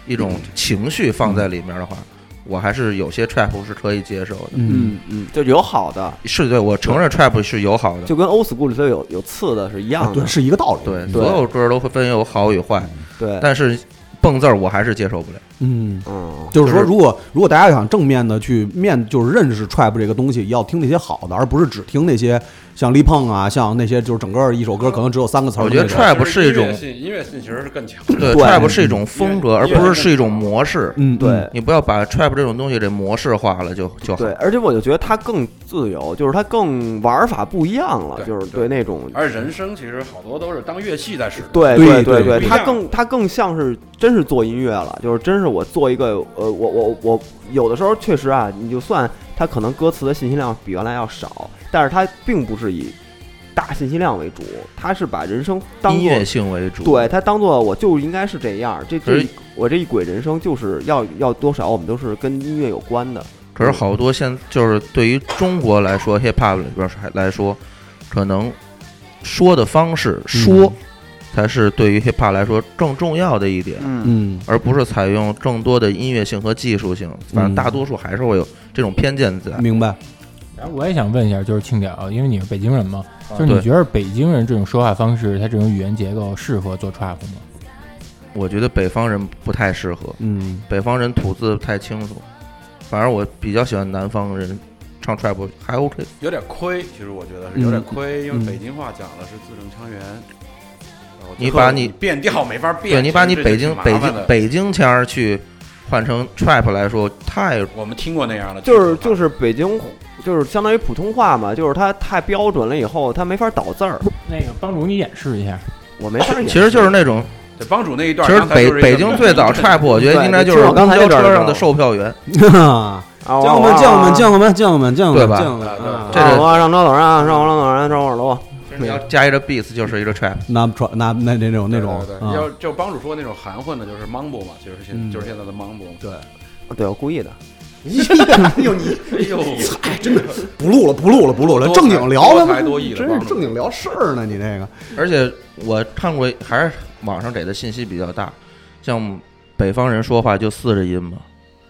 [SPEAKER 7] 一种情绪放在里面的话，我还是有些 trap 是可以接受的。
[SPEAKER 1] 嗯嗯，就有好的，
[SPEAKER 7] 是对，我承认 trap 是有好的，
[SPEAKER 1] 就跟 old school 里头有有次的是一
[SPEAKER 5] 啊
[SPEAKER 1] 样的，
[SPEAKER 5] 对，是一个道理，
[SPEAKER 7] 对，
[SPEAKER 5] 嗯
[SPEAKER 7] 所有歌都会分有好与坏，
[SPEAKER 1] 对，
[SPEAKER 7] 但是蹦字儿我还是接受不了。
[SPEAKER 5] 嗯。
[SPEAKER 1] 嗯
[SPEAKER 5] 就是说，
[SPEAKER 7] 就是
[SPEAKER 5] 如果如果大家想正面的去面，就是认识 trap 这个东西，要听那些好的，而不是只听那些像力碰啊，像那些就是整个一首歌可能只有三个词儿
[SPEAKER 7] 我
[SPEAKER 5] 的
[SPEAKER 7] 觉
[SPEAKER 5] 那
[SPEAKER 7] 得
[SPEAKER 5] 种。
[SPEAKER 7] trap 是一种
[SPEAKER 6] 音乐性，音乐性其实是更强的。
[SPEAKER 7] 对
[SPEAKER 1] 对
[SPEAKER 7] trap 是一种风格，而
[SPEAKER 6] 因为
[SPEAKER 7] 不是是一种模式。
[SPEAKER 5] 嗯，
[SPEAKER 1] 对。
[SPEAKER 7] 你不要把 trap 这种东西给模式化了就就好。
[SPEAKER 1] 对，而且我就觉得它更自由，就是它更玩法不一样了，
[SPEAKER 6] 对
[SPEAKER 1] 就是
[SPEAKER 6] 对
[SPEAKER 1] 对那种
[SPEAKER 6] 而人声其实好多都是当乐器在使用，
[SPEAKER 1] 对
[SPEAKER 5] 对
[SPEAKER 1] 对
[SPEAKER 5] 对
[SPEAKER 6] 不一
[SPEAKER 1] 它
[SPEAKER 6] 样
[SPEAKER 1] 更它更像是真是做音乐了，就是真是我做一个呃，我我我有的时候确实啊，你就算它可能歌词的信息量比原来要少，但是它并不是以大信息量为主，它是把人生当
[SPEAKER 7] 音
[SPEAKER 1] 做
[SPEAKER 7] 乐性为主。
[SPEAKER 1] 对他当做我就应该是这样，这
[SPEAKER 7] 可
[SPEAKER 1] 这
[SPEAKER 7] 是
[SPEAKER 1] 我这一轨人生就是要要多少，我们都是跟音乐有关的。
[SPEAKER 7] 可是好多现就是对于中国来说，hip hop 里边还来说，可能说的方式说
[SPEAKER 2] 嗯
[SPEAKER 7] 才是对于 hip hop 来说更重要的一点，
[SPEAKER 1] 嗯
[SPEAKER 5] 嗯
[SPEAKER 7] 而不是采用更多的音乐性和技术性。反
[SPEAKER 2] 嗯
[SPEAKER 7] 正大多数还是会有这种偏见在。
[SPEAKER 5] 明白。
[SPEAKER 2] 然后呃我也想问一下，就是庆屌，因为你是北京人嘛，嗯就是
[SPEAKER 7] 对
[SPEAKER 2] 你觉得北京人这种说话方式，他这种语言结构适合做 trap 吗？
[SPEAKER 7] 我觉得北方人不太适合，
[SPEAKER 5] 嗯， [LAUGHS]
[SPEAKER 7] 北方人吐字太清楚，反而我比较喜欢南方人唱 trap 还 OK。
[SPEAKER 6] 有点亏，其实我觉得是
[SPEAKER 5] 嗯
[SPEAKER 6] 有点亏，因
[SPEAKER 5] 嗯
[SPEAKER 6] 为北京话讲的是字正腔圆。然后
[SPEAKER 7] 你把你
[SPEAKER 6] 变调没法变，
[SPEAKER 7] 对你把你
[SPEAKER 6] 这就
[SPEAKER 7] 北
[SPEAKER 6] 挺
[SPEAKER 7] 京
[SPEAKER 6] 麻
[SPEAKER 7] 北
[SPEAKER 6] 烦的
[SPEAKER 7] 京北京腔儿去换成 trap 来说，太
[SPEAKER 6] 我们听过那样的，
[SPEAKER 1] 就是
[SPEAKER 6] 就
[SPEAKER 1] 就是是北京，就是相当于普通话嘛，就是它太标准了以后，它没法倒字儿，
[SPEAKER 2] 那个帮主你演示一下，
[SPEAKER 1] 我没法演。
[SPEAKER 7] 其实就是那种，
[SPEAKER 6] 对帮主那一段
[SPEAKER 7] 其实
[SPEAKER 6] 刚才
[SPEAKER 7] 北
[SPEAKER 6] 就是一个
[SPEAKER 7] 北京最
[SPEAKER 6] [LAUGHS]
[SPEAKER 7] 早 trap 我觉得应该就
[SPEAKER 1] 对就是是我刚
[SPEAKER 7] 公
[SPEAKER 1] 才那
[SPEAKER 7] 交
[SPEAKER 1] 段
[SPEAKER 7] 车
[SPEAKER 1] 儿
[SPEAKER 7] 上的
[SPEAKER 1] 就
[SPEAKER 7] 售票
[SPEAKER 1] [LAUGHS]
[SPEAKER 7] 员，
[SPEAKER 6] 哦
[SPEAKER 1] 啊，
[SPEAKER 5] 将我们，将我们，将我们，将我们，将我
[SPEAKER 7] 对
[SPEAKER 5] 们，
[SPEAKER 7] 吧
[SPEAKER 5] 将我们
[SPEAKER 6] 啊对
[SPEAKER 5] 啊
[SPEAKER 7] 这
[SPEAKER 1] 让
[SPEAKER 7] 个
[SPEAKER 1] 我让张总让让我让总让让我罗，
[SPEAKER 7] 就是你要加一个 beats 就是一个 trap。
[SPEAKER 5] 拿不出拿那那种那种
[SPEAKER 6] 对对对
[SPEAKER 5] 啊
[SPEAKER 6] 要就帮主说那种含混的，就是 mambo 嘛，就是
[SPEAKER 5] 嗯
[SPEAKER 6] 现就是现在的 mambo。
[SPEAKER 7] [LAUGHS]
[SPEAKER 5] 对，
[SPEAKER 1] 对我故意的。
[SPEAKER 6] 哎呦，
[SPEAKER 5] 不录了，不录了，不录了，
[SPEAKER 6] 多才
[SPEAKER 5] 正经聊
[SPEAKER 6] 多
[SPEAKER 5] 吧
[SPEAKER 6] 才，多艺了
[SPEAKER 5] 真
[SPEAKER 6] 帮
[SPEAKER 5] 是
[SPEAKER 6] 助
[SPEAKER 5] 正经聊事儿呢，你这个
[SPEAKER 7] 而且我看过，还是网上给的信息比较大，像北方人说话就四个音嘛，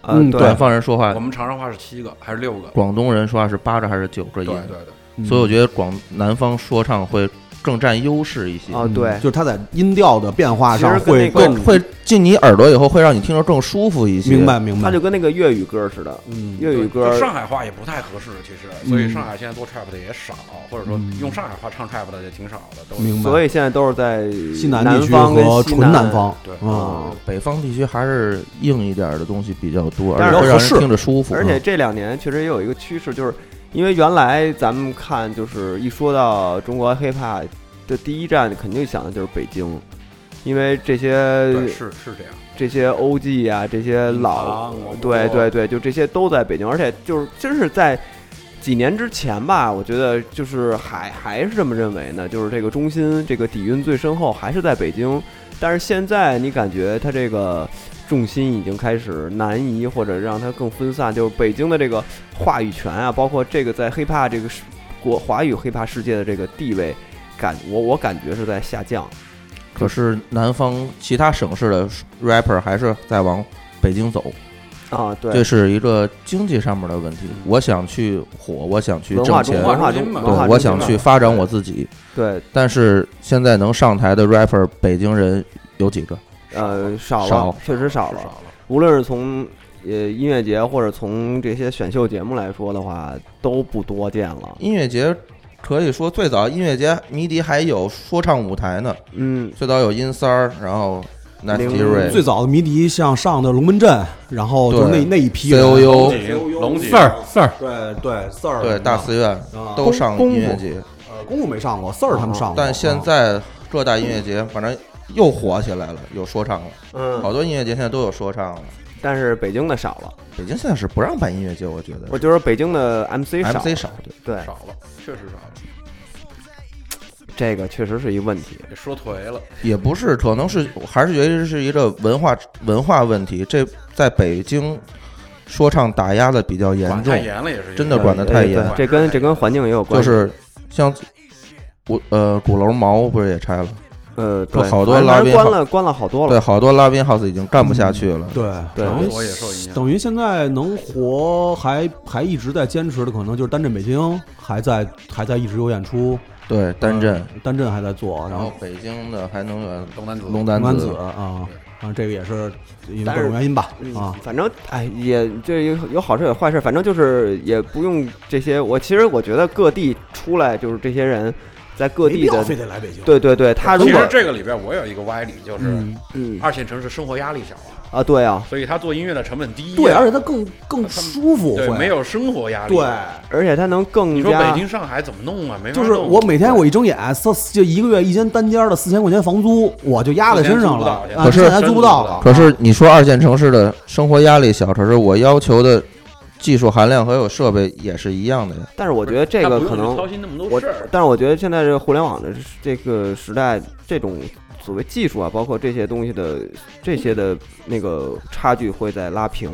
[SPEAKER 1] 呃
[SPEAKER 5] 嗯对
[SPEAKER 7] 南方人说话
[SPEAKER 6] 我，们长沙话是七个还是六个？
[SPEAKER 7] 广东人说话是八个还是九个
[SPEAKER 6] 对
[SPEAKER 7] 音
[SPEAKER 6] 对，对，
[SPEAKER 5] 嗯
[SPEAKER 7] 所以我觉得广南方说唱会更占优势一些。
[SPEAKER 6] 嗯
[SPEAKER 1] 啊，对
[SPEAKER 5] 嗯就，是他在音调的变化上
[SPEAKER 1] 其实跟
[SPEAKER 5] 会
[SPEAKER 1] 那个
[SPEAKER 7] 会
[SPEAKER 5] 更
[SPEAKER 7] 会进你耳朵以后，会让你听着更舒服一些。
[SPEAKER 5] 明白明
[SPEAKER 1] 它
[SPEAKER 5] 白
[SPEAKER 1] 就，跟那个粤语歌似的，
[SPEAKER 5] 嗯
[SPEAKER 1] 粤语
[SPEAKER 6] 就
[SPEAKER 1] 歌
[SPEAKER 6] 上海话也不太合适，其实，所以上海现在做 trap 的也少，或者说用上海话唱 trap 的也挺少的，都
[SPEAKER 5] 明白。
[SPEAKER 1] 所以现在都是在
[SPEAKER 5] 西南
[SPEAKER 1] 南
[SPEAKER 5] 地区
[SPEAKER 1] 方跟
[SPEAKER 5] 和
[SPEAKER 1] 西
[SPEAKER 5] 纯南方，
[SPEAKER 6] 对
[SPEAKER 5] 啊，
[SPEAKER 7] 北方地区还是硬一点的东西比较多，
[SPEAKER 1] 但
[SPEAKER 7] 而
[SPEAKER 1] 是
[SPEAKER 7] 且会
[SPEAKER 5] 合
[SPEAKER 7] 让人
[SPEAKER 5] 适
[SPEAKER 7] 听着舒服。嗯
[SPEAKER 1] 而且这两年确实也有一个趋势，就是因为原来咱们看就是一说到中国 hiphop 的第一站，肯定想的就是北京，因为这
[SPEAKER 6] 对
[SPEAKER 1] 些
[SPEAKER 6] 是是这样。
[SPEAKER 1] 这些 OG 啊，这些老
[SPEAKER 6] 隐藏王，
[SPEAKER 1] 对
[SPEAKER 6] 波
[SPEAKER 1] 对对，就这些都在北京，而且就是真是在。几年之前吧，我觉得就是还还是这么认为呢，就是这个中心这个底蕴最深厚还是在北京，但是现在你感觉它这个重心已经开始南移，或者让它更分散，就是北京的这个话语权啊，包括这个在 hiphop 这个世国华语 hiphop 世界的这个地位，感我我感觉是在下降。
[SPEAKER 7] 可是南方其他省市的 rapper 还是在往北京走，
[SPEAKER 1] 啊，对，
[SPEAKER 7] 这是一个经济上面的问题。我想去火，我想去
[SPEAKER 1] 文化
[SPEAKER 7] 挣
[SPEAKER 1] 中
[SPEAKER 7] 钱，
[SPEAKER 1] 文化
[SPEAKER 6] 中
[SPEAKER 1] 中，
[SPEAKER 6] 心嘛
[SPEAKER 1] 文
[SPEAKER 7] 对
[SPEAKER 1] 化中
[SPEAKER 7] 我
[SPEAKER 1] 心
[SPEAKER 7] 想
[SPEAKER 1] 嘛
[SPEAKER 7] 去发展我自己。
[SPEAKER 1] 对，
[SPEAKER 7] 但是现在能上台的 rapper 北京人有几个？
[SPEAKER 1] 呃，少了，
[SPEAKER 7] 少
[SPEAKER 1] 确实少
[SPEAKER 6] 是
[SPEAKER 1] 了。
[SPEAKER 6] 少了。
[SPEAKER 1] 无论是从呃音乐节，或者从这些选秀节目来说的话，都不多见了。
[SPEAKER 7] 音乐节可以说最早音乐节迷笛还有说唱舞台呢，
[SPEAKER 1] 嗯，
[SPEAKER 7] 最早有音三儿，然后 Nasty
[SPEAKER 1] 零
[SPEAKER 7] Ray
[SPEAKER 5] 最早的迷笛像上的龙门阵，然后就是
[SPEAKER 7] 对
[SPEAKER 5] 那那一批
[SPEAKER 7] C O
[SPEAKER 5] 人，
[SPEAKER 7] U
[SPEAKER 6] 龙井
[SPEAKER 2] 四儿四儿，
[SPEAKER 5] 对对，四儿
[SPEAKER 7] 对大寺院
[SPEAKER 5] 啊
[SPEAKER 7] 都上音乐节，
[SPEAKER 5] 呃功夫没上过，四儿他们上过，
[SPEAKER 7] 哦但现在各大音乐节反正又火起来了，有说唱了，
[SPEAKER 1] 嗯
[SPEAKER 7] 好多音乐节现在都有说唱了。
[SPEAKER 1] 但是北京的少了，
[SPEAKER 7] 北京现在是不让办音乐节，我觉得
[SPEAKER 1] 我就是北京的 MC 少
[SPEAKER 7] MC 少，对
[SPEAKER 1] 对，
[SPEAKER 6] 少啊了，确实少了，
[SPEAKER 1] 这个确实是一问题。
[SPEAKER 6] 给说颓了。
[SPEAKER 7] 也不是，可能是还是觉得是一个文化文化问题，这在北京说唱打压的比较严
[SPEAKER 6] 管
[SPEAKER 7] 重
[SPEAKER 6] 太，严了也是一个
[SPEAKER 7] 真的管得太严
[SPEAKER 1] 呃对这跟这跟环境也有关
[SPEAKER 7] 就
[SPEAKER 1] 系。
[SPEAKER 7] 是像我呃鼓楼毛不是也拆了，
[SPEAKER 1] 呃，对，
[SPEAKER 7] 好多
[SPEAKER 1] 反正
[SPEAKER 7] 拉宾
[SPEAKER 1] 关
[SPEAKER 7] 好
[SPEAKER 1] 了关了好
[SPEAKER 6] 哦
[SPEAKER 1] 多
[SPEAKER 7] 对，
[SPEAKER 1] 了。
[SPEAKER 7] 好多拉宾 house 已经干不下去
[SPEAKER 6] 嗯
[SPEAKER 7] 了，
[SPEAKER 5] 对
[SPEAKER 1] 对
[SPEAKER 5] 等于
[SPEAKER 6] 我也受影响
[SPEAKER 5] 等于现在能活还还一直在坚持的，可能就是单镇北京还在还在一直有演出，
[SPEAKER 7] 对单镇，
[SPEAKER 5] 单镇还在做，然
[SPEAKER 7] 然后
[SPEAKER 5] 后
[SPEAKER 7] 北京的还能有
[SPEAKER 6] 龙嗯哦丹子
[SPEAKER 7] 龙丹
[SPEAKER 5] 安
[SPEAKER 7] 子
[SPEAKER 5] 子啊啊，这个也是因为
[SPEAKER 1] 但是
[SPEAKER 5] 各种原因吧
[SPEAKER 1] 嗯
[SPEAKER 5] 啊，
[SPEAKER 1] 反正哎，也这有有好事有坏事，反正就是哎也不用这些。我其实我觉得各地出来就是这些人，在各
[SPEAKER 5] 没
[SPEAKER 1] 地
[SPEAKER 5] 必要
[SPEAKER 1] 的，
[SPEAKER 5] 非得来北京，
[SPEAKER 1] 对对对，他如
[SPEAKER 6] 其
[SPEAKER 1] 果
[SPEAKER 6] 实这个里边我有一个歪理，就是
[SPEAKER 5] 嗯
[SPEAKER 1] 嗯
[SPEAKER 6] 二线城市生活压力小啊，
[SPEAKER 1] 啊，对啊，
[SPEAKER 6] 所以他做音乐的成本低啊。
[SPEAKER 5] 对，而且它更更
[SPEAKER 6] 他们
[SPEAKER 5] 舒服，
[SPEAKER 6] 对
[SPEAKER 5] 会
[SPEAKER 6] 没有生活压力。
[SPEAKER 5] 对。
[SPEAKER 1] 而且他能更
[SPEAKER 6] 你说
[SPEAKER 1] 加
[SPEAKER 6] 北京、上海怎么弄啊？没法
[SPEAKER 5] 就
[SPEAKER 6] 弄
[SPEAKER 5] 是我每天我一睁眼，四就一个月一间单间的四千块钱房租，我就压在身上了
[SPEAKER 6] 现在租不到现，在
[SPEAKER 5] 啊
[SPEAKER 7] 可是
[SPEAKER 5] 现在租不到了。
[SPEAKER 7] 可是你说二线城市的生活压力小，可是我要求的技术含量和有设备也是一样的呀。
[SPEAKER 1] 但是我觉得这个
[SPEAKER 6] 他不用
[SPEAKER 1] 可能
[SPEAKER 6] 去操心那么多
[SPEAKER 1] 我
[SPEAKER 6] 事儿，，
[SPEAKER 1] 但是我觉得现在这个互联网的这个时代，这种所谓技术啊，包括这些东西的这些的那个差距会在拉平。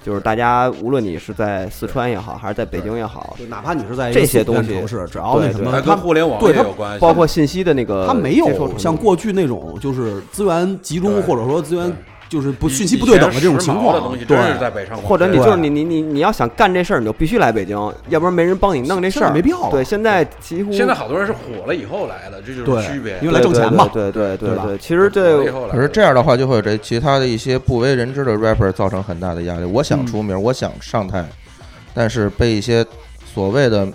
[SPEAKER 1] 就是大家无论你是在四川也好，还是在北京也好，
[SPEAKER 5] 就哪怕你是在一
[SPEAKER 1] 这些
[SPEAKER 5] 个四线
[SPEAKER 1] 东西
[SPEAKER 5] 城市，只要那
[SPEAKER 1] 对
[SPEAKER 5] 什
[SPEAKER 1] 对
[SPEAKER 5] 么，
[SPEAKER 6] 还
[SPEAKER 5] 他
[SPEAKER 6] 哎跟互联网
[SPEAKER 5] 对
[SPEAKER 6] 也
[SPEAKER 5] 它
[SPEAKER 6] 有关系，
[SPEAKER 1] 包括信息的那个
[SPEAKER 5] 他没
[SPEAKER 1] 呃接受程
[SPEAKER 5] 有
[SPEAKER 1] 度
[SPEAKER 5] 像过去那种就是资源集中
[SPEAKER 6] 对
[SPEAKER 5] 或者说资源就是不讯息不对等的这种
[SPEAKER 6] 以前时
[SPEAKER 5] 情
[SPEAKER 6] 髦
[SPEAKER 5] 况
[SPEAKER 6] 的东西，，真是在
[SPEAKER 5] 对，
[SPEAKER 6] 北上广
[SPEAKER 1] 或者你
[SPEAKER 6] 深
[SPEAKER 1] 就
[SPEAKER 5] 对
[SPEAKER 1] 是你你你你要想干这事儿，你就必须来北京，要不然没人帮你弄这事
[SPEAKER 5] 现在
[SPEAKER 1] 儿，
[SPEAKER 5] 没必要了
[SPEAKER 1] 对，现在几乎
[SPEAKER 6] 现在好多人是火了以后来的，这就是
[SPEAKER 5] 对
[SPEAKER 6] 区别。
[SPEAKER 5] 因为来挣钱嘛
[SPEAKER 1] 对对对
[SPEAKER 5] 对
[SPEAKER 1] 对
[SPEAKER 5] 吧
[SPEAKER 1] 对，嗯其实
[SPEAKER 6] 火了以
[SPEAKER 1] 这
[SPEAKER 6] 后来的，
[SPEAKER 7] 可是这样的话，就会给其他的一些不为人知的 rapper 造成很大的压力。我想出名，
[SPEAKER 1] 嗯
[SPEAKER 7] 我想上台，但是被一些所谓的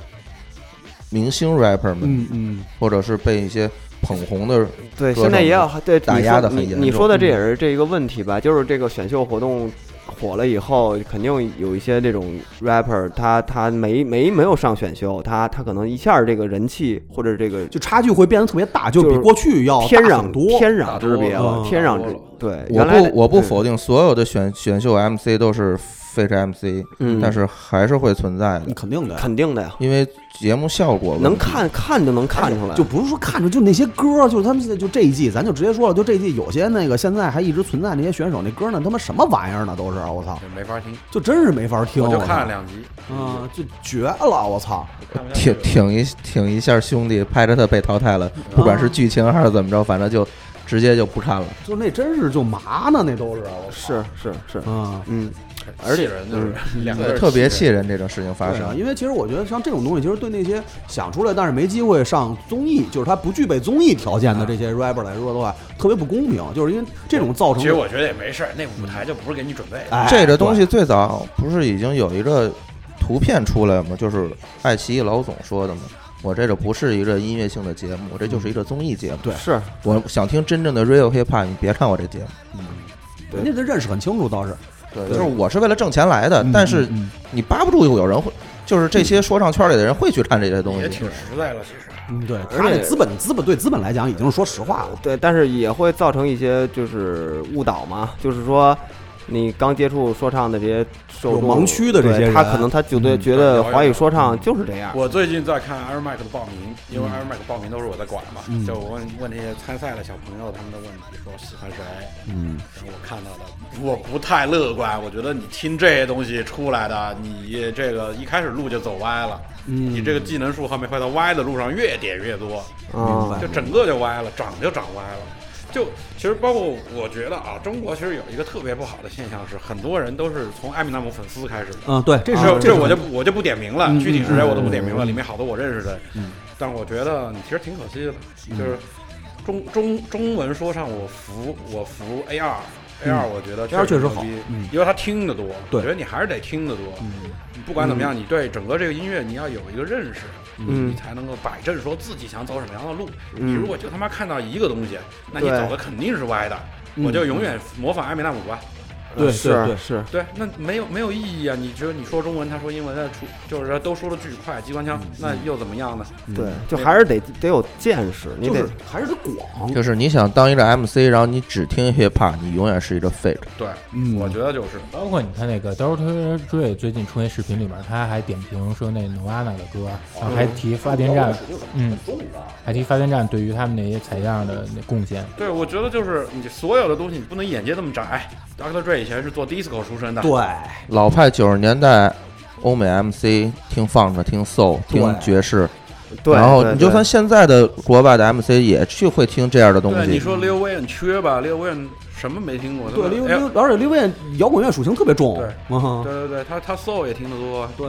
[SPEAKER 7] 明星 rapper 们，
[SPEAKER 5] 嗯嗯，
[SPEAKER 7] 或者是被一些捧红的，
[SPEAKER 1] 对
[SPEAKER 7] 各
[SPEAKER 1] 现在
[SPEAKER 7] 种
[SPEAKER 1] 也有对
[SPEAKER 7] 打
[SPEAKER 1] 你
[SPEAKER 7] 压
[SPEAKER 1] 说
[SPEAKER 7] 得很
[SPEAKER 1] 你
[SPEAKER 7] 严
[SPEAKER 1] 你
[SPEAKER 7] 重嗯
[SPEAKER 1] 说的这也是这一个问题吧，就是这个选秀活动火了以后，肯定有一些这种 rapper，他他没没没有上选秀，他他可能一下这个人气或者这个
[SPEAKER 5] 就差距会变得特别大，就
[SPEAKER 1] 就
[SPEAKER 5] 比
[SPEAKER 1] 是
[SPEAKER 5] 过去
[SPEAKER 7] 哦
[SPEAKER 5] 要
[SPEAKER 1] 天
[SPEAKER 5] 大
[SPEAKER 1] 壤
[SPEAKER 5] 很多。
[SPEAKER 1] 天
[SPEAKER 6] 大
[SPEAKER 1] 壤之
[SPEAKER 6] 多
[SPEAKER 1] 别
[SPEAKER 6] 了
[SPEAKER 1] 了，
[SPEAKER 5] 嗯
[SPEAKER 1] 天壤
[SPEAKER 6] 大
[SPEAKER 1] 之
[SPEAKER 6] 多了
[SPEAKER 1] 对。
[SPEAKER 7] 我
[SPEAKER 1] 原来的
[SPEAKER 7] 不我不
[SPEAKER 1] 对
[SPEAKER 7] 否定所有的选选秀 MC 都是 f 着 MC，、
[SPEAKER 1] 嗯
[SPEAKER 7] 但是还是会存在的，
[SPEAKER 5] 肯定的，
[SPEAKER 1] 肯定的呀，
[SPEAKER 7] 因为节目效果问题
[SPEAKER 1] 能看看就能看出来，
[SPEAKER 5] 就不是说看着就那些歌，就是他们现在就这一季，咱就直接说了，就这一季有些那个现在还一直存在那些选手那歌呢，他妈什么玩意儿呢？都是啊我操，
[SPEAKER 6] 这没法听，
[SPEAKER 5] 就真是没法听。
[SPEAKER 6] 我就
[SPEAKER 5] 操
[SPEAKER 6] 看了，两集，
[SPEAKER 5] 嗯，就绝了，我操！
[SPEAKER 7] 挺挺一挺一下兄弟，拍着他被淘汰了，不管是剧情还是怎么着，反正就直接就不看了。
[SPEAKER 5] 就那真是就麻呢，那都是我操
[SPEAKER 1] 是是是，
[SPEAKER 5] 嗯。
[SPEAKER 1] 嗯，
[SPEAKER 6] 而且人嗯就是两个
[SPEAKER 7] 对，
[SPEAKER 6] 人
[SPEAKER 7] 特别气人这种事情发
[SPEAKER 5] 对啊，
[SPEAKER 7] 生。
[SPEAKER 5] 因为其实我觉得像这种东西，其实对那些想出来但是没机会上综艺，就是他不具备综艺条件的这些 rapper 来说的话，特别不公平，就是因为这种造
[SPEAKER 6] 其
[SPEAKER 5] 成
[SPEAKER 6] 实我觉得也没事儿，那舞台就不是给你准备的。
[SPEAKER 5] 哎
[SPEAKER 7] 这个东西最早不是已经有一个图片出来吗？就是爱奇艺老总说的吗？我这个不是一个音乐性的节目，我这就是一个综艺节目。
[SPEAKER 5] 对
[SPEAKER 1] 是
[SPEAKER 7] 我想听真正的 real hip hop，你别看我这节目。
[SPEAKER 5] 对人家这认识很清楚，倒是
[SPEAKER 7] 对，就是我是为了挣钱来的，
[SPEAKER 2] 嗯
[SPEAKER 7] 但是
[SPEAKER 2] 嗯
[SPEAKER 7] 你扒不住有人会，就是这些说唱圈里的人会去看这些东
[SPEAKER 6] 也
[SPEAKER 7] 西
[SPEAKER 6] 挺。实在了，其实
[SPEAKER 5] 嗯，对，
[SPEAKER 1] 而
[SPEAKER 5] 他
[SPEAKER 1] 且
[SPEAKER 5] 那资本资本对资本来讲已经是说实话了，
[SPEAKER 1] 对，但是也会造成一些就是误导嘛，就是说你刚接触说唱的这些受
[SPEAKER 5] 有
[SPEAKER 1] 众
[SPEAKER 5] 盲区的这
[SPEAKER 1] 对
[SPEAKER 5] 些人嗯
[SPEAKER 1] 他可能他就对觉得华语说唱就是这样，
[SPEAKER 6] [LAUGHS] 我最近在看 Air Mac 的报名，因为 Air Mac 报名都是我在管嘛，就我问问这些参赛的小朋友他们的问题，说喜欢谁，嗯，然后我看到的，我不太乐观，我觉得你听这些东西出来的，你这个一开始路就走歪了，嗯，你这个技能树后面会在歪的路上越点越多，
[SPEAKER 1] 啊、
[SPEAKER 5] 明白
[SPEAKER 6] 就整个就歪了，长就长歪了。就其实包括我觉得啊，中国其实有一个特别不好的现象是，很多人都是从艾米纳姆粉丝开始的。
[SPEAKER 5] 嗯，对，这是嗯
[SPEAKER 6] 这这
[SPEAKER 5] 是
[SPEAKER 6] 我就不我就不点名了，具体是谁我都不点
[SPEAKER 5] 嗯
[SPEAKER 6] 名了，里面好多我认识的，但是我觉得你其实挺可惜的，
[SPEAKER 5] 嗯
[SPEAKER 6] 就是中中中文说唱我服我
[SPEAKER 5] 嗯
[SPEAKER 6] 服 A 二 A 二，我觉得
[SPEAKER 5] A2 嗯确实
[SPEAKER 6] 牛
[SPEAKER 5] 好
[SPEAKER 6] 逼
[SPEAKER 5] 嗯
[SPEAKER 6] 因为他听得多，
[SPEAKER 5] 对嗯
[SPEAKER 6] 我觉得你还是得听得多，你不管怎么样，你对整个这个音乐你要有一个认识，你
[SPEAKER 1] 嗯，
[SPEAKER 6] 才能够摆正说自己想走什么样的路。
[SPEAKER 1] 嗯
[SPEAKER 6] 你如果就他妈看到一个东西，那你
[SPEAKER 1] 对
[SPEAKER 6] 走的肯定是歪的，
[SPEAKER 5] 嗯
[SPEAKER 6] 我就永远模仿艾米纳姆吧。
[SPEAKER 5] 对
[SPEAKER 1] 是
[SPEAKER 5] 对对
[SPEAKER 1] 是，
[SPEAKER 6] 对，那没有没有意义啊！你觉得你说中文，他说英文，那出就是说都说的巨快，机关枪，那又怎么样呢？
[SPEAKER 1] 对，就还是得得有见识，你
[SPEAKER 5] 嗯就
[SPEAKER 1] 得、
[SPEAKER 5] 是还是得广，
[SPEAKER 7] 就是你想当一个 MC，然后你只听 hip hop，你永远是一个 fake。
[SPEAKER 6] 对，
[SPEAKER 2] 嗯
[SPEAKER 6] 我觉得就是
[SPEAKER 2] 包括你看那个 Doctor Dre 最近出那视频里面，他还点评说那 Nirvana 的歌，然后还提发电站，嗯，还提发电站对于他们那些采样的那贡献。
[SPEAKER 6] 对，我觉得就是你所有的东西，你不能眼界那么窄。Dr. Dre 以前是做 disco 出身的，
[SPEAKER 5] 对，
[SPEAKER 7] 老派九十年代欧美 MC 听放着听 soul
[SPEAKER 5] 对
[SPEAKER 7] 听爵士，
[SPEAKER 1] 对，
[SPEAKER 7] 然后
[SPEAKER 1] 对
[SPEAKER 7] 你就
[SPEAKER 1] 对
[SPEAKER 7] 算现在的国外的 MC 也去会听这样的东
[SPEAKER 6] 对，你
[SPEAKER 7] 西。
[SPEAKER 6] 说 Lil Wayne 缺吧，Lil Wayne 什么没听过？
[SPEAKER 5] 对，哎
[SPEAKER 6] 对
[SPEAKER 5] 因
[SPEAKER 6] 吧
[SPEAKER 5] 为因为而且因为摇滚乐属性特别重
[SPEAKER 6] 对，
[SPEAKER 5] 嗯
[SPEAKER 6] 哎
[SPEAKER 5] 哼，
[SPEAKER 6] 对对对，他他 soul 也听得多，
[SPEAKER 5] 对，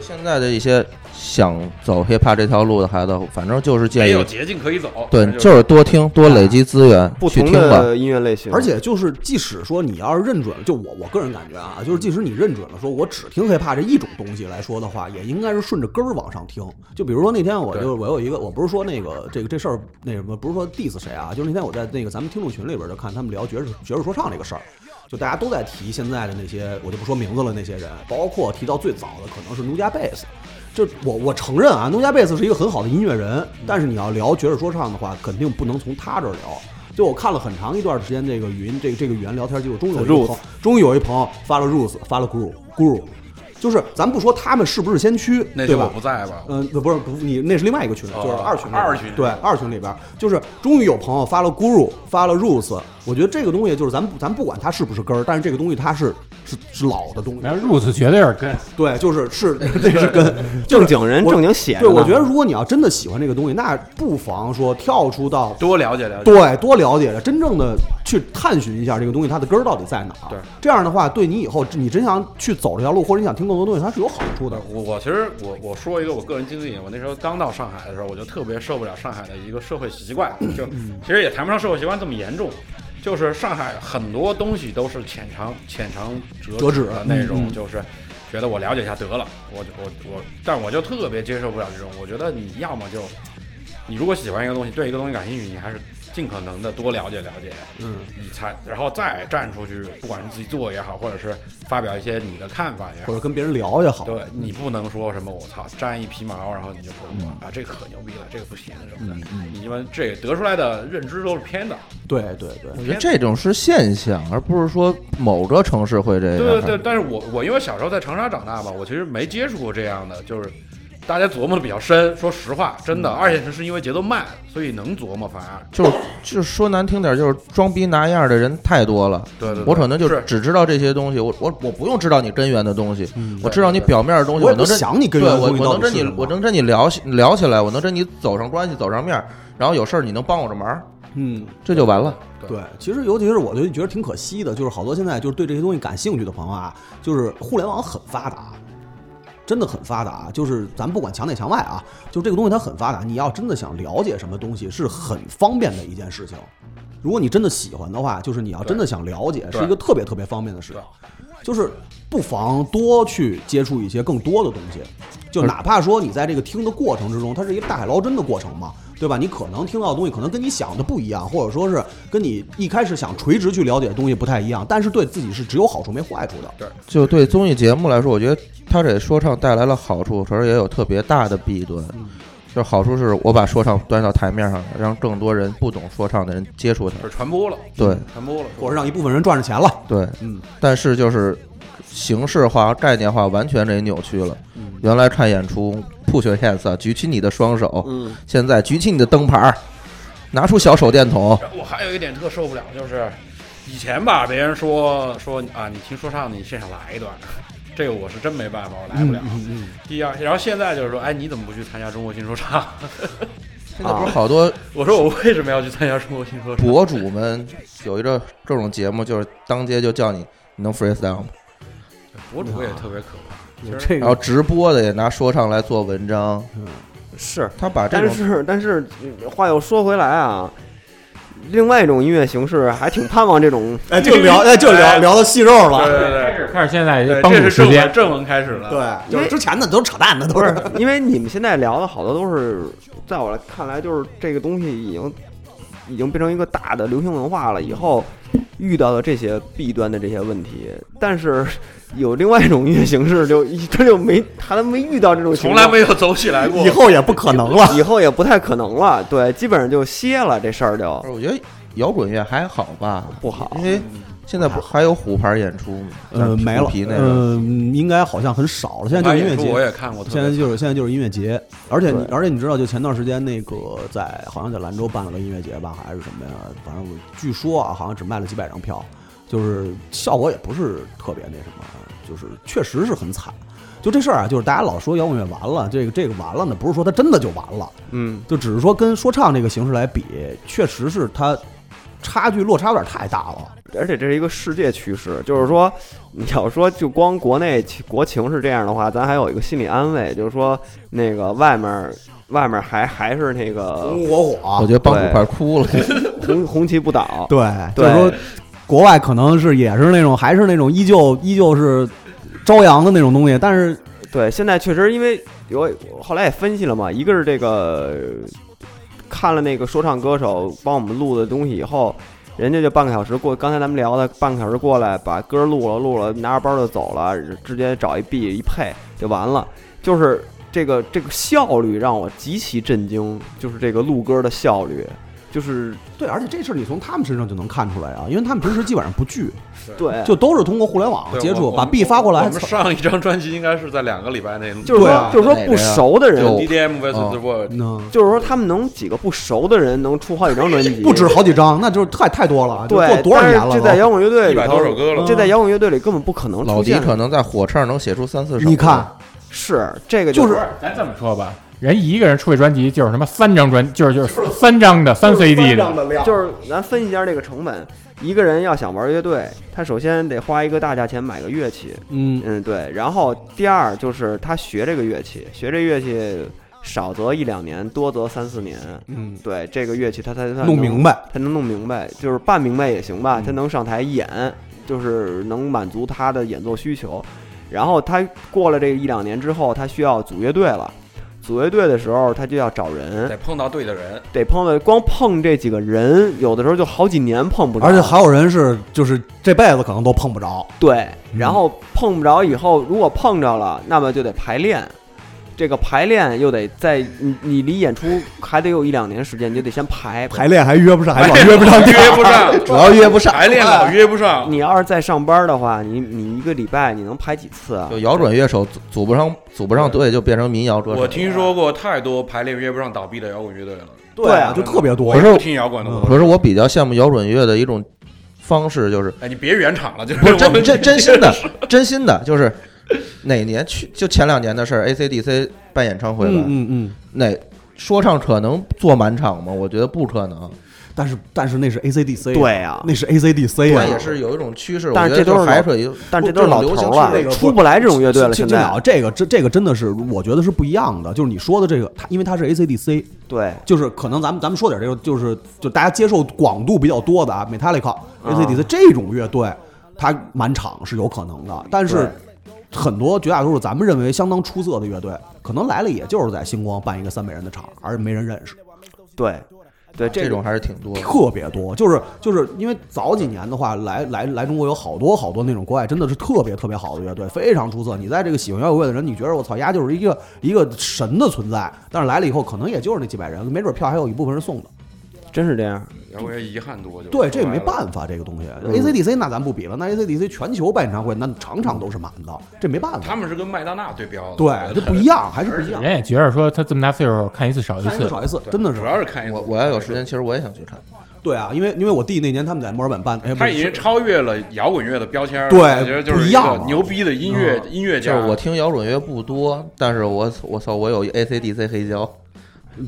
[SPEAKER 7] 现在的一些想走 hip hop 这条路的孩子，反正就是建
[SPEAKER 6] 也有
[SPEAKER 7] 议，
[SPEAKER 6] 捷径可以走。
[SPEAKER 7] 对，
[SPEAKER 6] 那
[SPEAKER 7] 就是是多听多累积资源
[SPEAKER 1] 不
[SPEAKER 7] 去
[SPEAKER 1] 同
[SPEAKER 7] 听吧。
[SPEAKER 1] 的音乐类型，
[SPEAKER 5] 而且就是，即使说你要是认准了，就我我个人感觉啊，就是即使你认准了，说我只听 hiphop 这一种东西来说的话，也应该是顺着根儿往上听。就比如说那天我就我有一个，我不是说那个这个这事儿那什么，不是说 diss 谁啊，就是那天我在那个咱们听众群里边儿就看他们聊爵士爵士说唱这个事儿。就大家都在提现在的那些，我就不说名字了，那些人，包括提到最早的可能是奴家贝斯，就我我承认啊，奴家贝斯是一个很好的音乐人，但是你要聊爵士说唱的话，肯定不能从他这儿聊。就我看了很长一段时间这个语音，这个这个语言聊天记录，终于有一个朋友，终于有一朋友发了 rules，发了 guru guru，就是咱不说他们是不是先驱，
[SPEAKER 6] 那
[SPEAKER 5] 对
[SPEAKER 6] 天
[SPEAKER 5] 吧
[SPEAKER 6] 我？不在吧？
[SPEAKER 5] 嗯，不不是不，你那是另外一个群，
[SPEAKER 6] 哦
[SPEAKER 5] 就是二群里边，
[SPEAKER 6] 二群
[SPEAKER 5] 对二群里边，就是终于有朋友发了 guru，发了 rules，我觉得这个东西就是咱不咱不管它是不是根儿，但是这个东西它是是是老的东西
[SPEAKER 2] 然。后 roots 绝对是跟
[SPEAKER 5] 对，就是
[SPEAKER 1] [LAUGHS]
[SPEAKER 5] 是那是跟
[SPEAKER 1] 正经人
[SPEAKER 5] 我
[SPEAKER 1] 正经写着
[SPEAKER 5] 对，
[SPEAKER 1] 呢。
[SPEAKER 5] 我觉得如果你要真的喜欢这个东西，那不妨说跳出到
[SPEAKER 6] 多了解了解。
[SPEAKER 5] 对多了解了，真正的去探寻一下这个东西它的根儿到底在哪儿。
[SPEAKER 6] 对，
[SPEAKER 5] 这样的话，对你以后你真想去走这条路，或者你想听更多东西，它是有好处的。
[SPEAKER 6] 我我其实我我说一个我个人经历，我那时候刚到上海的时候，我就特别受不了上海的一个社会习惯，就
[SPEAKER 5] 嗯
[SPEAKER 6] 其实也谈不上社会习惯这么严重，就是上海很多东西都是浅尝浅尝
[SPEAKER 5] 折
[SPEAKER 6] 辄
[SPEAKER 5] 纸
[SPEAKER 6] 止的那
[SPEAKER 5] 嗯
[SPEAKER 6] 种，
[SPEAKER 5] 嗯
[SPEAKER 6] 就是觉得我了解一下得了，我我我，但我就特别接受不了这种，我觉得你要么就你如果喜欢一个东西，对一个东西感兴趣，你还是尽可能的多了解了解，
[SPEAKER 5] 嗯，
[SPEAKER 6] 你才然后再站出去，不管是自己做也好，或者是发表一些你的看法也好
[SPEAKER 5] 或。者跟别人聊也好。
[SPEAKER 6] 对你不能说什么我操粘一皮毛，然后你就说
[SPEAKER 5] 嗯
[SPEAKER 6] 我啊这个可牛逼了，这个不行什么的。你们这得出来的认知都是偏的。
[SPEAKER 5] 对对对
[SPEAKER 7] 我觉得这种是现象，而不是说某个城市会这样。
[SPEAKER 6] 对对对，但是我我因为小时候在长沙长大嘛，我其实没接触过这样的，就是大家琢磨的比较深。说实话，真的，
[SPEAKER 5] 嗯
[SPEAKER 6] 二线城市因为节奏慢，所以能琢磨反而。
[SPEAKER 7] 就是就是说难听点，就是装逼拿样的人太多了。
[SPEAKER 6] 对对对
[SPEAKER 7] 我可能就是只知道这些东西，我我我不用知道你根源的东西，
[SPEAKER 5] 嗯
[SPEAKER 7] 我知道你
[SPEAKER 6] 对对
[SPEAKER 7] 表面的东西，
[SPEAKER 5] 我也
[SPEAKER 7] 能
[SPEAKER 5] 不
[SPEAKER 7] 跟
[SPEAKER 5] 想你根源的
[SPEAKER 7] 对我
[SPEAKER 5] 东西
[SPEAKER 7] 我
[SPEAKER 5] 到
[SPEAKER 7] 能
[SPEAKER 5] 底
[SPEAKER 7] 跟
[SPEAKER 5] 是
[SPEAKER 7] 你
[SPEAKER 5] 什么
[SPEAKER 7] 我能跟你聊起聊起来，我能跟你走上关系，走上面儿，然后有事儿你能帮我着忙儿，
[SPEAKER 5] 嗯，
[SPEAKER 7] 这就完了。
[SPEAKER 5] 对，其实尤其是我就觉得挺可惜的，就是好多现在就是对这些东西感兴趣的朋友啊，就是互联网很发达，真的很发达。啊就是咱不管墙内墙外啊，就这个东西它很发达，你要真的想了解什么东西，是很方便的一件事情。如果你真的喜欢的话，就是你要真的想了解，是一个特别特别方便的事情。就是不妨多去接触一些更多的东西，就哪怕说你在这个听的过程之中，它是一个大海捞针的过程嘛，对吧？你可能听到的东西可能跟你想的不一样，或者说是跟你一开始想垂直去了解的东西不太一样，但是对自己是只有好处没坏处的。
[SPEAKER 7] 就对综艺节目来说，我觉得它给说唱带来了好处，可是也有特别大的弊端。
[SPEAKER 5] 嗯
[SPEAKER 7] 就是好处是我把说唱端到台面上了，让更多人不懂说唱的人接触它。
[SPEAKER 6] 就是传播了，
[SPEAKER 7] 对
[SPEAKER 6] 传播了，
[SPEAKER 5] 或者让一部分人赚着钱了，
[SPEAKER 7] 对，
[SPEAKER 5] 嗯，
[SPEAKER 7] 但是就是形式化、概念化完全给扭曲了。
[SPEAKER 1] 嗯
[SPEAKER 7] 原来看演出，put your hands up，举起你的双手，
[SPEAKER 1] 嗯
[SPEAKER 7] 现在举起你的灯牌儿，拿出小手电筒。
[SPEAKER 6] 我还有一点特受不了，就是以前吧，别人说说啊，你听说唱，你现场来一段， [LAUGHS] 这个我是真没办法，我来不了。
[SPEAKER 5] 嗯
[SPEAKER 6] 第二，然后现在就是说，哎，你怎么不去参加中国新说唱？ [LAUGHS]
[SPEAKER 7] 现在不
[SPEAKER 1] 啊
[SPEAKER 7] 是好多
[SPEAKER 6] 我说我为什么要去参加中国新说唱？
[SPEAKER 7] 博主们有一个这种节目，就是当街就叫你，你能 freestyle 吗？
[SPEAKER 6] 博主也特别可怕。其实
[SPEAKER 5] 啊这
[SPEAKER 7] 然后直播的也拿说唱来做文章，
[SPEAKER 1] 是，
[SPEAKER 7] 他把这
[SPEAKER 1] 但
[SPEAKER 7] 种
[SPEAKER 1] 是但是呃话又说回来啊，另外一种音乐形式还挺盼望这种
[SPEAKER 5] 哎，就聊哎
[SPEAKER 1] [LAUGHS]
[SPEAKER 5] 就聊聊到细肉
[SPEAKER 6] 对
[SPEAKER 5] 了，
[SPEAKER 6] 对对
[SPEAKER 2] 开始开始现在
[SPEAKER 6] 对，
[SPEAKER 2] 帮
[SPEAKER 6] 这
[SPEAKER 2] 主
[SPEAKER 6] 是
[SPEAKER 2] 时
[SPEAKER 6] 正
[SPEAKER 2] 间
[SPEAKER 6] 文，正文开始了。
[SPEAKER 5] 对，哎就是之前的都是扯淡的，都
[SPEAKER 1] 不
[SPEAKER 5] 是
[SPEAKER 1] 是，因为你们现在聊的好多都是，在我来看来，就是这个东西已经已经变成一个大的流行文化了。以后遇到的这些弊端的这些问题，但是有另外一种音乐形式就，他就没他没遇到这种情
[SPEAKER 6] 从
[SPEAKER 1] 况，
[SPEAKER 6] 来没有走起来过。
[SPEAKER 5] 以后也不可能了。
[SPEAKER 1] 以后也不太可能了。对，基本上就歇了这事儿就
[SPEAKER 7] 我觉得摇滚乐还好吧，
[SPEAKER 1] 不好
[SPEAKER 6] 嗯
[SPEAKER 7] 因为现在不还有虎牌演出吗？
[SPEAKER 5] 呃，没了，
[SPEAKER 7] 皮那个。
[SPEAKER 5] 呃，应该好像很少了。现在就
[SPEAKER 6] 他
[SPEAKER 5] 是音乐
[SPEAKER 6] 演出
[SPEAKER 5] 节，
[SPEAKER 6] 哎我也看过，特
[SPEAKER 5] 现在
[SPEAKER 6] 别
[SPEAKER 5] 就是现在就是音乐节，而且你
[SPEAKER 1] 对
[SPEAKER 5] 而且你知道，就前段时间那个在好像在兰州办了个音乐节吧，还是什么呀？反正我据说啊，好像只卖了几百张票，就是效果也不是特别那什么，就是确实是很惨。就这事儿啊，就是大家老说摇滚乐完了，这个这个完了呢，不是说它真的就完了，
[SPEAKER 1] 嗯，
[SPEAKER 5] 就只是说跟说唱这个形式来比，确实是它差距落差有点太大了。
[SPEAKER 1] 而且这是一个世界趋势，就是说你要说就光国内情国情是这样的话，咱还有一个心理安慰，就是说那个外面儿外面儿还还是那个
[SPEAKER 5] 红呃火啊
[SPEAKER 7] 我
[SPEAKER 5] 火，
[SPEAKER 7] 觉得帮主快哭了，
[SPEAKER 5] [LAUGHS]
[SPEAKER 1] 红红旗不倒。
[SPEAKER 5] 对，
[SPEAKER 1] 对
[SPEAKER 5] 就是说国外可能是也是那种，还是那种依旧依旧是朝阳的那种东西，但是
[SPEAKER 1] 对，现在确实因为有我后来也分析了嘛，一个是这个看了那个说唱歌手帮我们录的东西以后，人家就半个小时过，刚才咱们聊的半个小时过来，把歌录了录了，拿着包就走了，直接找一 B 一配就完了，就是。这个这个效率让我极其震惊，就是这个录歌的效率，就是
[SPEAKER 5] 对，而且这事儿你从他们身上就能看出来啊，因为他们平时基本上不聚，
[SPEAKER 1] 对，
[SPEAKER 5] 就都是通过互联网
[SPEAKER 6] 对
[SPEAKER 5] 接
[SPEAKER 6] 我
[SPEAKER 5] 触，
[SPEAKER 6] 我
[SPEAKER 5] 把
[SPEAKER 6] 们
[SPEAKER 5] B 发过
[SPEAKER 6] 我
[SPEAKER 5] 来
[SPEAKER 6] 们。上一张专辑应该是在两个礼拜内，
[SPEAKER 1] 就是
[SPEAKER 5] 对
[SPEAKER 1] 说
[SPEAKER 5] 啊
[SPEAKER 1] 就是说
[SPEAKER 7] 哪个
[SPEAKER 1] 不
[SPEAKER 7] 呀
[SPEAKER 1] 熟的人，
[SPEAKER 7] 就
[SPEAKER 6] DDM vs the
[SPEAKER 7] 哦
[SPEAKER 6] World，
[SPEAKER 5] 嗯，
[SPEAKER 1] 就是说他们能几个不熟的人能出好几张专辑，
[SPEAKER 5] 不止好几张，那就是太太多了，就
[SPEAKER 1] 对，
[SPEAKER 5] 做啊多少
[SPEAKER 1] 但是
[SPEAKER 5] 年了
[SPEAKER 1] 这在
[SPEAKER 5] 都？嗯
[SPEAKER 1] 摇滚乐队里
[SPEAKER 6] 100
[SPEAKER 1] 头
[SPEAKER 6] 多首歌了
[SPEAKER 1] 这在摇滚乐队里根本不可能
[SPEAKER 7] 老
[SPEAKER 1] 出
[SPEAKER 7] 迪
[SPEAKER 1] 现的。
[SPEAKER 7] 可能在火车上能写出三四首。
[SPEAKER 5] 你看，
[SPEAKER 1] 是这个
[SPEAKER 5] 就是
[SPEAKER 1] 是
[SPEAKER 2] 咱这么说吧，人一个人出一专辑就是什么三张专，就是就是三张的三 CD 的，
[SPEAKER 1] 就是咱分析一下这个成本，一个人要想玩乐队，他首先得花一个大价钱买个乐器，
[SPEAKER 5] 嗯，
[SPEAKER 1] 嗯对，然后第二就是他学这个乐器，学这乐器少则一两年，多则三四年，
[SPEAKER 5] 嗯，
[SPEAKER 1] 对这个乐器他才算
[SPEAKER 5] 弄
[SPEAKER 1] 能
[SPEAKER 5] 明白。
[SPEAKER 1] 他能弄明白，就是半明白也行吧，
[SPEAKER 5] 嗯
[SPEAKER 1] 他能上台演，就是能满足他的演奏需求。然后他过了这一两年之后，他需要组乐队了。组乐队的时候，他就要找人
[SPEAKER 6] 得，碰到对的人，
[SPEAKER 1] 得碰到光碰这几个人，有的时候就好几年碰不着。
[SPEAKER 5] 而且还有人是就是这辈子可能都碰不着，
[SPEAKER 1] 对，
[SPEAKER 5] 嗯
[SPEAKER 1] 然后碰不着以后，如果碰着了，那么就得排练。这个排练又得在你你离演出还得有一两年时间，你就得先排
[SPEAKER 5] 排练还约不上，还老
[SPEAKER 6] 约
[SPEAKER 5] 约不上地儿，
[SPEAKER 6] [LAUGHS] 约不
[SPEAKER 5] [LAUGHS]
[SPEAKER 6] 上，
[SPEAKER 5] 主要约不上。
[SPEAKER 6] [LAUGHS] 排练老约不上，
[SPEAKER 1] 你要是在上班的话，你你一个礼拜你能排几次啊？
[SPEAKER 7] 就摇滚乐手组组不上组不上队，就变成民谣歌手。
[SPEAKER 6] 我听说过太多排练约不上倒闭的摇滚乐队了，
[SPEAKER 5] 对啊，
[SPEAKER 1] 对
[SPEAKER 5] 就特别多
[SPEAKER 6] 我也。
[SPEAKER 7] 可是
[SPEAKER 6] 不听摇滚的
[SPEAKER 5] 嗯
[SPEAKER 6] 我
[SPEAKER 7] 可是我比较羡慕摇滚乐的一种方式，就是
[SPEAKER 6] 哎，你别圆场了，就是
[SPEAKER 7] 不是
[SPEAKER 6] 我们
[SPEAKER 7] 真真真心的，真心的，就是哪年去就前两年的事儿，AC/DC 办演唱会吧，
[SPEAKER 5] 嗯嗯，
[SPEAKER 7] 哪说唱可能做满场吗？我觉得不可能。
[SPEAKER 5] 但是但是那是 ACDC，
[SPEAKER 1] 对啊
[SPEAKER 5] 那是 ACDC 啊，
[SPEAKER 7] 也是有一种趋势，
[SPEAKER 1] 但是
[SPEAKER 7] 我觉得
[SPEAKER 1] 这都是
[SPEAKER 7] 就海水，
[SPEAKER 1] 但这都是老头儿
[SPEAKER 5] 这
[SPEAKER 1] 了，
[SPEAKER 5] 个
[SPEAKER 1] 出不来这种乐队了。
[SPEAKER 5] 这
[SPEAKER 1] 现
[SPEAKER 5] 这
[SPEAKER 1] 在
[SPEAKER 5] 这这个这这个真的是，我觉得是不一样的。就是你说的这个，它因为它是 ACDC，
[SPEAKER 1] 对
[SPEAKER 5] 就是可能咱们咱们说点这个，就是就大家接受广度比较多的啊，Metallica、
[SPEAKER 1] 嗯
[SPEAKER 5] ACDC 这种乐队，它满场是有可能的，但是。很多绝大多数咱们认为相当出色的乐队，可能来了也就是在星光办一个三百人的场，而没人认识，
[SPEAKER 1] 对对，
[SPEAKER 7] 这
[SPEAKER 1] 这
[SPEAKER 7] 种还是挺多的。
[SPEAKER 5] 特别多。就是就是因为早几年的话，来来来中国有好多好多那种国外真的是特别特别好的乐队，非常出色。你在这个喜欢摇滚乐的人，你觉得我操，丫就是一个一个神的存在，但是来了以后，可能也就是那几百人，没准票还有一部分是送的。
[SPEAKER 1] 真是这样。
[SPEAKER 6] [LAUGHS] 摇滚乐遗憾多，就
[SPEAKER 5] 对，这没
[SPEAKER 6] 法。
[SPEAKER 5] 办法，这个东西。
[SPEAKER 1] 嗯
[SPEAKER 5] ACDC 那咱不比了，那 ACDC 全球办演唱会，那场场都是满的，这没办
[SPEAKER 6] 他
[SPEAKER 5] 法。
[SPEAKER 6] 们是跟麦当娜对标的，
[SPEAKER 5] 对，这不一样，还是不一样
[SPEAKER 2] 人。也觉着说他这么大岁数看一次少一
[SPEAKER 5] 看一次
[SPEAKER 2] 次，
[SPEAKER 5] 少一次，
[SPEAKER 6] 对，
[SPEAKER 5] 真的是
[SPEAKER 6] 主。要是看一次
[SPEAKER 7] 我我要有时间，其实我也想去看。
[SPEAKER 5] 对啊，因为因为我弟那年他们在墨尔本办，哎，不
[SPEAKER 6] 他
[SPEAKER 5] 是
[SPEAKER 6] 已经超越了摇滚乐的标签儿了，
[SPEAKER 5] 对
[SPEAKER 6] 我觉得就
[SPEAKER 5] 不
[SPEAKER 6] 是
[SPEAKER 5] 一
[SPEAKER 6] 一个
[SPEAKER 5] 样了嗯
[SPEAKER 6] 牛逼的音乐音乐
[SPEAKER 7] 就
[SPEAKER 6] 家。
[SPEAKER 7] 是我听摇滚乐不多，但是我我操，我有 AC/DC 黑胶，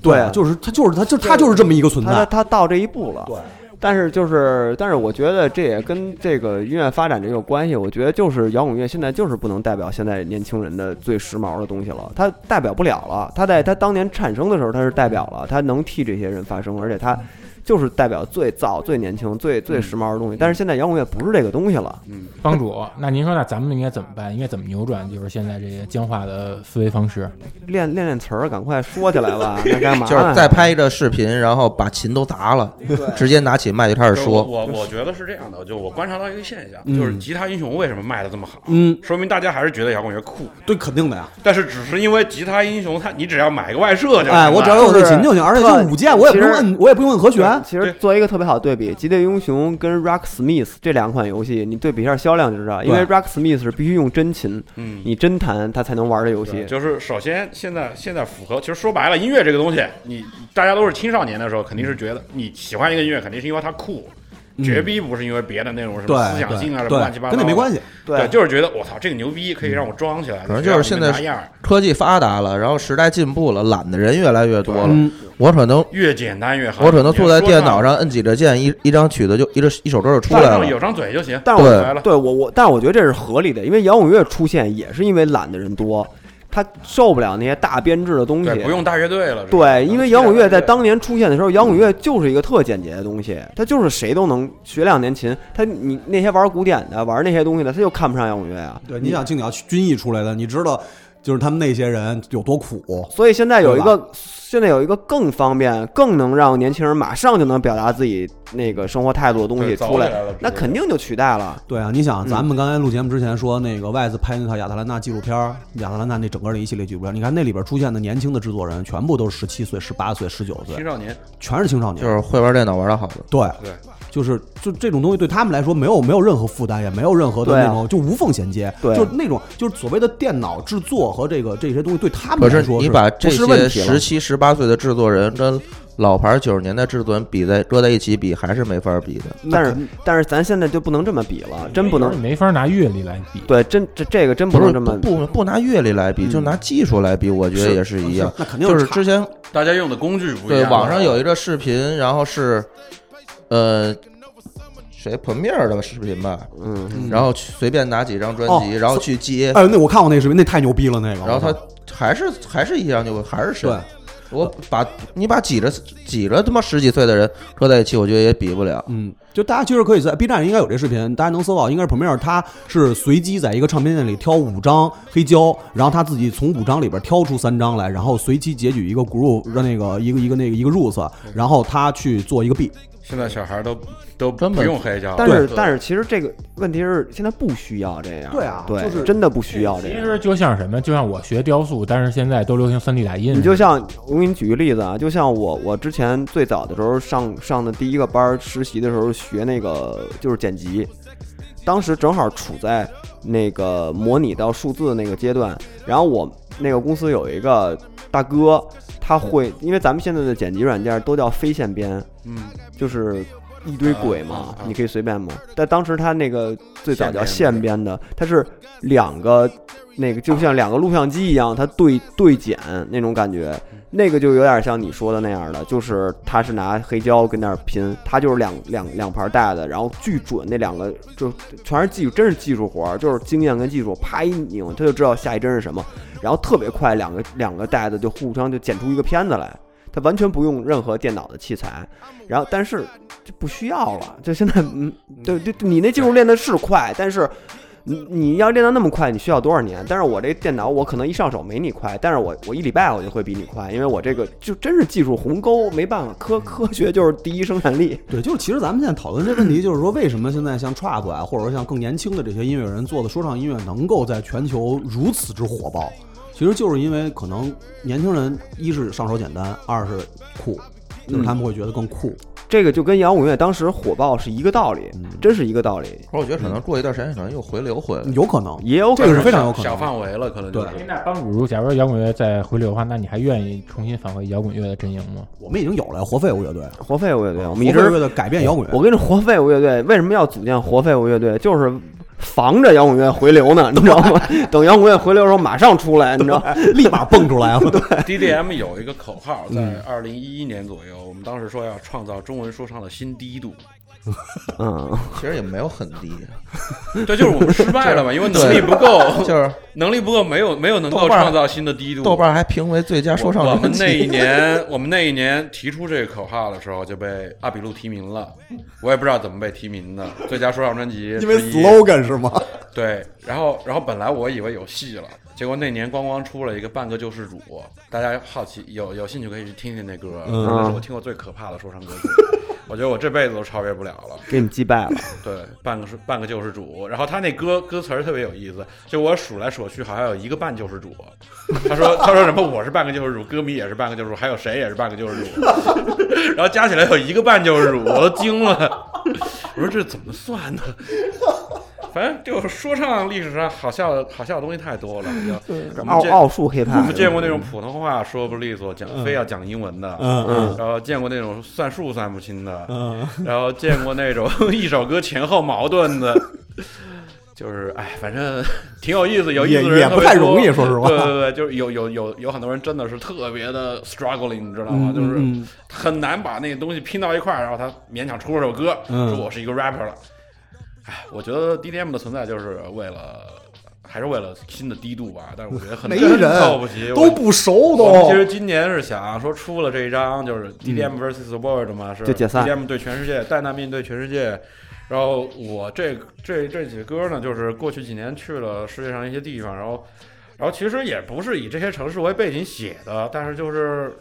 [SPEAKER 5] 对，就是他就是他就他就是这么一个存
[SPEAKER 1] 他他
[SPEAKER 5] 在。
[SPEAKER 1] 他到这一步了，
[SPEAKER 5] 对。
[SPEAKER 1] 但是就是，但是我觉得这也跟这个音乐发展这个关系。我觉得就是摇滚乐现在就是不能代表现在年轻人的最时髦的东西了，它代表不了了。它在它当年产生的时候，它是代表了，它能替这些人发声，而且它就是代表最早、最年轻、最最时髦的东西。但是现在摇滚乐不是这个东西了，
[SPEAKER 2] 帮主，那您说那咱们应该怎么办？应该怎么扭转？就是现在这些僵化的思维方式，
[SPEAKER 1] 练练练词儿，赶快说起来吧，
[SPEAKER 7] [LAUGHS]
[SPEAKER 1] 那干
[SPEAKER 5] 啊
[SPEAKER 1] 嘛
[SPEAKER 7] 就
[SPEAKER 1] 呢
[SPEAKER 7] 是再拍一个视频，然后把琴都砸了，直接拿起麦就开始
[SPEAKER 6] 就是我
[SPEAKER 7] 说。
[SPEAKER 6] 我我觉得是这样的，就我观察到一个现象，
[SPEAKER 5] 嗯
[SPEAKER 6] 就是吉他英雄为什么卖的这么好，
[SPEAKER 5] 嗯，
[SPEAKER 6] 说明大家还是觉得摇滚乐酷，
[SPEAKER 5] 对，肯定的呀。
[SPEAKER 6] 但是只是因为吉他英雄他你只要买个外设就行了
[SPEAKER 5] 哎，我只要有对琴就行，而且
[SPEAKER 1] 就是
[SPEAKER 5] 就五键，我也不用
[SPEAKER 1] 其实
[SPEAKER 5] 摁，我也不用摁和弦。
[SPEAKER 1] 其实做一个特别好的对比，《极地英雄》跟《Rock Smith》这两款游戏，你对比一下销量就知道，因为《
[SPEAKER 5] 对
[SPEAKER 1] Rock Smith》是必须用真琴，
[SPEAKER 6] 嗯。
[SPEAKER 1] 你真弹它才能玩的游戏。
[SPEAKER 6] 就是首先，现在现在符合，其实说白了，音乐这个东西，你大家都是青少年的时候，肯定是觉得你喜欢一个音乐，肯定是因为它酷，绝逼不是因为别的那种什
[SPEAKER 5] 对
[SPEAKER 6] 么思想性啊
[SPEAKER 5] 对
[SPEAKER 6] 什么乱七
[SPEAKER 5] 对，
[SPEAKER 6] 八
[SPEAKER 5] 跟
[SPEAKER 6] 糟，
[SPEAKER 5] 那没关。系。
[SPEAKER 6] 对，就是觉得我操，这个牛逼，可以让我装起来。
[SPEAKER 7] 反正就是现在
[SPEAKER 6] 只要你们拿样儿
[SPEAKER 7] 科技发达了，然后时代进步了，懒的人越来越多了。
[SPEAKER 5] 嗯，
[SPEAKER 7] 我可能
[SPEAKER 6] 越简单越好。
[SPEAKER 7] 我只能坐在电脑
[SPEAKER 6] 上，
[SPEAKER 7] 上摁几个键，一一张曲子就一个一首歌就出
[SPEAKER 6] 反
[SPEAKER 7] 来
[SPEAKER 6] 正
[SPEAKER 7] 了。
[SPEAKER 6] 有张嘴就行。
[SPEAKER 1] 但
[SPEAKER 7] 对
[SPEAKER 6] 来
[SPEAKER 1] 我
[SPEAKER 6] 了
[SPEAKER 1] 对我我，但我觉得这是合理的，因为摇滚乐出现也是因为懒的人多，他受不了那些大编制的东西
[SPEAKER 6] 对，。不用大乐队了。
[SPEAKER 1] 对，因为摇滚乐在当年出现的时候，摇
[SPEAKER 5] 嗯
[SPEAKER 1] 滚乐就是一个特简洁的东西，它就是谁都能学两年琴。他你那些玩古典的、玩那些东西的，他就看不上摇滚乐啊。
[SPEAKER 5] 对，你想，静鸟军艺出来的，你知道就是他们那些人有多苦。
[SPEAKER 1] 所以现在有一
[SPEAKER 5] 对
[SPEAKER 1] 个，现在有一个更方便、更能让年轻人马上就能表达自己那个生活态度的东西
[SPEAKER 6] 对早
[SPEAKER 1] 出来
[SPEAKER 6] 起来了直接，
[SPEAKER 1] 那肯定就取代了。
[SPEAKER 5] 对啊，你想，
[SPEAKER 1] 嗯
[SPEAKER 5] 咱们刚才录节目之前说，那个外子拍那套亚特兰大纪录片儿，亚特兰大那整个的一系列纪录片儿，你看那里边出现的年轻的制作人，全部都是十七岁、十八岁、十九
[SPEAKER 6] 青
[SPEAKER 5] 岁，
[SPEAKER 6] 少年，
[SPEAKER 5] 全是青少
[SPEAKER 7] 就
[SPEAKER 5] 年。
[SPEAKER 7] 是会玩电脑玩的好的，
[SPEAKER 5] 对，
[SPEAKER 6] 对，
[SPEAKER 5] 就是就这种东西对他们来说没有没有任何负担，也没有任何的
[SPEAKER 1] 对啊
[SPEAKER 5] 那种、就无缝衔接，
[SPEAKER 1] 对啊
[SPEAKER 5] 就那种就是所谓的电脑制作和这个这些东西对他
[SPEAKER 7] 可
[SPEAKER 5] 们来
[SPEAKER 7] 是
[SPEAKER 5] 说
[SPEAKER 7] 你把
[SPEAKER 5] 不
[SPEAKER 7] 这
[SPEAKER 5] 是问
[SPEAKER 7] 些
[SPEAKER 5] 题
[SPEAKER 7] 十
[SPEAKER 5] 了。
[SPEAKER 7] 七、十八岁的制作人跟老牌九十年代制作人比在搁在一起比，还是没法比的。
[SPEAKER 5] 那
[SPEAKER 1] 但是
[SPEAKER 5] 肯
[SPEAKER 1] 但是咱现在就不能这么比
[SPEAKER 6] 嗯
[SPEAKER 1] 了，真不能。
[SPEAKER 2] 没法拿阅历来比。
[SPEAKER 1] 对，真这这个真不
[SPEAKER 7] 不
[SPEAKER 1] 能
[SPEAKER 7] 是
[SPEAKER 1] 这么嗯
[SPEAKER 7] 不。不不拿阅历来比，就拿技术来比，我觉得也是一样。
[SPEAKER 5] 那肯定
[SPEAKER 7] 就是
[SPEAKER 5] 差
[SPEAKER 7] 之前
[SPEAKER 6] 大家用的工具不一
[SPEAKER 7] 对
[SPEAKER 6] 样。啊
[SPEAKER 7] 网上有一个视频，然后是呃谁 Premiere 的视频吧，
[SPEAKER 1] 嗯，
[SPEAKER 7] 然后去随便拿几张专辑，
[SPEAKER 5] 哦
[SPEAKER 7] 然后去接，
[SPEAKER 5] 哎，那我看过那个视频，那太牛逼了，那个。
[SPEAKER 7] 然后
[SPEAKER 5] 我
[SPEAKER 7] 他
[SPEAKER 5] 操
[SPEAKER 7] 还是还是一样就还是神
[SPEAKER 5] 对。
[SPEAKER 7] 我把你把挤着挤着他妈十几岁的人搁在一起，我觉得也比不了。
[SPEAKER 5] 嗯，就大家其实可以在 B 站上应该有这视频，大家能搜到，应该是 Premiere，他是随机在一个唱片店里挑五张黑胶，然后他自己从五张里边挑出三张来，然后随机截取一个 groove，让那个一个一个那个一个 roots，然后他去做一个 B，
[SPEAKER 6] 现在小孩都都不
[SPEAKER 7] 根本
[SPEAKER 6] 用黑胶，
[SPEAKER 1] 但是
[SPEAKER 6] 对
[SPEAKER 1] 但是其实这个问题是现在不需要这样。
[SPEAKER 5] 对啊
[SPEAKER 1] 对，
[SPEAKER 5] 就是
[SPEAKER 1] 真的不需要这
[SPEAKER 2] 其
[SPEAKER 1] 样。
[SPEAKER 2] 实就像什么，就像我学雕塑，但是现在都流行三 D 打印。
[SPEAKER 1] 你就像我给你举个例子啊，就像我我之前最早的时候上上的第一个班儿实习的时候学那个就是剪辑，当时正好处在那个模拟到数字的那个阶段，然后我那个公司有一个大哥，他会因为咱们现在的剪辑软件都叫非线编，
[SPEAKER 6] 嗯，
[SPEAKER 1] 就是。一堆轨嘛
[SPEAKER 6] 啊啊啊，
[SPEAKER 1] 你可以随便嘛。但当时他那个最早叫
[SPEAKER 6] 线
[SPEAKER 1] 线编的，它是两个那个就像两个录像机一样，它对对剪那种感觉，那个就有点像你说的那样的，就是他是拿黑胶跟那儿拼，他就是两两两盘带的，然后巨准，那两个就全是技术，真是技术活儿，就是经验跟技术，啪一拧他就知道下一帧是什么，然后特别快，两个两个带的就互相就剪出一个片子来。他完全不用任何电脑的器材，然后但是就不需要了。就现在，嗯，对对，你那技术练的是快，但是你你要练到那么快，你需要多少年？但是我这电脑我可能一上手没你快，但是我我一礼拜我就会比你快，因为我这个就真是技术鸿沟，没办法，科科学就是第一生产力。
[SPEAKER 5] 对，就是其实咱们现在讨论这问题，就是说为什么现在像 trap 啊，或者说像更年轻的这些音乐人做的说唱音乐能够在全球如此之火爆，其实就是因为可能年轻人一是上手简单，二是酷，就是他们会觉得更酷。
[SPEAKER 1] 这个就跟摇滚乐当时火爆是一个道理，真是一个道理，
[SPEAKER 7] 而我觉得可能
[SPEAKER 1] 嗯
[SPEAKER 7] 过一段时间可能又回流回来。
[SPEAKER 5] 有可能，
[SPEAKER 1] 也有可
[SPEAKER 5] 这个
[SPEAKER 1] 能
[SPEAKER 5] 是非常有可
[SPEAKER 6] 小
[SPEAKER 5] 能。
[SPEAKER 6] 范围了，可能就是
[SPEAKER 5] 对
[SPEAKER 2] 那帮主，如果假如摇滚乐再回流的话，那你还愿意重新返回摇滚乐的阵营吗？
[SPEAKER 5] 我们已经有了活废物乐队，
[SPEAKER 1] 活废物乐队，我们一
[SPEAKER 5] 活废物
[SPEAKER 1] 直
[SPEAKER 5] 乐队改变摇滚乐。
[SPEAKER 1] 我跟你说，活废物乐队为什么要组建活废物乐队，就是防着摇滚乐回流呢，你知道吗？ [LAUGHS] 等摇滚乐回流的时候马上出来，你知道吗？
[SPEAKER 5] 立马蹦出来了，
[SPEAKER 6] DDM 有一个口号，
[SPEAKER 7] 嗯
[SPEAKER 6] 在二零一一年左右，我们当时说要创造中文说唱的新低度，
[SPEAKER 1] [LAUGHS] 嗯，
[SPEAKER 7] 其实也没有很低，
[SPEAKER 6] 这就是我们失败了嘛，因为能力不
[SPEAKER 1] 哦
[SPEAKER 7] [LAUGHS]
[SPEAKER 6] 够，
[SPEAKER 7] 就是
[SPEAKER 6] 能力不够，没有没有能够
[SPEAKER 7] 豆瓣儿
[SPEAKER 6] 创造新的低度。
[SPEAKER 7] 豆瓣还评为最佳说唱
[SPEAKER 6] 我我
[SPEAKER 7] 专
[SPEAKER 6] 们那一
[SPEAKER 7] 辑。 [LAUGHS]
[SPEAKER 6] 年， [LAUGHS] 我们那一年提出这个口号的时候就被阿比路提名了，我也不知道怎么被提名的最佳说唱专辑之一，
[SPEAKER 5] 因为 slogan 是吗？
[SPEAKER 6] 对，然后然后本来我以为有戏了，结果那年光光出了一个《半个救世主》，大家好奇有有兴趣可以去听听那歌，
[SPEAKER 5] 嗯
[SPEAKER 6] 那是我听过最可怕的说唱歌曲，我觉得我这辈子都超越不了了。
[SPEAKER 1] 给你们击败了。
[SPEAKER 6] 对，半个是半个救世主，然后他那歌歌词儿特别有意思，就我数来数去好像有一个半救世主，他说他说什么我是半个救世主，歌迷也是半个救世主，还有谁也是半个救世主， [LAUGHS] 然后加起来有一个半救世主，我都惊了，我说这怎么算呢？反正就是说唱历史上好笑的好笑的东西太多了，就
[SPEAKER 1] 奥奥数黑
[SPEAKER 6] 我
[SPEAKER 1] 怕
[SPEAKER 6] 们见过那种普通话说不利索，讲非要讲英文的，
[SPEAKER 5] 嗯嗯
[SPEAKER 6] 然后见过那种算数算不清的，
[SPEAKER 5] 嗯，
[SPEAKER 6] 然后见过那种 [LAUGHS] 一首歌前后矛盾的，就是哎，反正挺有意思，有意思的
[SPEAKER 5] 也
[SPEAKER 6] 人
[SPEAKER 5] 也
[SPEAKER 6] 特别
[SPEAKER 5] 不太
[SPEAKER 6] 多
[SPEAKER 5] 容易说实话
[SPEAKER 6] 对对对，就是有有有有很多人真的是特别的 struggling，你知道吗？
[SPEAKER 5] 嗯
[SPEAKER 6] 就是
[SPEAKER 5] 嗯
[SPEAKER 6] 很难把那个东西拼到一块儿，然后他勉强出了首歌，
[SPEAKER 5] 嗯
[SPEAKER 6] 说我是一个 rapper 了。哎，我觉得 DDM 的存在就是为了。还是为了新的低度吧，但是我觉得很
[SPEAKER 5] 没
[SPEAKER 6] 真
[SPEAKER 5] 人
[SPEAKER 6] 凑不齐，
[SPEAKER 5] 都不熟
[SPEAKER 6] 我们
[SPEAKER 5] 都
[SPEAKER 6] 其。实今年是想说出了这一张就是 DDM vs the World 嘛，是
[SPEAKER 1] 嗯就解散
[SPEAKER 6] DDM 对全世界，戴娜面对全世界。然后我这这这几个歌呢，就是过去几年去了世界上一些地方，然后然后其实也不是以这些城市为背景写的，但是就是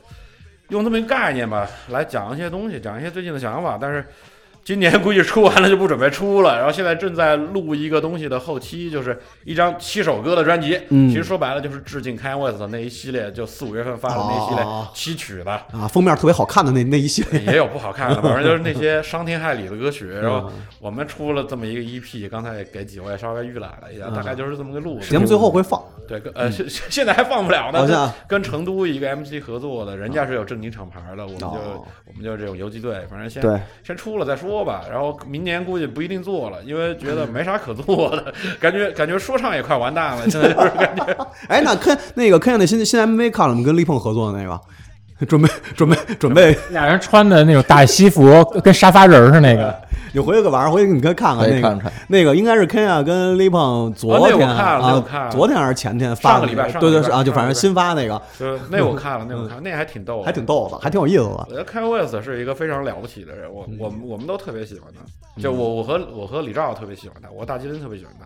[SPEAKER 6] 用这么一个概念吧，来讲一些东西，讲一些最近的想法。但是 [LAUGHS] 今年估计出完了就不准备出了，然后现在正在录一个东西的后期，就是一张七首歌的专辑。
[SPEAKER 5] 嗯
[SPEAKER 6] 其实说白了就是致敬 Kanye West 的那一系列，就四五月份发的那一系列
[SPEAKER 5] 哦
[SPEAKER 6] 七曲吧。
[SPEAKER 5] [LAUGHS]
[SPEAKER 6] [LAUGHS]
[SPEAKER 5] 啊，封面特别好看的那那一系列，
[SPEAKER 6] 也有不好看
[SPEAKER 5] [LAUGHS]
[SPEAKER 6] 的，反正就是那些伤天害理的歌曲。然后我们出了这么一个 EP，刚才也给几位稍微预览了一下，
[SPEAKER 5] 嗯
[SPEAKER 6] 大概就是这么个路子。
[SPEAKER 5] 节目最后会放，
[SPEAKER 6] 对，跟呃，现 [LAUGHS] 现在还放不了呢。
[SPEAKER 5] 嗯好像
[SPEAKER 6] 跟成都一个 MC 合作的，人家是有正经厂牌的，我们就、
[SPEAKER 5] 哦
[SPEAKER 6] 我们就这种游击队，反正先
[SPEAKER 1] 对，
[SPEAKER 6] 先出了再说吧。然后明年估计不一定做了，因为觉得
[SPEAKER 5] 嗯
[SPEAKER 6] 没啥可做的，感觉感觉说唱也快完蛋了，现在就是 [LAUGHS] 感觉
[SPEAKER 5] 哎，那看那个 Ken 的新新 MV 看了吗？跟力鹏合作的那个，准备准备准备，
[SPEAKER 2] 俩人穿的那种大西服，跟沙发人儿似的那个。
[SPEAKER 5] 你回去个晚上回去你可以看看
[SPEAKER 7] 可
[SPEAKER 5] 那
[SPEAKER 7] 以看
[SPEAKER 5] 个
[SPEAKER 7] 看。
[SPEAKER 5] 那个应该是 Ken 啊跟力鹏昨天
[SPEAKER 6] 啊那我看了那我看
[SPEAKER 5] 啊，
[SPEAKER 6] 了
[SPEAKER 5] 昨天还是前天发
[SPEAKER 6] 上
[SPEAKER 5] 的那
[SPEAKER 6] 个礼
[SPEAKER 5] 个，
[SPEAKER 6] 拜上个
[SPEAKER 5] 对对
[SPEAKER 6] 礼拜
[SPEAKER 5] 是啊，就
[SPEAKER 6] 上个
[SPEAKER 5] 反正
[SPEAKER 6] 礼拜哦
[SPEAKER 5] 新发那个
[SPEAKER 6] 就是那我看了，那我看了，那还挺逗的，
[SPEAKER 5] 嗯还挺逗的，还挺有意思的。
[SPEAKER 6] 我觉得 Kanye West 是一个非常了不起的人，我
[SPEAKER 5] 嗯
[SPEAKER 6] 我们我们都特别喜欢他，就我我和我和李兆特别喜欢他，我和大吉林特别喜欢他，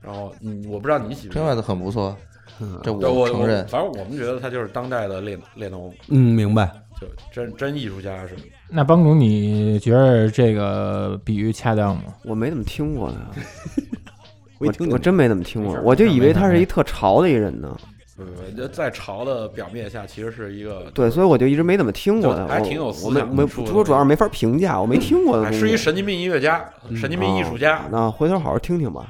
[SPEAKER 6] 然后嗯，我不知道你喜不喜
[SPEAKER 7] 另
[SPEAKER 6] 欢
[SPEAKER 7] 外的很不错，这
[SPEAKER 6] 嗯对我
[SPEAKER 7] 我承认。
[SPEAKER 6] 反正我们觉得他就是当代的列列侬，
[SPEAKER 5] 嗯，明白。
[SPEAKER 6] 就真真艺术家是。
[SPEAKER 2] 那帮主，你觉得这个比喻恰当吗？
[SPEAKER 1] 我没怎么听过呀，
[SPEAKER 5] 我一听
[SPEAKER 1] 我
[SPEAKER 5] 就
[SPEAKER 1] 真没怎么听过
[SPEAKER 2] 没事，儿
[SPEAKER 1] 我就以为他是
[SPEAKER 2] 没事
[SPEAKER 1] 一特潮的一人呢，
[SPEAKER 6] 不不不在潮的表面下，其实是一个
[SPEAKER 1] 对，所以我就一直没怎么听过他。
[SPEAKER 6] 就还
[SPEAKER 1] 我
[SPEAKER 6] 挺有
[SPEAKER 1] 我
[SPEAKER 6] 思
[SPEAKER 1] 没
[SPEAKER 6] 想
[SPEAKER 1] 没，
[SPEAKER 6] 之处的
[SPEAKER 1] 主主要是没法评价，我没听过的
[SPEAKER 6] 哎
[SPEAKER 1] 东西。
[SPEAKER 6] 是一神经病音乐家、神经病艺术家
[SPEAKER 1] 哦。那回头好好听听吧，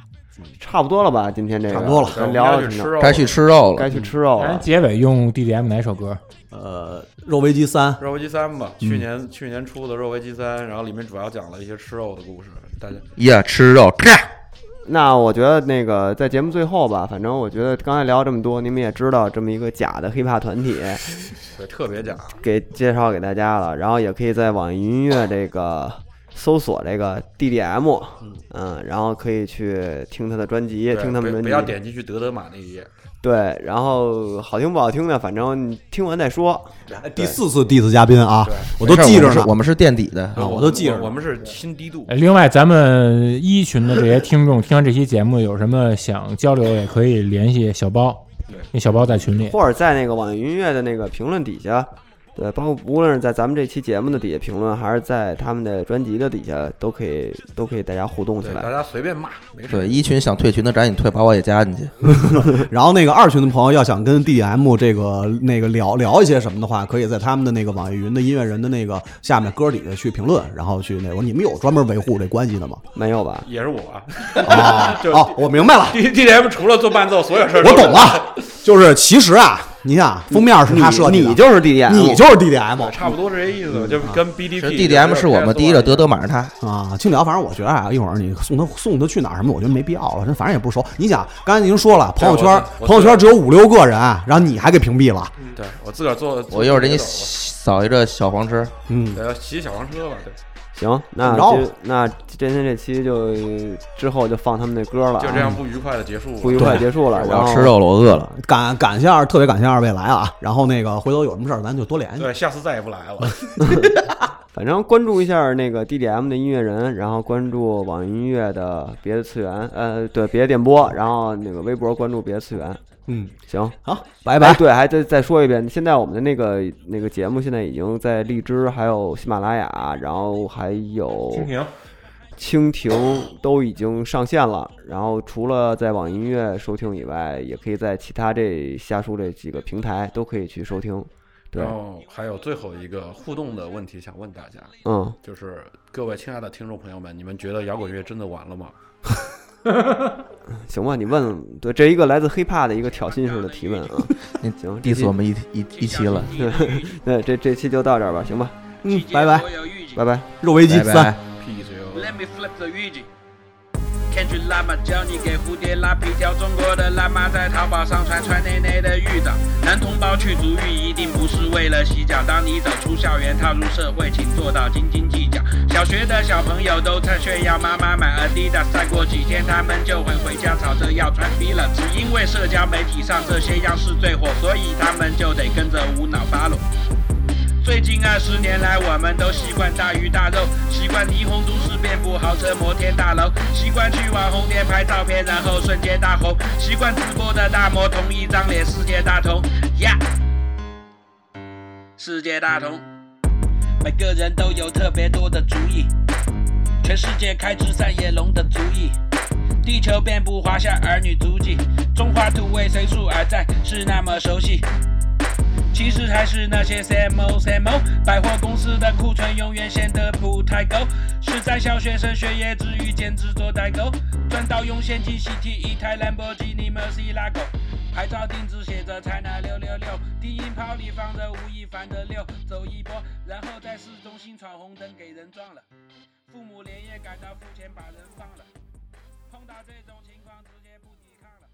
[SPEAKER 1] 差不多了吧？今天这个
[SPEAKER 5] 差不多了
[SPEAKER 6] 对
[SPEAKER 1] 咱聊
[SPEAKER 6] 我
[SPEAKER 1] 了
[SPEAKER 6] 们该去
[SPEAKER 1] 挺
[SPEAKER 6] 吃
[SPEAKER 1] 久，
[SPEAKER 6] 肉了，嗯
[SPEAKER 1] 该
[SPEAKER 7] 该去吃肉了，
[SPEAKER 1] 去吃肉
[SPEAKER 2] 咱
[SPEAKER 1] 了。
[SPEAKER 2] 结尾用 DDM 哪首歌？
[SPEAKER 5] 呃，肉危机三，
[SPEAKER 6] 肉危机三吧。去年去年出的肉危机三，然后里面主要讲了一些吃肉的故事，大家
[SPEAKER 7] 呀，吃肉，咔
[SPEAKER 1] 那我觉得那个在节目最后吧，反正我觉得刚才聊了这么多，你们也知道这么一个假的 hiphop 团体，
[SPEAKER 6] 对特别讲。
[SPEAKER 1] 给介绍给大家了，然后也可以在网易云音乐这
[SPEAKER 6] [LAUGHS]
[SPEAKER 1] 个搜索这个 DDM，嗯，然后可以去听他的专辑，
[SPEAKER 6] 对
[SPEAKER 1] 听他们
[SPEAKER 6] 不
[SPEAKER 1] 专
[SPEAKER 6] 不要
[SPEAKER 1] 辑，
[SPEAKER 6] 点进去德德玛那一页。
[SPEAKER 1] 对，然后好听不好听的，反正你听完再
[SPEAKER 6] [LAUGHS]
[SPEAKER 1] 说。
[SPEAKER 5] 第四次 diss 嘉宾啊
[SPEAKER 6] 对，
[SPEAKER 5] 我都
[SPEAKER 7] 没事
[SPEAKER 5] 记着
[SPEAKER 7] 我们
[SPEAKER 5] 呢
[SPEAKER 7] 是我。们是垫底的，
[SPEAKER 5] 啊我都记着呢
[SPEAKER 6] 我们是新低度
[SPEAKER 2] 呃，另外，咱们一群的这些听众听完这期节目有什么想交流，也可以联系小包
[SPEAKER 6] 对，
[SPEAKER 2] 那小包在群里。
[SPEAKER 1] 或者在那个网易云音乐的那个评论底下，对，包括无论是在咱们这期节目的底下评论，还是在他们的专辑的底下，都可以都可以大家互动起
[SPEAKER 6] 对，大
[SPEAKER 1] 来。
[SPEAKER 6] 家随便骂，没事。
[SPEAKER 7] 对，一群想退群的赶紧退，把我也加进去。
[SPEAKER 5] 然后那个二群的朋友要想跟 DM 这个那个聊聊一些什么的话，可以在他们的那个网易云的音乐人的那个下面歌底下去评论，然后去那个你们有专门维护这关系的吗？
[SPEAKER 1] 没有吧？
[SPEAKER 6] 也是我啊。
[SPEAKER 5] 啊，
[SPEAKER 6] [LAUGHS] 就
[SPEAKER 5] 哦，我明白了，
[SPEAKER 6] D D M 除了做伴奏，所 [LAUGHS] 有事儿
[SPEAKER 5] 我
[SPEAKER 6] 都
[SPEAKER 5] 懂。了，就是其实啊，你想封面是他设计
[SPEAKER 1] 你
[SPEAKER 5] 的，
[SPEAKER 1] 你就是 DDM，
[SPEAKER 5] 你就是 DDM
[SPEAKER 6] 差不多是这意思，就跟 B D
[SPEAKER 7] 其实
[SPEAKER 6] P
[SPEAKER 7] DDM 是我们第一的，德德玛是他。
[SPEAKER 5] 啊，青聊，反正我觉得啊，一会儿你送他送他去哪儿什么的，我觉得没必要了，反正也不熟。你想，刚才您说了，朋友圈
[SPEAKER 6] 对我
[SPEAKER 5] 朋友圈只有五六个人，然后你还给屏蔽了，
[SPEAKER 6] 嗯对我自个儿做。
[SPEAKER 7] 我一会儿给你
[SPEAKER 6] 自
[SPEAKER 7] 扫一个小黄车，
[SPEAKER 5] 嗯
[SPEAKER 6] 己，做的呃，骑小黄车吧，对，
[SPEAKER 1] 行，那
[SPEAKER 5] 怎么着
[SPEAKER 1] 就那今天这期就之后就放他们那歌了啊，
[SPEAKER 6] 就这样不愉快的结束了。
[SPEAKER 1] 不愉快
[SPEAKER 5] 对
[SPEAKER 1] 结束了。
[SPEAKER 7] 我
[SPEAKER 1] 然
[SPEAKER 7] 要
[SPEAKER 1] 后
[SPEAKER 7] 吃肉了，我饿了。
[SPEAKER 5] 嗯感感谢二，特别感谢二位来啊。然后那个回头有什么事儿咱就多联系。
[SPEAKER 6] 对，下次再也不来
[SPEAKER 7] [LAUGHS]
[SPEAKER 6] 了。
[SPEAKER 1] 反正关注一下那个 DDM 的音乐人，然后关注网易音乐的别的次元，呃，对，别的电波，然后那个微博关注别的次元。
[SPEAKER 5] 嗯，
[SPEAKER 1] 行，
[SPEAKER 5] 好，拜
[SPEAKER 1] 拜
[SPEAKER 5] 拜。
[SPEAKER 1] 对，还再再说一遍，现在我们的那个那个节目现在已经在荔枝、还有喜马拉雅，然后还有蜻
[SPEAKER 2] 停。
[SPEAKER 1] 蜓都已经上线了。然后除了在网易音乐收听以外，也可以在其他这下述这几个平台都可以去收听。对
[SPEAKER 6] 然，
[SPEAKER 7] 哦
[SPEAKER 6] 后还有最后一个互动的问题想问大家，
[SPEAKER 1] 嗯，
[SPEAKER 6] 就是各位亲爱的听众朋友们，你们觉得摇滚乐真的完了吗？
[SPEAKER 1] 行吧，你问对这一个来自 hiphop 的一个挑衅式的提问啊，
[SPEAKER 7] 你
[SPEAKER 1] 行，这
[SPEAKER 7] diss
[SPEAKER 1] 期
[SPEAKER 7] 我们一一一期 [LAUGHS] 了，
[SPEAKER 1] 对这这期就到这儿吧，行吧，
[SPEAKER 5] 嗯，拜拜。
[SPEAKER 1] 拜拜。
[SPEAKER 5] 肉危机
[SPEAKER 7] 拜
[SPEAKER 5] 三
[SPEAKER 7] 拜。。
[SPEAKER 6] 闭嘴哦！
[SPEAKER 9] Let me flip the 预警。天去辣妈教你给蝴蝶拉皮条，中国的辣妈在淘宝上穿穿内内的浴澡。男同胞去足浴一定不是为了洗脚，当你走出校园踏入社会，请做到斤斤计较。小学的小朋友都在炫耀妈妈买 Adidas，再过几天他们就会回家吵着要穿 B 了，只因为社交媒体上这些样式最火，所以他们就得跟着无脑发 o
[SPEAKER 4] 最近二十年来，我们都习惯大鱼大肉，习惯霓虹都市遍布豪车摩天大楼，习惯去网红店拍照片，然后瞬间大红，习惯直播的大魔同一张脸，世界大同呀世界大同。每个人都有特别多的主意，全世界开枝散叶龙的足矣。地球遍布华夏儿女足迹，中华土味随处而在，是那么熟悉。其实还是那些 same old same old，百货公司的库存永远显得不太够，是在小学生学业之余兼职做代购，赚到用现金喜提一台兰博基尼 Murcielago，牌照定制写着才拿六六六，低音炮里放着吴亦凡的六，走一波，然后在市中心闯红灯给人撞了，父母连夜赶到付钱把人放了，碰到这种情况直接不抵抗了。